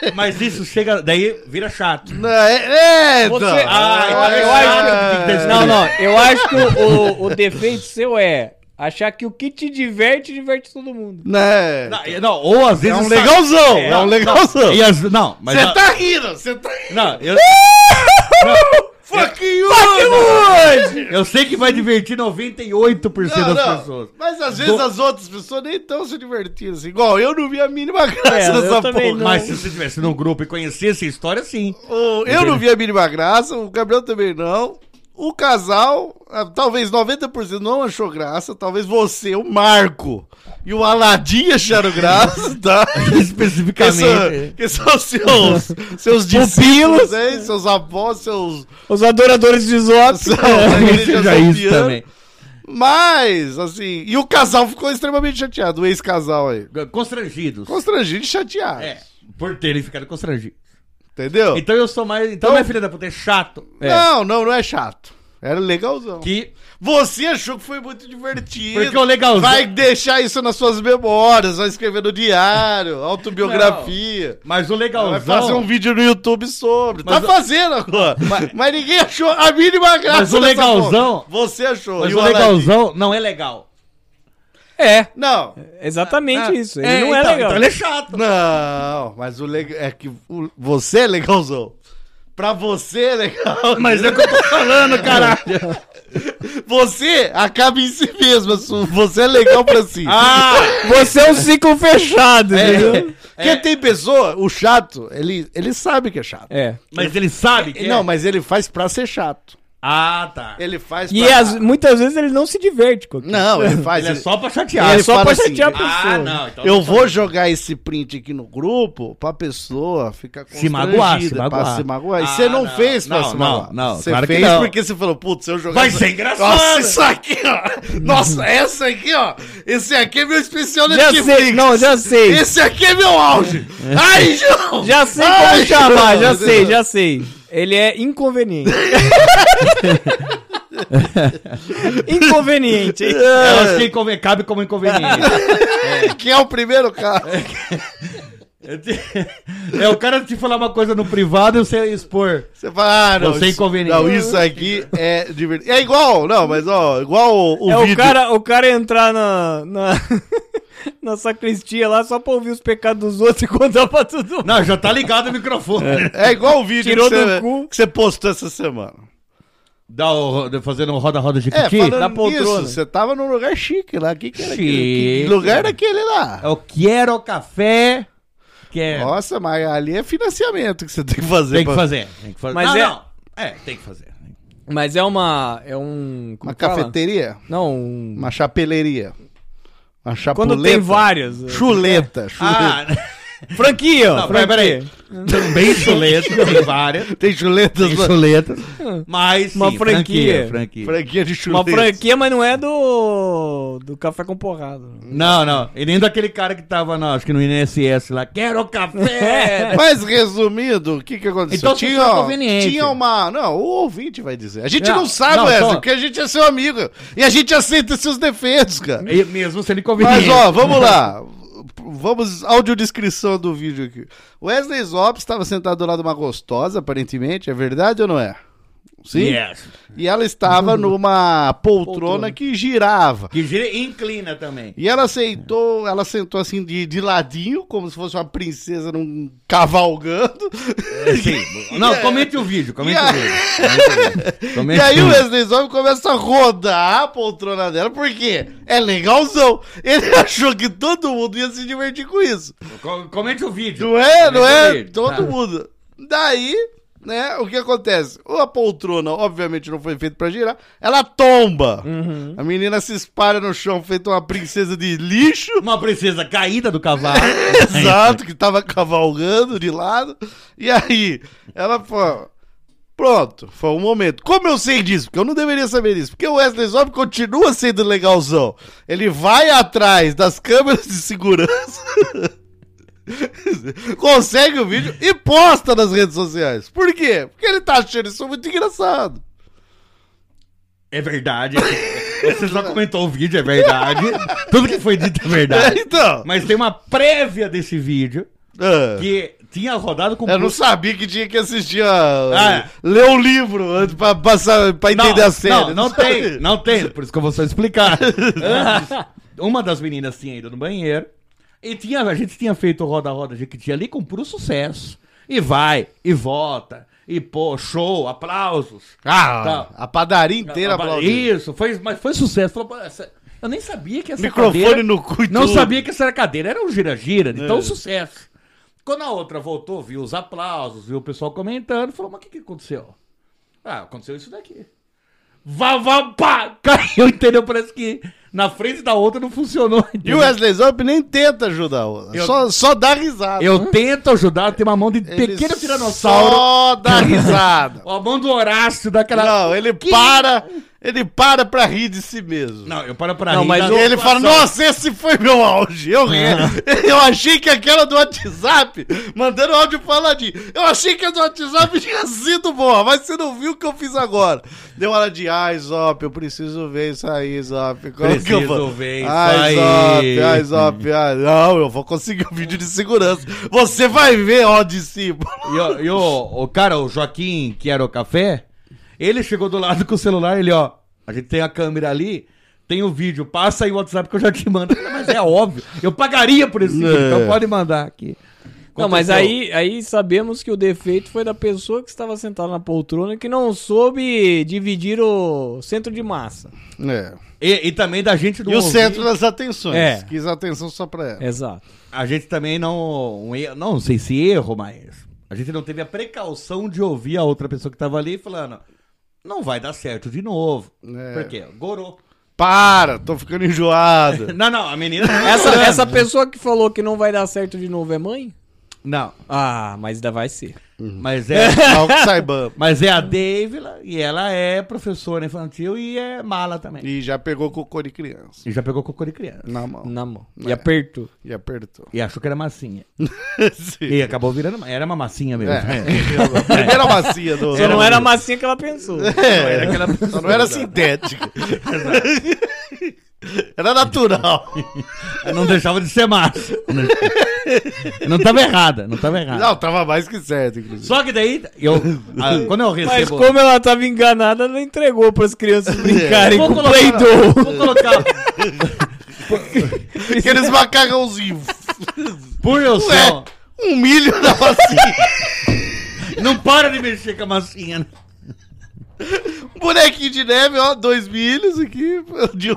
É.
Mas isso chega... Daí vira chato.
Não, é, é,
Você-
não.
Ah, então
É,
eu acho que-
é.
Não, não. Eu acho que o, o- o defeito seu é achar que o que te diverte, diverte todo mundo.
Né?
Não, é- não, ou às
É
vezes...
um
sabe-
legalzão. É,
não,
um legalzão.
Não, e as- não, mas...
Você
a-
tá rindo, você tá rindo.
Não, eu...
Fuck you!
Tá
Fuck you!
Eu sei que vai divertir 98%
Não,
das
não.
pessoas.
Mas às vezes
Do-
as outras pessoas nem estão se divertindo. assim. Igual eu não vi a mínima graça
É, eu
nessa
também
porra.
não.
Mas se você estivesse num grupo e conhecesse a história, sim.
O- eu não vi a mínima graça, o Gabriel também não. O casal, ah, talvez 90% não achou graça, talvez você, o Marco e o Aladim acharam graça, tá? Que são,
Especificamente.
que são seus, seus discípulos, hein? seus avós, seus...
Os adoradores de é. Zop.
seus
Seja isso também.
Mas, assim, e o casal ficou extremamente chateado, o ex-casal aí.
Constrangidos.
Constrangido e chateado,
É, por terem ficado constrangidos.
entendeu?
Então eu sou mais. Então,
Então-
minha filha da puta é chato.
Não, não, não é chato. Era legalzão.
Que.
Você achou que foi muito divertido.
Porque o legalzão.
Vai deixar isso nas suas memórias, vai escrever no diário, autobiografia.
Mas o
Vai
legalzão.
fazer um vídeo no YouTube sobre.
Mas
tá
o-
fazendo agora. Mas... ninguém achou a mínima graça.
Mas o
dessa
legalzão-
porra. Você achou.
Mas
E
o
Aladim?
legalzão não é legal.
É,
Não. Ah,
exatamente isso. Ele não é
então,
legal.
Então ele é chato.
Não, mas o legal. É que o- você é legalzão. Pra você é legal.
Mas é o que eu tô falando, caralho.
Você acaba em si mesmo. su- Você é legal pra si.
Ah! é.
Você é um ciclo fechado,
É.
entendeu?
Porque tem pessoa, o chato, ele, ele sabe que é chato.
É.
Mas ele sabe que. é?
Não, mas ele faz pra ser chato.
Ah, tá. Ele,
Ele faz
E
pra...
as- muitas vezes ele não se diverte com aquilo.
Não, ele faz.
é
ele-
só pra
É
chatear.
ele
só
fala
pra
assim,
chatear a pessoa.
Ah, não. Então
Eu vou jogar esse print aqui no grupo pra pessoa ficar
Se magoar, se
constrangida, Pra
magoar.
se magoar. E
Ah,
você não,
não,
fez pra
não,
se
não,
magoar.
não,
Você
claro que
fez
não.
porque você falou, putz, se eu jogar...
Vai
essa-
ser engraçado.
Nossa, isso aqui, ó. Nossa, essa aqui, ó. Esse aqui é meu especial da
Já
Netflix.
sei, não, já sei.
Esse aqui é meu auge. Ai, João.
Já sei como
Ai,
chamar,
João.
já sei, já sei. Ele é inconveniente. inconveniente, hein?
Eu
É.
acho que inconven- cabe como inconveniente.
Quem é o primeiro cara?
Eu te- É o cara te falar uma coisa no privado e você expor.
Você fala, ah, não,
Você é
isso-
inconveniente.
Não, isso aqui é divertido. É igual, não, mas ó, igual o, o
é
vídeo.
o cara, o cara entrar na, na, na sacristia lá só pra ouvir os pecados dos outros e contar pra todo mundo.
Não, já tá ligado o microfone.
É igual o vídeo
Tirou
que, você,
do cu.
que você postou essa semana.
Dá o, ro- fazendo um roda-roda de
É,
é,
na
falando
poltrona.
nisso, você tava num lugar chique lá. O que, que era aquele? Que
Chique.
lugar era aquele lá?
Eu quero café que é.
Nossa, mas ali é financiamento que você tem que fazer.
tem que
pra-
fazer. Tem que fazer.
Mas
não,
é-
não. É, tem que fazer.
Mas é uma. É um. como
Uma
fala?
cafeteria?
Não, um-
Uma chapeleria. Uma chapuleta.
Quando tem várias. é.
Chuleta. chuleta.
Ah,
Franquia! ó,
Não, peraí,
franquia.
também chuleta, tem várias.
né? tem chuletas.
Tem
lá.
chuletas. Mas
Uma
sim, franquia.
franquia.
franquia.
Franquia de chuletas.
Uma franquia, mas não é do. Do café com porrada.
Não, não. E nem daquele cara que tava, não, acho que no INSS lá. Quero É,
É.
café!
Mas resumindo, o que que aconteceu?
Então,
tinha,
funciona conveniente.
tinha uma. Não, o ouvinte vai dizer. A gente não,
Não,
sabe,
não,
Wesley,
só-
porque a gente é seu amigo. E a gente aceita seus defeitos, cara.
E mesmo sendo inconveniente.
Mas ó, vamos lá. Vamos, audiodescrição do vídeo aqui. Wesley Zopes estava sentado do lado de uma gostosa, aparentemente, é verdade ou não é? Sim?
Yes.
E ela estava numa poltrona,
Poltrona.
que girava.
Que gira e inclina também.
E ela sentou, ela sentou assim de, de ladinho, como se fosse uma princesa num cavalgando.
Sim. Não, comente o vídeo, comente
E a-
o vídeo. Comente
E aí
o
o
vídeo.
Wesley Zop começa a rodar a poltrona dela, porque é legalzão. Ele achou que todo mundo ia se divertir com isso.
Co- Comente o vídeo.
Não é, não é?
Verdade.
Todo
Tá.
mundo. Daí, né, o que acontece? A poltrona, obviamente, não foi feita pra girar, ela tomba.
Uhum.
A menina se espalha no chão, feita uma princesa de lixo.
Uma princesa caída do cavalo.
Exato, que tava cavalgando de lado. E aí, ela falou. Pronto, foi um momento. Como eu sei disso? Porque eu não deveria saber disso. Porque o Wesley Zop continua sendo legalzão. Ele vai atrás das câmeras de segurança, consegue o vídeo e posta nas redes sociais. Por quê? Porque ele tá achando isso muito engraçado.
É verdade. Você só comentou o vídeo, é verdade. Tudo que foi dito é verdade.
Então,
Mas tem uma prévia desse vídeo
ah,
que tinha rodado com
eu não sabia que tinha que assistir a.
Ah.
ler o livro antes pra, passar, pra
Não,
entender a série.
Não, não
sabe?
tem, não tem. Por isso que eu vou só explicar. Antes, uma das meninas tinha ido no banheiro e tinha, a gente tinha feito o roda-roda Jequiti ali com puro sucesso. E vai, e volta, e pô, show, aplausos.
Ah,
Tá.
a padaria inteira aplaudiu.
Isso, foi, mas foi sucesso. Falou, "Pô, essa- eu nem sabia que essa
Microfone
cadeira-
no cu e
Não
tudo.
sabia que essa cadeira era um gira-gira, de
É.
tão sucesso. Quando a outra voltou, viu os aplausos, viu o pessoal comentando, falou, mas o que, que aconteceu? Ah, aconteceu isso daqui. Vá, vá, pá! Caiu, entendeu? Parece que na frente da outra não funcionou.
E
entendeu?
o Wesley Zop nem tenta ajudar, o-
Eu-
só, só dá risada.
Eu tento ajudar, tem uma mão de
Ele
pequeno tiranossauro,
Só dá risada.
a mão do Horácio, daquela...
Não, ele para, ele para pra rir de si mesmo.
Não, eu paro pra
Não,
rir.
mas
da
E ele fala,
situação.
nossa, esse foi meu auge. Eu, ri.
Ah.
eu achei que aquela do WhatsApp, mandando áudio faladinho. Eu achei que a do WhatsApp tinha sido boa, mas você não viu o que eu fiz agora. Deu hora de, ai, Zop, eu preciso ver isso aí, Zop. Como que eu
Preciso
vou?"
ver isso
ai,
aí.
Zop, ai, Zop, ai. Não, eu vou conseguir o vídeo de segurança. Você vai ver, ó, discípulo.
E, o- e o, o cara, o Joaquim, que era o café, ele chegou do lado com o celular, ele, ó, a gente tem a câmera ali, tem o vídeo, passa aí o WhatsApp que eu já te mando. Eu falei, Mas é óbvio, eu pagaria por esse vídeo,
É.
então pode mandar aqui.
Não, mas
Aconteceu.
aí, aí sabemos que o defeito foi da pessoa que estava sentada na poltrona que não soube dividir o centro de massa.
É.
E, e também da gente do
E o centro das atenções.
É.
Quis atenção só pra ela.
Exato.
A gente também não. um erro- não sei se erro, mas. A gente não teve a precaução de ouvir a outra pessoa que tava ali falando. Não vai dar certo de novo.
É.
Por quê? Gorou.
Para, tô ficando enjoado.
Não, não, a menina. tá
Essa, essa pessoa que falou que não vai dar certo de novo é mãe?
Não,
Ah, mas ainda vai ser.
Uhum.
mas é.
Algo que saibamos.
Mas é a Dávila e ela é professora infantil e é mala também.
E já pegou cocô de criança.
E já pegou cocô de criança.
Na mão.
Na mão.
É.
E apertou.
E apertou.
E achou que era massinha.
Sim.
E acabou virando. ma- Era uma massinha mesmo.
É. Primeira bacia do.
Só não era
um-
a massinha que ela pensou.
É, era aquela- só não era sintética. era natural.
Eu É. Não deixava de ser massa. Eu Não tava errada, não tava errada.
Não, tava mais que certo, inclusive.
Só que daí, eu, a- quando eu
Mas
recebo.
como é? ela tava enganada, ela entregou pras crianças brincarem
Vou
com
colocar-
Play-Doh.
Vou colocar.
Aqueles macarrãozinhos.
Por eu ser.
Ué, um milho na bacia.
Não para de mexer com a massinha. né?
Um bonequinho de neve, ó, dois milhos aqui. De um.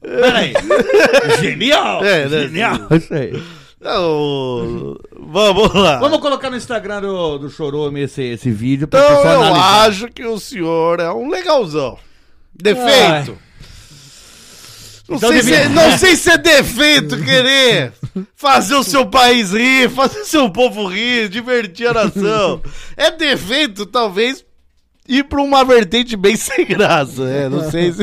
Peraí. Genial!
É, né?
Genial!
Isso aí.
Então, vamos lá.
Vamos colocar no Instagram do, do Chorome esse, esse vídeo pra
então,
pessoa
eu
analisar.
acho que o senhor é um legalzão. Defeito. Não,
Então
sei se,
devia-
é- não sei se é defeito querer fazer o seu país rir, fazer o seu povo rir, divertir a nação. É defeito, talvez, ir pra uma vertente bem sem graça. É, não sei se.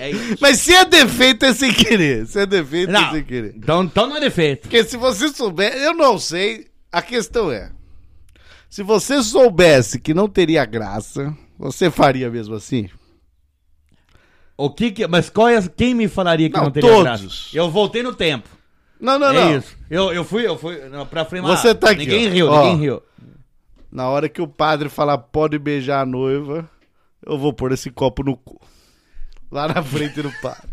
É isso.
Mas se é defeito, é sem querer. Se é defeito, é
Não.
sem querer.
Então, então não é defeito.
Porque se você souber, eu não sei, a questão é. Se você soubesse que não teria graça, você faria mesmo assim?
O que que- mas qual é, quem me falaria que
Não,
não, teria
todos.
graça? Eu voltei no tempo.
Não, não,
é
não.
isso. Eu, eu fui, eu fui não, pra frente. ah,
Você tá aqui,
Ninguém
ó.
riu,
Ó.
ninguém riu.
Na hora que o padre falar pode beijar a noiva, eu vou pôr esse copo no cu. Lá na frente do padre.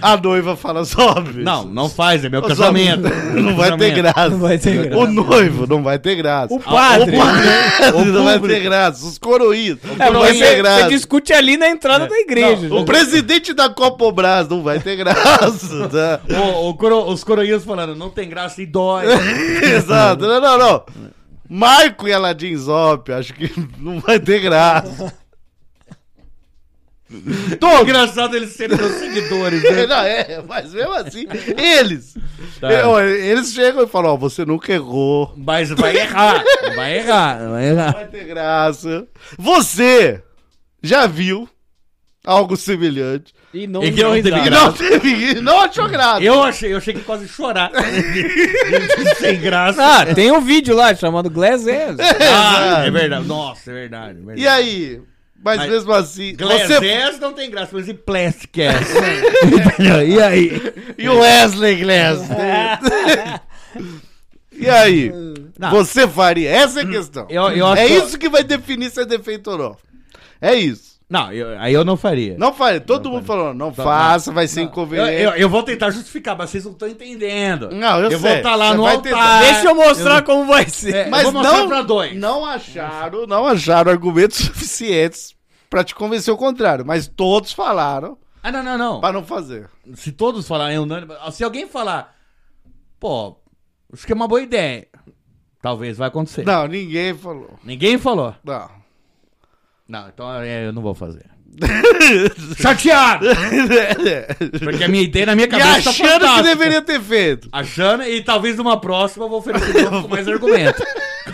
A noiva fala, sobe.
Não, não faz, é meu
Ô,
casamento. Ah,
sobe. Não vai ter graça.
Não vai ter
O
graça.
noivo não vai ter graça.
O padre.
Não vai ter graça. Os coroinhos
É,
não vai
você-
ter
Você
graça.
discute ali na entrada da igreja. né?
O presidente da Copobras não vai ter graça. tá?
O- o coro- os coroinhas falando, não tem graça e dói.
Exato. Não, não, não. Marco e Aladim Zop, acho que não vai ter graça. Todos.
Engraçado eles serem meus seguidores, né?
Não, é, mas mesmo assim, eles.
Tá.
Eu- eles chegam e falam: Ó, você nunca errou.
Mas vai errar, vai errar, vai errar.
Vai ter graça. Você já viu algo semelhante.
E não
E que não
deu
teve
risada.
E não, teve, não achou graça.
Eu achei, eu achei que quase chorar. Sem graça.
Ah, tem um vídeo lá chamado Glass Hands.
Ah,
Exato.
é verdade. Nossa, é verdade. É verdade.
E aí? Mas,
Mas-
mesmo assim, você...
Glazes não tem graça, mas e Plasticast? e aí?
E o Wesley Glass? e aí?
Não.
Você faria? Essa é a questão.
Eu- eu acho
é
que-
isso que vai definir se é defeito ou não. É isso.
Não, eu- aí eu não faria.
Não faria. Todo mundo falando, não faça, vai ser
Eu,
inconveniente.
eu, eu vou tentar justificar, mas vocês não estão entendendo.
Não, eu
vou
sei.
estar lá
Você
no
vai
altar.
tentar.
Deixa eu mostrar como vai ser.
É, eu
Mas
vou mostrar
não,
pra dois.
não acharam, não acharam argumentos suficientes pra te convencer o contrário. Mas todos falaram
Ah, não, não, não.
pra não fazer.
Se todos falarem é unânime, se alguém falar, pô, acho que é uma boa ideia. Talvez vai acontecer.
Não, ninguém falou.
Ninguém falou.
Não.
Não, então é, eu não vou fazer. Chateado!
É,
Porque a minha ideia na minha
E
cabeça tá
achando que
fantástica.
deveria ter feito.
Achando, e talvez numa próxima eu vou oferecer de novo com mais argumento.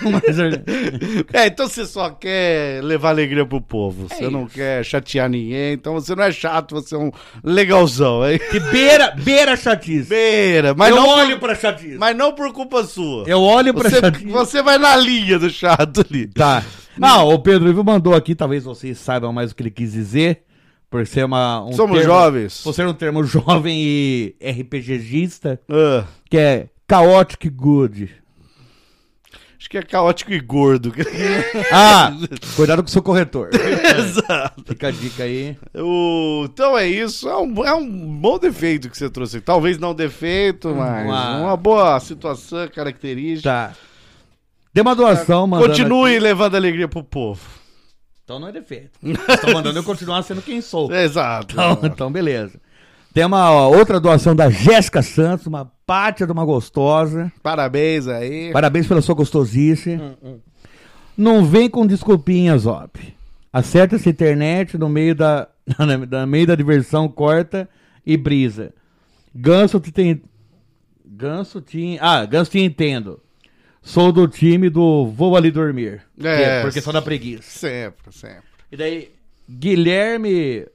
Com mais argumento.
É, então você só quer levar alegria pro povo.
É
Você não quer chatear ninguém. Então você não é chato, você é um legalzão. É
Que beira, beira a chatice.
beira. Mas,
eu
não,
olho pra chatice.
mas não por culpa sua.
Eu olho pra
Você,
chatice.
você vai na linha do chato ali.
Tá. Ah, o Pedro Ivo mandou aqui, talvez vocês saibam mais o que ele quis dizer, por ser uma, um
Somos
termo-
jovens.
Por ser um termo jovem e RPGista,
Ah,
que é chaotic good.
acho que é caótico e gordo.
Ah, cuidado com o seu corretor.
Exato.
Fica a dica aí.
O- Então é isso. É um, é um bom defeito que você trouxe. Talvez não defeito, mas
Uma-
uma boa situação, característica.
Tá. Dê uma doação, mano.
Continue levando alegria pro povo.
Então não é defeito. Estão mandando eu continuar sendo quem sou.
Exato.
Então, então, beleza. Tem uma ó, outra doação da Jéssica Santos, uma pátia de uma gostosa.
Parabéns aí.
Parabéns pela sua gostosice. Não vem com desculpinhas, Op. Acerta essa internet no meio da, na- na- no meio da diversão, corta e brisa. Ganso te tem. Ganso te. Ah, Ganso te entendo. Sou do time do Vou Ali Dormir.
É.
Que porque só da preguiça.
Sempre, sempre.
E daí, Guilherme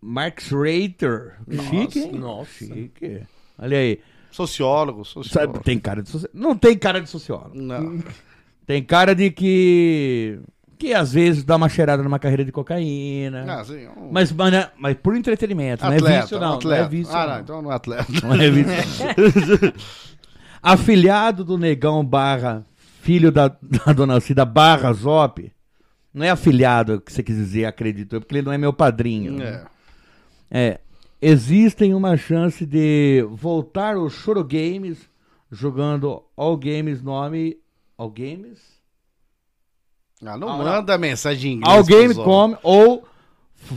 Marx Reiter. Chique, hein? Nossa. Chique. Olha aí.
Sociólogo, sociólogo.
Sabe, Hum. tem cara de soci... Não tem cara de sociólogo.
Não.
Tem cara de que. que às vezes dá uma cheirada numa carreira de cocaína.
Não, assim, um
Mas, mas, né, mas por entretenimento,
atleta,
não é vício, não.
atleta.
Não é vício.
ah, não,
não.
então não é atleta.
Não é vício. não. Afilhado do negão barra filho da, da dona Cida barra Zop. Não é afilhado que você quis dizer, acredito, eu, porque ele não é meu padrinho. né?
É.
É. Existem uma chance de voltar o Choro Games jogando All Games nome. All Games?
Ah, não manda mensagem em inglês.
Alguém me
pros homens.
come ou,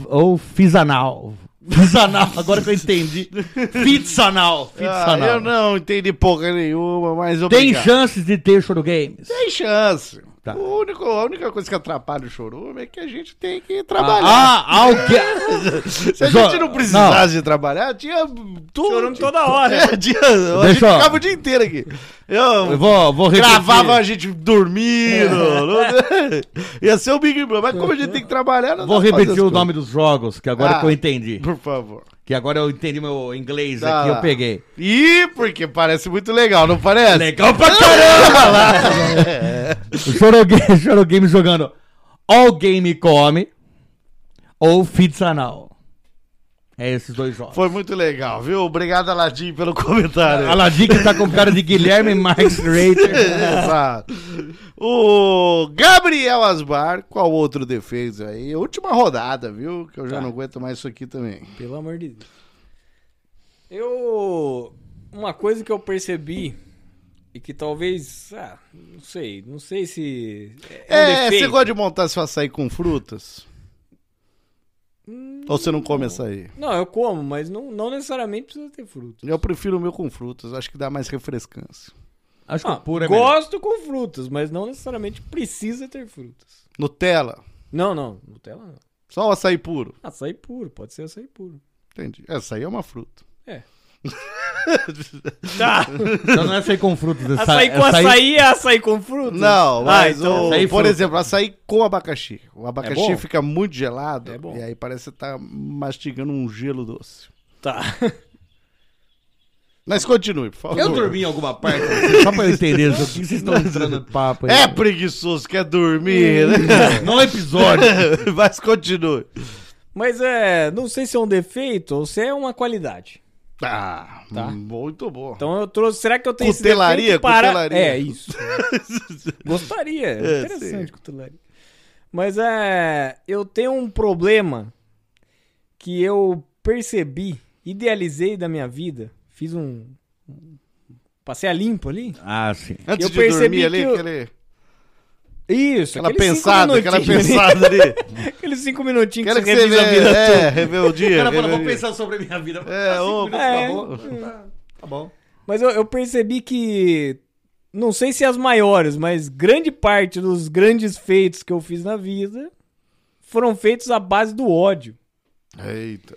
ou fisanal. Fisanal, agora que eu entendi. Fitzanal.
Ah,
Fitzanal.
eu não entendi porra nenhuma, mas
Tem
obrigado.
chances de ter Choro Games.
Tem chance.
Tá.
O único, a única coisa que atrapalha o chorume é que a gente tem que trabalhar.
Ah, ah, alguém.
Se a gente não precisasse de trabalhar, tinha tudo.
Chorando toda hora.
É, tinha- a gente
Deixa eu-
ficava o dia inteiro aqui. Eu,
Eu vou, vou repetir. É.
gravava a gente dormindo. não- Ia ser o Big Brother. Mas como a gente tem que trabalhar, não
Vou
dá pra fazer
repetir o
as
nome dos jogos, que agora é
Ah.
que eu entendi.
coisas. Por favor.
Que agora eu entendi meu inglês
Tá
aqui,
lá.
eu peguei.
Ih, porque parece muito legal, não parece?
É Legal pra caramba lá! Choro Ga- Choro Games jogando Alguém me come ou Fitzanal. É esses dois jogos.
Foi muito legal, viu? Obrigado, Aladim, pelo comentário.
Aladim que tá com cara de Guilherme Marx Reiter.
Exato. O Gabriel Asbar, qual outro defeito aí? Última rodada, viu? Que eu
Tá.
já não aguento mais isso aqui também.
Pelo amor de Deus. Eu. Uma coisa que eu percebi. E que talvez. Ah, não sei. Não sei se. É, um
É, você
defeito.
gosta de montar seu açaí com frutas?
Hum.
Ou você não come açaí?
Não, eu como, mas não, não necessariamente precisa ter fruta.
Eu prefiro o meu com frutas, acho que dá mais refrescância.
Acho que
Ah,
o puro é melhor.
gosto com frutas, mas não necessariamente precisa ter frutas.
Nutella,
Não, não, Nutella não.
só o açaí puro.
Açaí puro, pode ser açaí puro.
Entendi. Açaí é uma fruta.
Tá,
Então não é sair com frutas. É sa-
açaí com
é sair-
açaí é açaí com frutas?
Não, um. mas
então- É
o-
Açaí e
por
fruta.
exemplo, açaí com abacaxi. O abacaxi
bom?
fica muito gelado
É bom.
e aí parece que você tá mastigando um gelo doce.
Tá.
Mas continue, por favor.
Eu dormi em alguma parte, assim, só pra eu entender isso. O que vocês estão entrando no papo aí?
É preguiçoso, quer dormir, né?
Não episódio.
Mas continue.
Mas é, não sei se é um defeito ou se é uma qualidade.
Tá,
Tá.
muito bom.
Então eu trouxe. Será que eu tenho
Cutelaria,
esse defeito para...
cutelaria. É,
É isso. Gostaria. interessante cutelaria. Mas é, eu tenho um problema que eu percebi, idealizei da minha vida, fiz um passei a limpo ali.
Ah, sim.
Antes
eu
de
percebi
dormir ali,
que eu-
aquele,
Isso,
aquela
aqueles cinco
pensada, aquela
minutinhos
pensada ali.
Aqueles cinco minutinhos
Aquela
que
que
você
você
revisa a vida
vê, é, revê o dia.
Cara,
revê
vou
o dia.
pensar sobre a minha vida.
É, ô,
É.
Tá bom.
Mas eu, eu percebi que. Não sei se as maiores, mas grande parte dos grandes feitos que eu fiz na vida foram feitos à base do ódio.
Eita.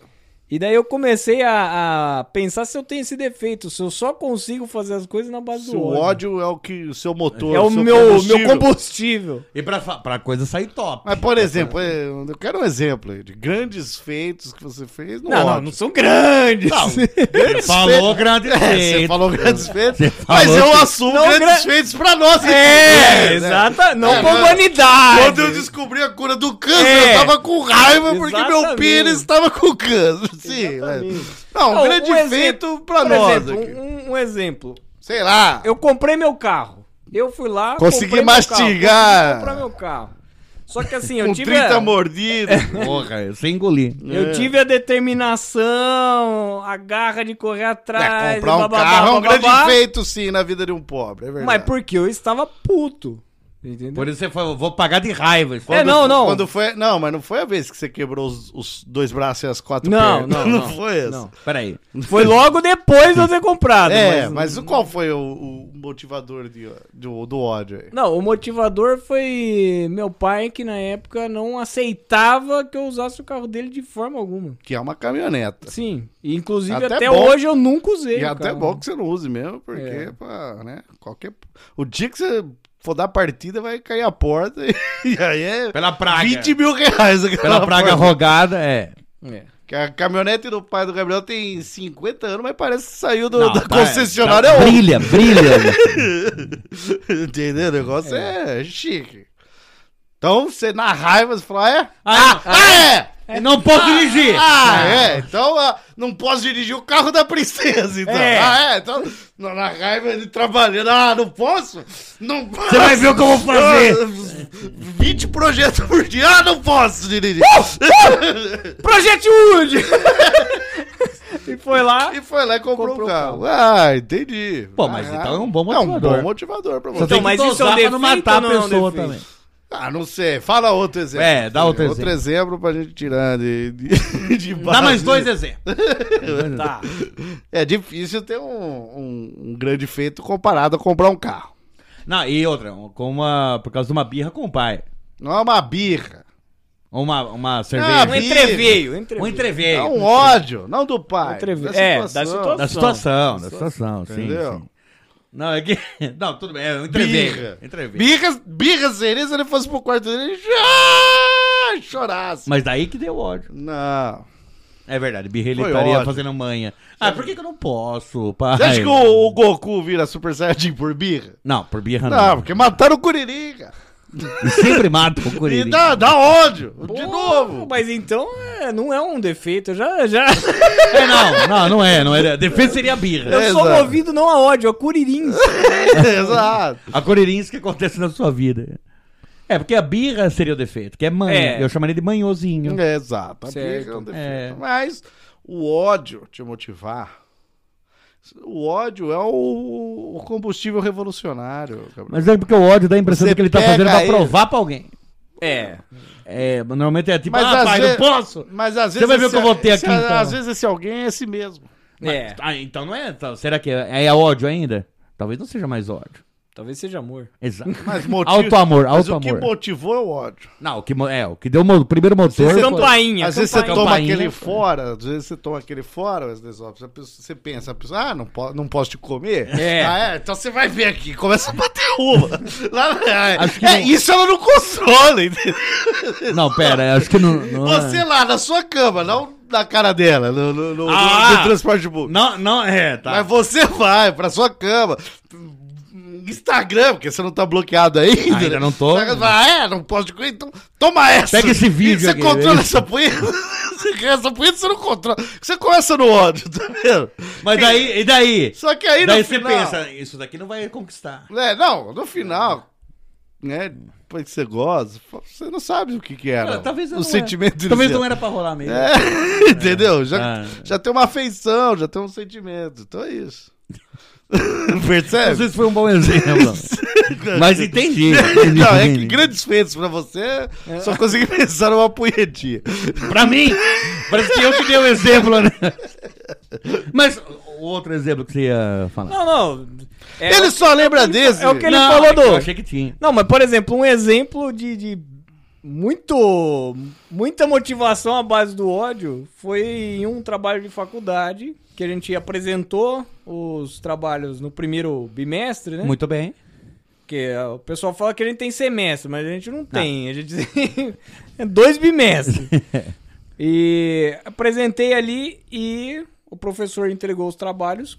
E daí eu comecei a, a pensar se eu tenho esse defeito, se eu só consigo fazer as coisas na base
Se
do
o
ódio.
ódio é o que o seu motor,
É o
seu
meu
combustível.
meu combustível.
E pra, fa- pra coisa sair top.
Mas, por exemplo, é, eu quero um exemplo aí de grandes feitos que você fez no
Não, não,
ódio.
não são grandes.
Não,
Você falou grande
É, você
feito.
falou grandes feitos,
falou
mas eu
que-
assumo
Não,
grandes
gran-
feitos pra nós.
É,
né?
exata, não
É,
com
mas-
vanidade.
Quando eu descobri a cura do câncer,
É.
eu tava com raiva porque meu
Exatamente.
pênis tava com câncer. Sim,
Exatamente.
mas- Não, um
Não,
grande
exemplo-
feito pra
por
nós
exemplo,
aqui.
um- um exemplo.
Sei lá.
Eu comprei meu carro. Eu fui lá.
Consegui
comprei meu
mastigar.
carro, consegui comprar meu carro. Só que assim, eu
com É.
tive.
30
a,
mordidas.
É.
Porra, eu sem engolir.
Eu tive a determinação, a garra de correr
É,
atrás.
comprar um
bababá,
carro é um
bababá.
grande feito, sim, na vida de um pobre, é verdade.
Mas porque eu estava puto. Entendeu?
Por isso você falou, vou pagar de raiva.
É, não, não.
Quando foi... Não, mas não foi a vez que você quebrou os, os dois braços e as quatro
Não,
pernas.
não, não.
foi essa.
Não.
Peraí.
Foi logo depois de eu ter comprado.
É,
mas
mas, qual foi o, o motivador de- do, do ódio aí?
Não, o motivador foi meu pai que na época não aceitava que eu usasse o carro dele de forma alguma.
Que é uma caminhoneta.
Sim, e inclusive
Até
até,
bom.
hoje eu nunca usei.
E
o
até
carro.
bom que você não use mesmo, porque,
É.
pá, né, qualquer... O dia que você for dar partida, vai cair a porta e, e aí é
Pela praga.
20 mil reais.
Pela praga
roda.
rogada, é.
É.
Que a caminhonete do pai do Gabriel tem 50 anos, mas parece que saiu do,
Não,
da
tá-
concessionária um.
tá-
ontem.
Brilha, brilha.
Entendeu? O negócio é, chique. Então, você na raiva, você fala, é?
Ah,
Ah, é!
é. Não posso dirigir.
Ah, é! Então, ah, não posso dirigir o carro da princesa, então.
É.
Ah, é! Então, na, na raiva, ele trabalhando. Ah, não posso? Não posso!
Você vai ver o que eu vou fazer.
Ah, 20 projetos por dia. Ah, não posso dirigir!
Uh,
ah.
Project Wood! e foi lá.
E foi lá e comprou,
Comprou
o
o
carro. Ah, entendi.
Pô, mas
Ah,
então é um bom
É um
motivador.
bom motivador pra
Só
você.
tem que
mas isso é um
dosar pra
defeito
não matar a
ou não é um
pessoa
defeito?
também.
Ah, não sei. Fala outro exemplo.
É, dá outro
Outro exemplo pra gente tirar de, de, de
Dá
base.
mais dois exemplos.
Tá.
É difícil ter um, um- um grande feito comparado a comprar um carro.
Não, e outra, com uma, por causa de uma birra com o pai.
Não é uma birra.
Ou uma,
Ah,
uma
Um
cerveja.
birra.
entreveio, entreveio.
um
É
entreveio.
um ódio, não do pai.
Entrevi- é, da situação.
Da situação, da situação, sim,
Entendeu?
sim. Não, é que. Não, tudo bem, é um entreveio.
Birra.
Entreveio.
Birra, birra seria se ele fosse pro quarto dele e cho- chorasse.
Mas daí que deu ódio.
Não.
É verdade, birra ele
Foi
estaria
ódio.
fazendo manha. Ah, por que, que eu não posso, pai?
Você acha que o, o Goku vira Super Saiyajin por birra?
Não, por birra
Não,
Ah, não.
porque mataram o Curirica.
E Sempre mata o
E
Curiri.
dá, dá ódio. de
Pô,
novo.
Mas então é, não é um defeito. Eu já, já.
É, não, não, não é, não é. Defesa seria birra.
Eu sou
Exato.
movido não a ódio, a curirins.
Exato.
A corerins que acontece na sua vida. É, porque a birra seria o defeito, que é manha.
É.
Eu chamaria de manhozinho.
Exato. A birra é um
Certo.
defeito.
É.
Mas o ódio te motivar. O ódio é o, o combustível revolucionário. Gabriel.
Mas é porque o ódio dá a impressão
Você
de que ele tá
pega
fazendo pra
ele.
provar pra alguém.
É.
É, normalmente é tipo,
Mas
ah,
às
pai,
ve-
não posso.
Mas às vezes.
Você vai ver o que eu vou ter
esse-
aqui, então.
Às vezes esse alguém é esse mesmo.
É.
Ah, então não é. então, será que é, é ódio ainda? Talvez não seja mais ódio.
Talvez seja amor.
Exato.
Mas motivo.
Autoamor,
Mas o que
autoamor.
motivou é o ódio.
Não, o que, mo- é, o que deu o mo- o primeiro motor.
Você
foi-
Campainha.
às vezes você
campainha.
toma
Campainha,
aquele
foi.
fora, às vezes você toma aquele fora, Wesley Zopes, a pessoa- você pensa, a pessoa, ah, não, po não posso te comer?
É.
Ah, é? Então você vai ver aqui, começa a bater uma. Lá, é,
Acho que
é,
não-
isso ela não controla, entendeu?
Não, pera, acho que não. Não, é.
Você lá na sua cama, não na cara dela, no, no, no-
Ah!
no- no transporte público.
não, não, é, tá.
Mas você vai pra sua cama. Instagram, porque você não tá bloqueado ainda.
Ainda
né?
não tô.
Você fala, ah, é, não posso te comer, então toma essa.
Pega esse vídeo
Você
aqui,
controla
velho.
essa punheta. essa punheta você não controla. Você começa no ódio, tá vendo?
Mas daí, e daí?
Só que aí
daí
no
você
final...
pensa, isso daqui não vai conquistar.
É, não, no final... Né, depois que você goza, você não sabe o que que era.
Cara, É, talvez eu
o
não
sentimento
era. Talvez
inicial.
não era pra rolar mesmo.
É, entendeu? Já,
Ah.
já tem uma afeição, já tem um sentimento. Então é isso. Percebe?
Não sei se foi um bom exemplo. mas entendi. entendi,
Não, é que
entendi.
grandes feitos pra você,
É.
só consegui pensar numa punhetinha.
Pra mim, parece que eu que dei o exemplo, né? Mas o outro exemplo que você ia falar.
Não, não. É,
ele só lembra desse.
é o que ele
Não,
falou
é que Eu
do.
achei que tinha.
Não, mas por exemplo, um exemplo de, de muito muita motivação à base do ódio foi em um trabalho de faculdade que a gente apresentou os trabalhos no primeiro bimestre, né?
Muito bem.
Porque ah, o pessoal fala que a gente tem semestre, mas a gente não tem. A gente tem dois bimestres. e apresentei ali e o professor entregou os trabalhos.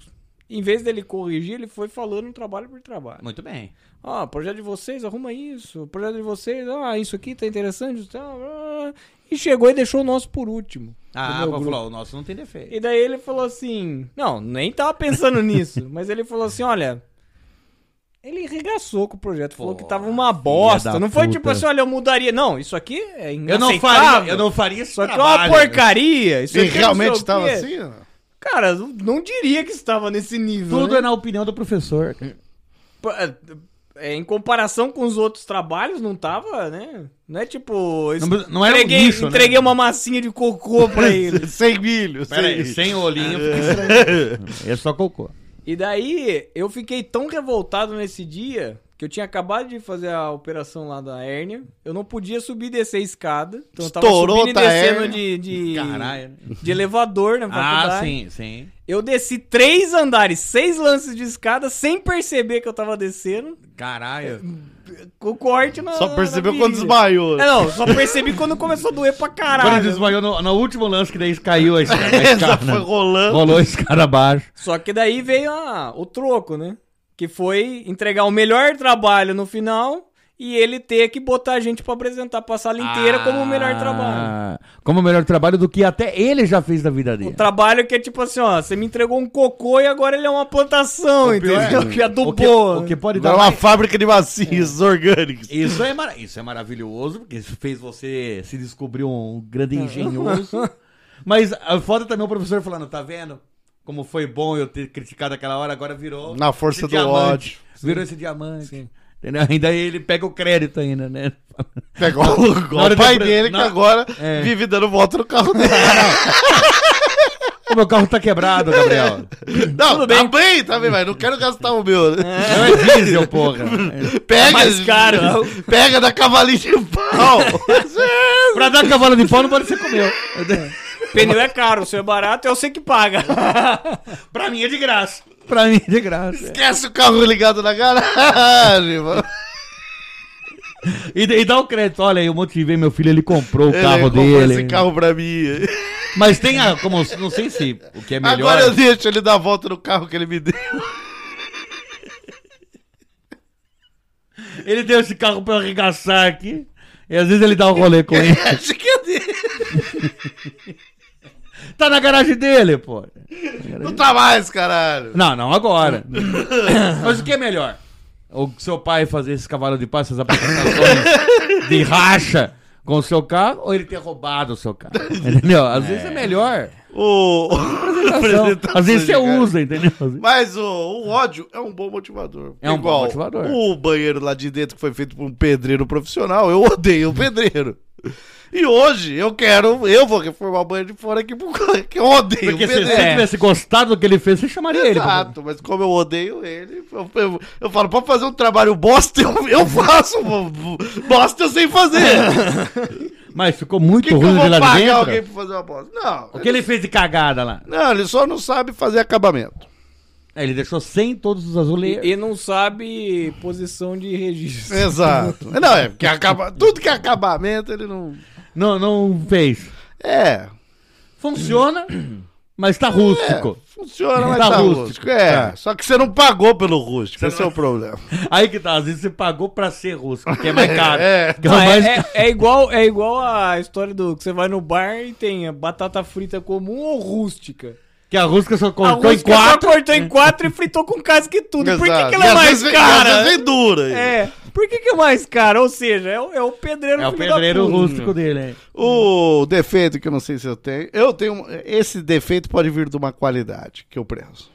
Em vez dele corrigir, ele foi falando trabalho por trabalho.
Muito bem.
Ah, projeto de vocês, arruma isso. Projeto de vocês, ah, isso aqui tá interessante. tá, ah. E chegou e deixou o nosso por último. do
Ah,
meu
vou
grupo.
falar, o nosso não tem defeito.
E daí ele falou assim: Não, nem tava pensando nisso, mas ele falou assim: Olha. Ele regaçou com o projeto, falou que tava uma bosta.
da
Não foi
puta.
tipo assim, olha, eu mudaria. Não, isso aqui é
Eu
inaceitável.
não faria, eu não faria isso
Isso aqui é uma porcaria. Isso
Ele
aqui é não
realmente
sei o
estava
quê."
assim? né?
Cara, não, não diria que estava nesse nível.
Tudo
né?
é na opinião do professor.
Pra- é, em comparação com os outros trabalhos, não tava, né? Não é tipo. es-
Não- não era um
entreguei,
lixo, né?
entreguei uma massinha de cocô pra ele.
Sem milho, sem
Pera aí,
milho.
sem olhinho fica estranho. É só cocô.
E daí eu fiquei tão revoltado nesse dia que eu tinha acabado de fazer a operação lá da hérnia. Eu não podia subir e descer a escada. Então eu tava
Estourou
subindo e
da
descendo de,
hérnia.
de,
Caralho.
de elevador na faculdade.
Ah, sim, sim.
Eu desci três andares, seis lances de escada, sem perceber que eu tava descendo,
Caralho.
com corte na.
Só
na
percebeu
virilha.
quando desmaiou.
É, não, só percebi quando começou a doer pra
Quando ele
caralho.
desmaiou no, no último lance que daí caiu a escada. a
Essa
escada.
foi um rolando.
Rolou a escada abaixo.
Só que daí veio a- o troco, né? Que foi entregar o melhor trabalho no final e ele ter que botar a gente pra apresentar pra sala inteira
Ah.
como o melhor trabalho.
Como o melhor trabalho do que até ele já fez da vida dele.
Um trabalho que é tipo assim, ó, você me entregou um cocô e agora ele é uma plantação,
pior é-
entendeu? que
o que,
adubou. né?
o que pode
Era
dar
uma
mais... É.
fábrica de macias orgânicas.
Isso é, mara- isso é maravilhoso, porque isso fez você se descobrir um grande
É.
engenhoso. Mas a foda também é o professor falando, tá vendo? Como foi bom eu ter criticado aquela hora, agora virou.
Na força
esse
do ódio.
Virou esse diamante. Entendeu? Ainda ele pega o crédito ainda, né?
Pegou o,
Na hora
o pai
da-
dele
na-
que agora
É.
vive dando volta no carro dele.
Ô, meu carro tá quebrado, Gabriel.
Não, tá bem. tá bem, mas não quero gastar o meu. né?
Não é diesel, porra.
Pega,
mais caro.
pega da cavalinha de pau.
Pra dar cavalo de pau não pode ser comeu.
Pneu é caro, o seu é barato, eu sei que paga.
pra mim é de graça. Pra mim é de graça.
Esquece o carro ligado na garagem, mano.
E, e dá o crédito. Olha, um eu motivei meu filho, ele comprou o carro
Ele comprou
dele.
Esse carro pra mim.
Mas tem a. Como, não sei se o que é melhor.
Agora eu deixo ele dar a volta no carro que ele me deu.
Ele deu esse carro pra eu arregaçar aqui. E às vezes ele dá um rolê com ele.
Acho que é dele.
Tá na garagem dele, pô.
Não tá mais, caralho.
Não, não agora. Mas o que é melhor? O seu pai fazer esse cavalo de pau, essas apresentações de racha com o seu carro, ou ele ter roubado o seu carro? Entendeu? Às vezes é melhor. Então,
O...
Às vezes você
de cara.
usa, entendeu? Às vezes-
Mas o, o ódio é um bom motivador.
É um bom motivador.
O banheiro lá de dentro que foi feito por um pedreiro profissional, eu odeio o pedreiro. E hoje eu quero, eu vou reformar o banheiro de fora aqui porque eu odeio
Porque
o
se
pedreiro.
você é, tivesse gostado do que ele fez, você chamaria ele. pra-
Exato, mas como eu odeio ele, eu, eu- eu falo, pode fazer um trabalho bosta, eu, eu faço bo- bo- bosta eu sei fazer.
Mas ficou
Por que,
muito
que eu
ruim
vou
de lá
pagar
de dentro.
alguém pra fazer uma bosta? Não,
O que ele fez de cagada lá?
não, ele só não sabe fazer acabamento.
É, Ele deixou sem todos os azulejos.
E não sabe posição de registro.
Exato. Não, é porque acaba, tudo que é acabamento ele não...
Não, não fez.
É,
Funciona, mas tá rústico.
Funciona, mas
Tá
tá,
rústico.
rústico. É,
Tá.
só que você não pagou pelo rústico, esse é o problema.
Aí que tá, às vezes você pagou pra ser rústico, que é mais caro.
É,
Que é o
Ah,
mais-
é, é- é igual, é igual a história do que você vai no bar e tem a batata frita comum ou rústica.
Que a rústica só
A
cortou em
rústica só
quatro. É.
cortou em quatro e fritou com casca e tudo. Por que,
Exato. E
que ela é
às
mais
vezes vem- e às
cara?
vezes vem dura. aí.
É. Por que, que é mais cara? Ou seja, é, o- é o pedreiro
É o
filho da
pedreiro
puta.
rústico dele, é.
O defeito que eu não sei se eu tenho, eu tenho, um- esse defeito pode vir de uma qualidade que eu prezo.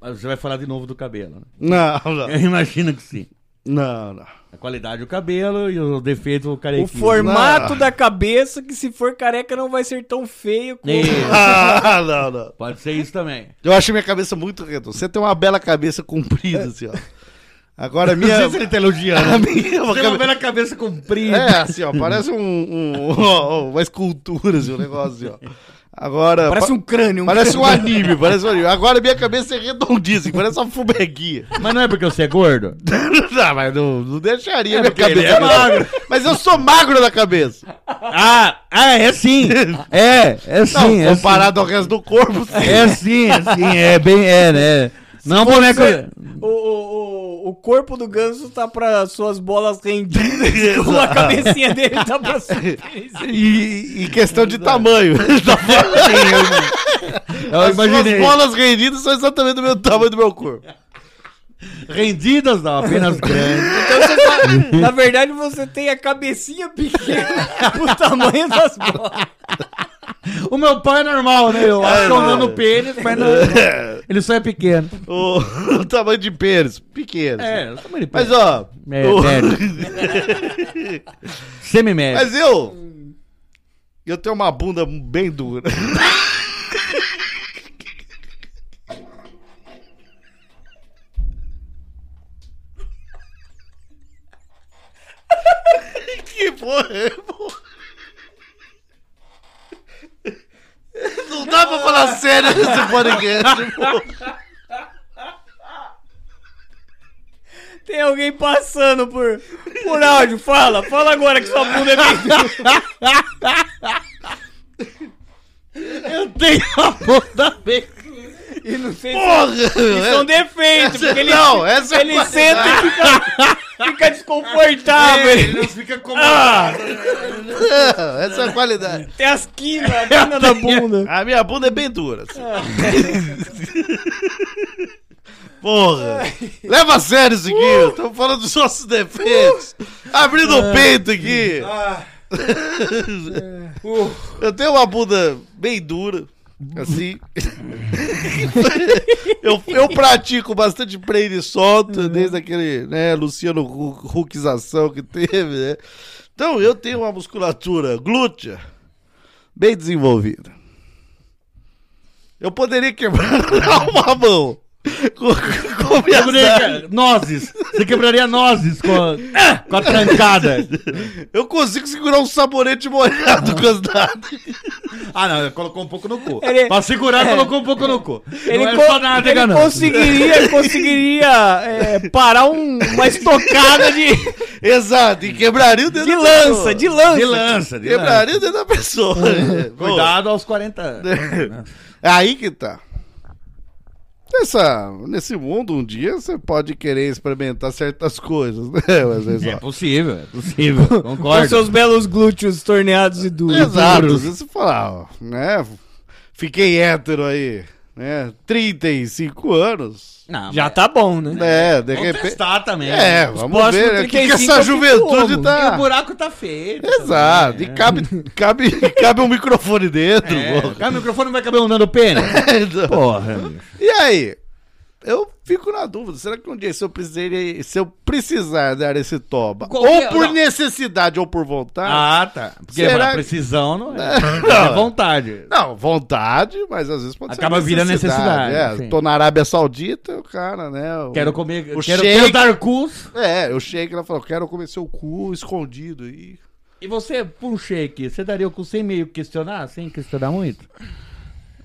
Mas você vai falar de novo do cabelo, né?
Não, não,
Eu imagino que sim.
não, não.
A qualidade do cabelo e o defeito do
O
carequinho.
formato
Ah.
da cabeça, que se for careca não vai ser tão feio como...
Isso,
Ah, não, não.
Pode ser isso também.
Eu acho minha cabeça muito redonda. Você tem uma bela cabeça comprida, assim, ó. Agora
Não sei
minha...
se ele tá elogiando.
A minha é
Você
cabe-
não vê na cabeça comprida.
É, assim, ó, parece um, um- um- uma escultura, assim, um negócio assim, ó. Agora...
Parece
pa-
um crânio. um
Parece um anime, parece um anime. Agora minha cabeça é redondíssima, parece uma fumeguinha.
Mas não é porque você é gordo?
não, mas não, não deixaria minha
porque ele
cabeça.
é
magro. Mas eu sou magro da cabeça.
Ah, ah, é sim. É, é sim.
Não,
é sim.
comparado ao resto do corpo, sim.
É sim, é sim, é bem, é, né? Não boneco.
O, o, o, o corpo do ganso tá pra suas bolas
É.
rendidas, com a cabecinha dele tá pra
E, e questão de tamanho.
Eu
As
imaginei.
suas bolas rendidas são exatamente do meu tamanho do meu corpo.
Rendidas não, apenas grandes.
Então você tá, na verdade você tem a cabecinha pequena pro tamanho das bolas.
O meu pai é normal, né? Eu acho que eu não no pênis, mas não. Ele só é pequeno.
O, o tamanho de pênis, pequeno.
É, eu sou meio
Mas ó,
É,
o-
médio. Semi-médio.
mas eu. Eu tenho uma bunda bem dura. que porra é, pô? Não dá pra falar sério nesse podcast, pô.
Tem alguém passando por, por áudio, fala, fala agora que sua bunda é pequena.
Eu tenho a bunda bem.
E não sei se
Porra!
isso é um defeito, porque ele,
Não, essa é
ele
qualidade.
senta e fica, tá- fica desconfortável.
não fica incomodado.
Essa é a qualidade.
Tem as quinas, a quina da bunda.
A minha bunda é bem dura. assim. Porra! Leva a sério isso aqui! Estamos falando dos nossos defeitos! Abrindo o peito Uh. aqui! Eu tenho uma bunda bem dura. Assim. eu, eu pratico bastante preire solto, desde aquele, né, Luciano Hu- Huckização que teve, né? Então, eu tenho uma musculatura glútea bem desenvolvida. Eu poderia quebrar uma mão com, com minhas
Quebraria nozes. Você quebraria nozes com a, com a trancada.
Eu consigo segurar um sabonete molhado com as dadas.
Ah, não, colocou um pouco no cu.
Ele- É.
Pra segurar, colocou um pouco no cu.
Ele,
não é
co-
só nada,
ele
não.
conseguiria, ele conseguiria é, parar um- uma estocada de,
Exato, e quebraria o dedo
de
da
lança,
pessoa.
de lança.
De lança, de lança.
Quebraria o dedo da pessoa.
Cuidado aos 40 anos.
É aí que tá. Nessa, nesse mundo, um dia você pode querer experimentar certas coisas, né? Mas é
É
só-
possível, é possível.
Com
Concordo.
seus belos glúteos torneados e duros.
Exato, às vezes você fala, ó, né? Fiquei hétero aí, né? 35 anos.
Não,
Já
mas-
tá bom, né?
É, de
Vamos
repente.
testar também.
É,
né?
vamos ver né? o que, que
35
essa
eu fico
juventude
como?
E o
tá.
buraco tá feio.
Exato, e cabe, cabe, cabe um microfone dentro.
É,
pô.
cara, o microfone vai caber um nano pênis. Porra.
E aí? Eu fico na dúvida. Será que um dia, se eu, precisarei- se eu precisar dar esse toba, ou
Qualquer-
por
não.
necessidade ou por vontade.
Ah, tá. Porque
Será
pra
que-
precisão não é.
Não.
É vontade.
Não, vontade, mas às vezes pode
Acaba
ser.
virando necessidade,
É,
sim.
tô na Arábia Saudita, o cara, né? o-
Quero comer.
O shake-
quero, quero dar cus.
É, eu chego e ela falou: quero comer seu cu escondido. E...
E você, por um shake, você daria o cu sem meio questionar? Sem questionar muito?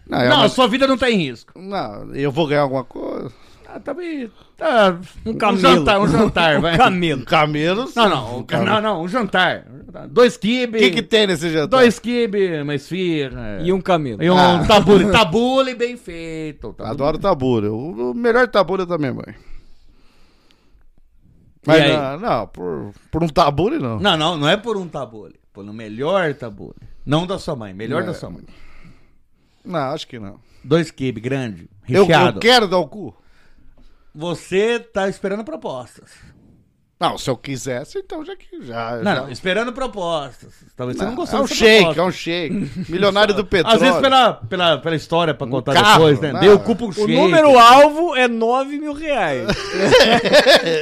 Não, é
não,
uma-
sua vida não tá em risco.
não, eu vou ganhar alguma coisa.
Ah, tá bem. Tá,
Ah, É.
um,
camelo.
jantar, um jantar, vai.
Camelo.
Camelo?
Não, não, um ca- não, não, um jantar. Dois
O
quibe.
que, que tem nesse jantar?
Dois quibe, uma esfirra.
E um camelo.
E um
Ah.
tabule. Tabule bem feito. tabule.
Adoro tabura. O o melhor tabura da minha mãe. Mas
E aí?
não, não, por, por um tabure não.
Não, não, não é por um tabule. Por um melhor tabule. Não da sua mãe, melhor
É.
da sua mãe.
Não, acho que não.
Dois quibe, grande,
Eu, eu
recheado.
quero dar o cu.
Você tá esperando propostas.
Não, se eu quisesse, então já que já.
Não,
já-
não, esperando propostas. Talvez você não gostou
é um
dessa
shake,
proposta.
é um shake. Milionário do petróleo.
Às vezes pela, pela, pela história pra contar
carro,
depois, né?
né?
Deu o cupo um
O
shake.
número alvo é 9 mil reais.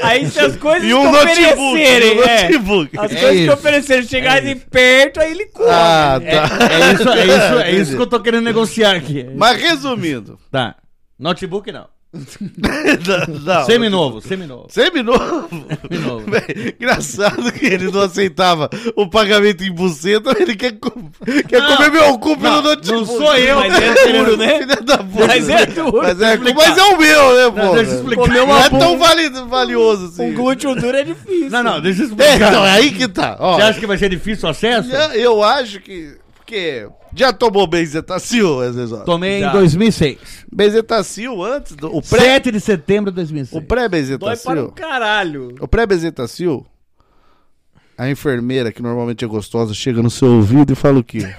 aí se as coisas
E um
que
notebook.
oferecerem,
um
é,
notebook. É
as
É
coisas que
isso.
oferecerem chegarem perto, aí ele come.
Ah, tá.
É isso, é isso, é isso que eu tô querendo negociar aqui.
Mas resumindo.
Tá. Notebook não.
não, não.
Seminovo, seminovo.
Seminovo.
Seminovo.
Bem, Engraçado que ele não aceitava o pagamento em buceta, ele quer, co- quer
Não,
comer meu cu pelo notebook.
Não sou eu.
Mas é duro, né?
Filha da puta.
Mas é duro.
Mas é, mas é o meu, né, pô?
Não, deixa eu explicar.
Não é tão vali- valioso assim.
Um glúteo duro é difícil.
Não, não, deixa eu
É,
explicar.
então, é aí que tá. Ó,
Você acha que vai ser difícil o acesso?
já- eu acho que... Porque já tomou Benzetacil, às vezes, ó.
Tomei
Já.
em 2006.
Benzetacil antes, do, o pré...
7 de setembro de
O
2006.
Tá
Dói para um
pré-Benzetacil...
caralho.
O pré-Benzetacil... A enfermeira, que normalmente é gostosa, chega no seu ouvido e fala o quê?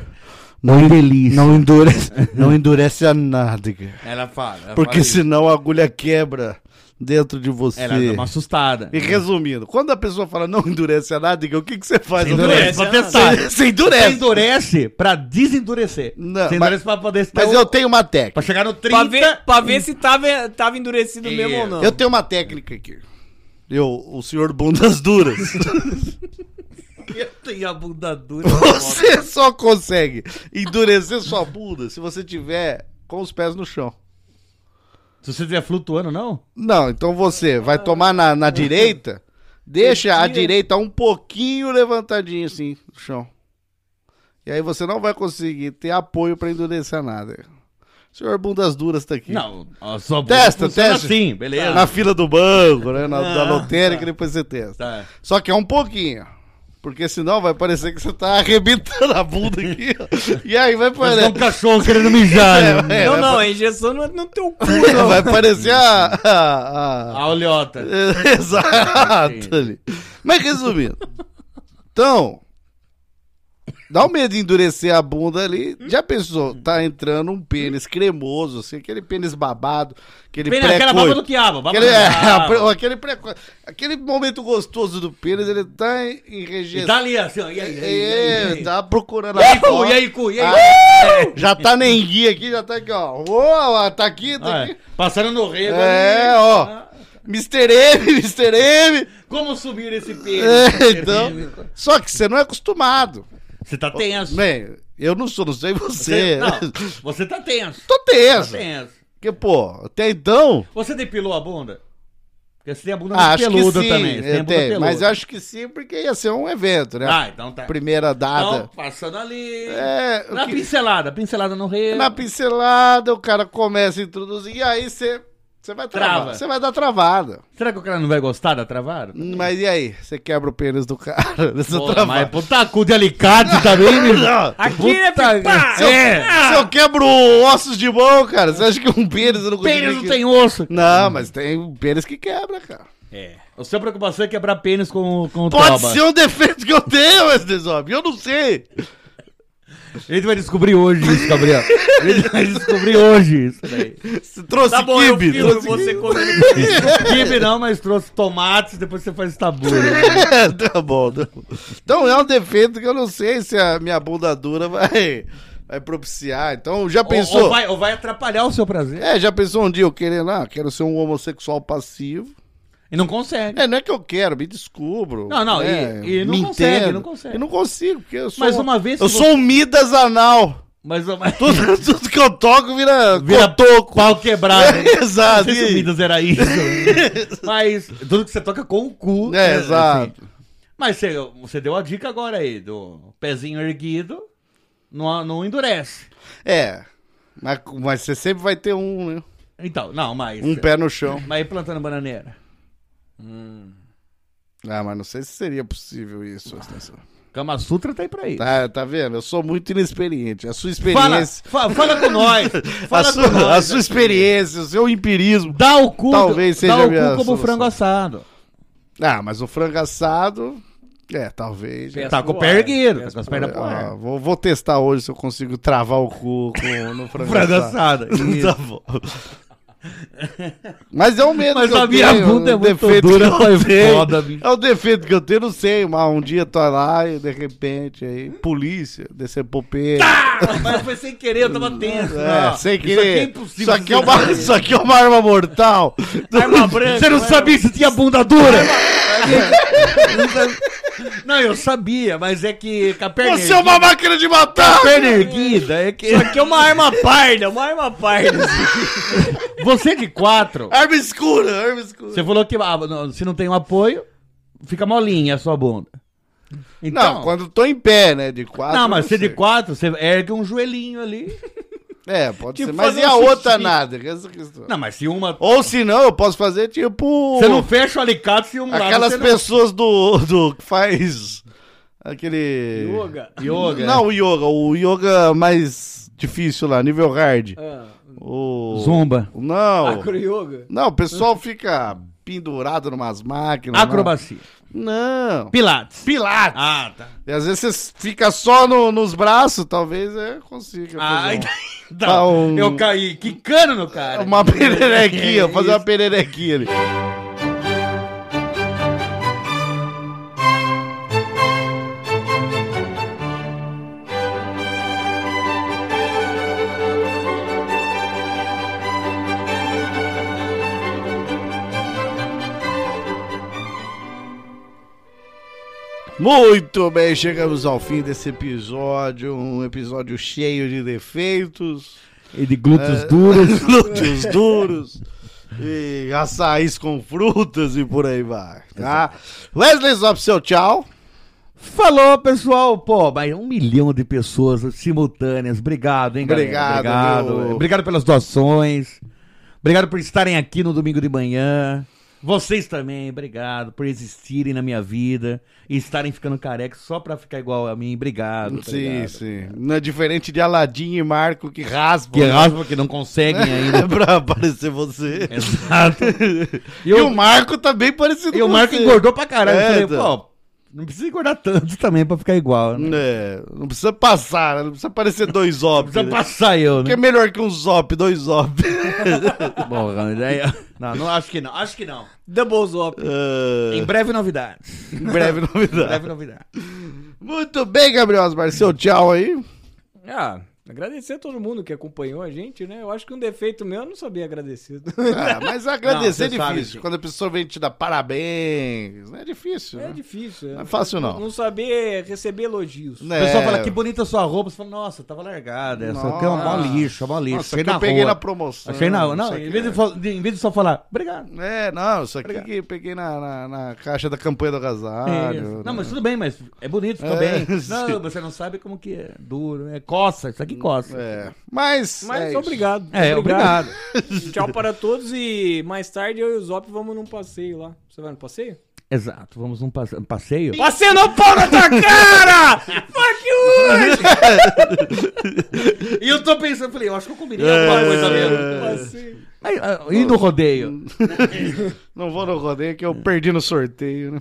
Não, delícia. Não endurece, não endurece a nada, cara.
Ela fala. ela fala
Porque
isso.
senão a agulha quebra dentro de você.
Ela dá uma assustada.
E resumindo, quando a pessoa fala não endurece a nádega, o que, que você faz?
Endurece, pra
Você
testar. Você
Tá. endurece.
endurece pra desendurecer.
Não,
você
mas-
endurece pra poder um estar
Mas eu tenho uma técnica.
Pra chegar no 30.
Pra ver, pra ver se tava, tava endurecido mesmo ou não.
Eu tenho uma técnica aqui. Eu, o senhor bundas duras.
Eu tenho a bunda dura.
você só consegue endurecer sua bunda se você tiver com os pés no chão.
Se você estiver flutuando, não?
Não, então você vai tomar na, na direita, deixa a direita um pouquinho levantadinha assim no chão. E aí você não vai conseguir ter apoio pra endurecer nada. O senhor bundas duras tá aqui.
Não, a sua bunda
Testa,
funciona
testa.
assim, beleza.
Na fila do banco, né? Na, na
Ah,
lotérica,
tá.
depois você testa.
Tá.
Só que é um pouquinho. Porque senão vai parecer que você tá arrebentando a bunda aqui. ó. e aí vai
Mas é um
parecer.
cachorro querendo mijar. né?
É,
não,
vai
não,
pa-
a injeção não é no teu cu.
Vai parecer a. a- a-
A
É,
olhota.
Exato. ali. Mas resumindo. Então. Dá o medo de endurecer a bunda ali. Já pensou? Tá entrando um pênis cremoso, assim, aquele pênis babado, aquele
Pena, aquela
pré-coito.
baba do Ah, quiabo. Baba
Aquele,
do
é,
quiabo.
pre- aquele, pré- aquele momento gostoso do pênis, ele tá em, em
E
rejeição.
tá ali assim, ó. E aí, e aí, e aí,
É,
e aí?
tá procurando
E
a
aí, cu,
foto.
e aí, cu, e aí?
Ah, já tá Nengui aqui, já tá aqui, ó. Uou, tá aqui, tá
Ah,
aqui.
é. Passaram no rego
É,
ali.
ó. Mr. M, Mr. M.
Ah, Como subir esse peso?
É, então, só que você não é acostumado.
Você tá tenso.
Bem, eu não sou, não sei você.
Você, não, você tá tenso.
Tô
Tá
tenso.
tenso.
Porque, pô, até então.
Você depilou a bunda? Porque você tem a bunda
Ah, acho
peluda
que sim.
também. Você tem a
eu
bunda
tenho,
peluda.
mas eu acho que sim, porque ia ser um evento, né?
Ah, então tá.
Primeira data.
Então, passando ali.
É, o
na
que-
pincelada, pincelada no rego.
Na pincelada, o cara começa a introduzir, e aí você. Você vai travar.
Trava.
Você vai dar travada.
Será que o cara não vai gostar da travada?
Mas e aí? Você quebra o pênis do cara nessa
Pô, mas
travada.
puta cu de alicate também, bicho.
Aqui, né, filho? Pá!
Se, eu, se eu quebro ossos de mão, cara, você acha que um pênis eu não consigo
Pênis não
que-
tem osso.
Não, mas tem um pênis que quebra, cara.
É. A sua preocupação é quebrar pênis com, com o
Pode
toba.
ser um defeito que eu tenho, esse desobe. Eu não sei.
Ele vai descobrir hoje isso, Gabriel. Ele vai descobrir hoje isso daí.
Você trouxe
Tá bom, eu
kibe.
filmo
trouxe
você
kibe.
comendo.
Kibe não, mas trouxe tomates, depois você faz tabu. né?
É, tá bom. tá bom. Então é um defeito que eu não sei se a minha bunda dura vai, vai propiciar. Então já
Ou, ou
pensou?
vai, ou vai atrapalhar o seu prazer.
É, já pensou um dia eu querendo, ah, quero ser um homossexual passivo.
E não consegue.
É, não é que eu quero, me descubro.
Não, não,
né?
e- e não
me
consegue,
entendo.
não consegue.
Eu não consigo, porque eu sou.
Mas uma vez que
Eu sou um Midas anal.
Mas,
Tudo, tudo que eu toco vira.
Vira toco. Pau quebrado.
É. Exato.
Não sei se é o
Ah, e-
Midas era isso. né? mas tudo que você toca com o cu.
É,
né,
exato.
assim. Mas você, você deu a dica agora aí, do pezinho erguido, não, não endurece.
É. Mas, mas você sempre vai ter um, né?
Então, não, mas...
Um pé no chão.
Mas e plantando bananeira?
Ah, mas não sei se seria possível isso. Ascensão.
Kama Sutra tá aí pra isso.
Tá, tá vendo? Eu sou muito inexperiente. A sua
Fala,
experiência.
fa- fala com nós. Fala
a
com
sua, a
nós.
sua experiência, o seu empirismo.
Dá o cu,
Talvez seja
dá
a
o
minha
cu como
solução.
frango assado.
Ah, mas o frango assado. É, talvez.
Peço
Tá com o
pro
pé
ar,
erguido,
peço
tá com as
pro
pernas pro
ar.
ar.
Ah, vou, vou testar hoje se eu consigo travar o cu com, no frango,
Frango
assado.
assado. Tá isso.
Mas é o medo
Mas
que eu
a minha
tenho,
bunda é
um
muito
defeito
dura,
que eu
foi
tenho.
foda, bicho.
É o defeito que eu tenho, não sei, mas um dia tô lá e de repente aí, polícia, descer popeira.
Mas foi sem querer, eu tava tenso.
É,
Ah, não.
sem
Isso aqui é
querer. Isso
impossível.
aqui é, uma, isso aqui é uma arma mortal.
Arma branca.
Você não sabia se tinha bunda dura? Não, eu sabia, mas é que com a perna
Você é uma máquina de matar!
perna erguida, é que...
Aqui é uma arma parda, uma arma parda.
Você é de quatro,
Arma escura, arma escura.
você falou que ah, não, se não tem um apoio, fica molinha a sua bunda. Então,
Não, quando eu tô em pé, né? De quatro.
não, mas você
eu
de
sei.
quatro, você ergue um joelhinho ali.
É, pode
Tipo,
ser. Mas
fazer
e a
um xixi.
outra nada? Que é Essa questão.
Não, mas se uma...
Ou se não, eu posso fazer tipo.
Você não fecha o alicate se um lado
Aquelas
você não-
pessoas do, do. que faz. Aquele.
Yoga.
Yoga.
Não, o yoga. é. O yoga mais difícil lá, nível hard.
Ah,
O...
Zumba.
Não.
acro yoga.
Não, o pessoal fica pendurado numas máquinas. lá.
Acrobacia.
Não.
Pilates.
Pilates.
Ah, tá.
E às vezes você fica só no- nos braços, talvez eu consiga.
Ah,
fazer um-
então,
Dá um-
eu caí quicando no cara.
Uma pererequinha, fazer uma
Isso.
pererequinha ali. Muito bem, chegamos ao fim desse episódio, um episódio cheio de defeitos.
E de glúteos
É.
duros.
glúteos duros e açaís com frutas e por aí vai. Tá? Wesley Zop, seu tchau.
Falou, pessoal. Pô, mas um milhão de pessoas simultâneas. Obrigado, hein, galera?
Obrigado,
Obrigado.
meu.
Obrigado pelas doações. Obrigado por estarem aqui no domingo de manhã. Vocês também, obrigado por existirem na minha vida e estarem ficando carecas só pra ficar igual a mim. Obrigado. tá ligado?
sim. Não é diferente de Aladim e Marco que raspam.
Que raspa que não conseguem ainda.
né? pra aparecer você.
Exato.
E, o Marco tá bem parecido
E o Marco
você.
engordou pra caralho.
É,
eu falei,
então.
pô, Não precisa engordar tanto também pra ficar igual, né?
É, não precisa passar, né? não precisa parecer dois op.
Precisa
né?
passar eu,
Que é
né? Tá
melhor que um zop, dois zop.
Bom, daí- Não, não acho que não. Acho que não.
Double Zop.
Em
Ah,
breve novidade.
em breve
Em breve
novidade.
novidade.
Muito bem, Gabriel Osmar, seu tchau aí.
Ah, agradecer a todo mundo que acompanhou a gente, né? Eu acho que um defeito meu eu não sabia agradecer.
Ah, mas agradecer
Não, você
é
sabe,
difícil.
sim.
Quando a pessoa vem te dar parabéns, não é difícil,
É
né?
difícil.
Não é fácil, não.
Não saber receber elogios.
O
O pessoal fala
É.
que bonita sua roupa. Você fala, nossa, tava largada. Essa aqui é uma mó
Nossa.
lixo, é uma lixo.
Nossa,
Achei
que eu
na
peguei
rua.
na promoção.
Achei na rua. Não,
sei
em
o
vez de
quê.
fal- de- em vez de só falar, obrigado.
É, não, isso aqui que eu peguei na, na, na caixa da campanha do agasalho.
É
né?
Isso. Não, mas tudo bem, mas é bonito, ficou
Ah, É,
bem.
sim.
Não, você não sabe como que é. Duro, é coça, isso aqui coça.
É, mas... é
Mas
isso.
obrigado.
É, obrigado.
Tchau para todos e mais tarde eu e o Zop vamos num passeio lá. Você vai no passeio?
Exato, vamos num passe- um passeio.
Passeio no pau na tua cara! Fuck you!
E eu tô pensando, falei, eu acho que eu combinei
É.
alguma coisa mesmo.
Passeio.
Aí, ah, e no rodeio?
Não vou no rodeio que eu perdi no sorteio, né?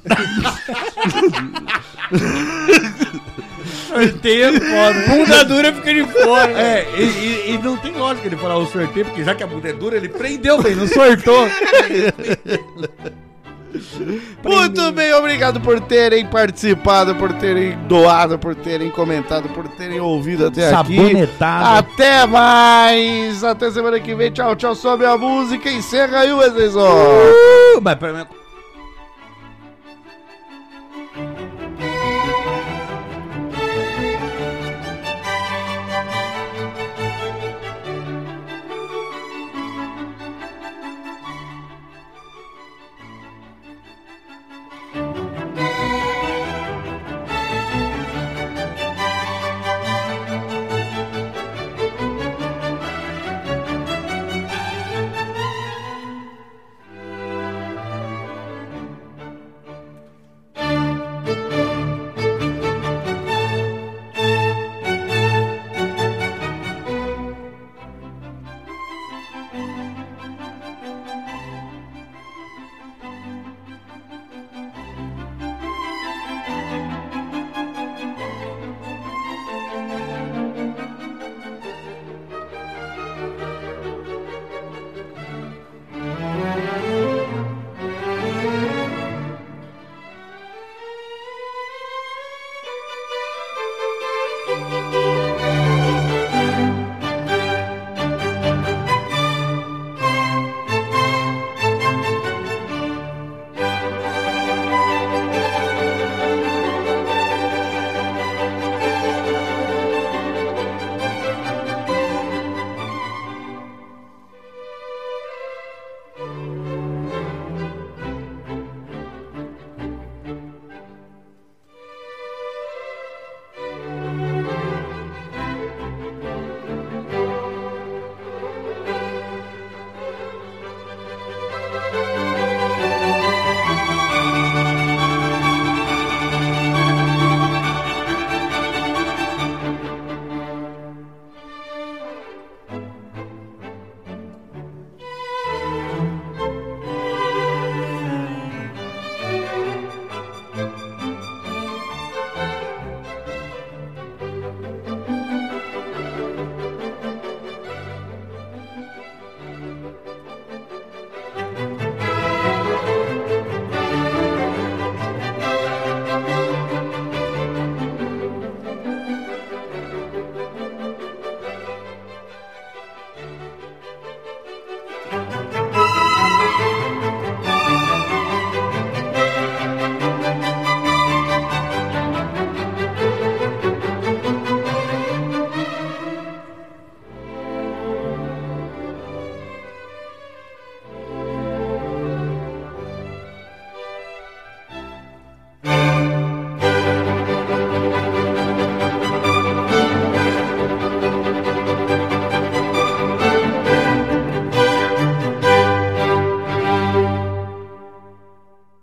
Sorteio, é foda.
Bunda dura fica de fora.
É, e, e- e não tem lógica ele falar o sorteio, porque já que a bunda é dura, ele prendeu bem, não sortou.
Muito bem, obrigado por terem participado, por terem doado, por terem comentado, por terem ouvido até aqui.
Sabonetado.
Até mais! Até semana que vem. Tchau, tchau. Sobe a música. Encerra aí o Wesley Zó.
Mas pelo menos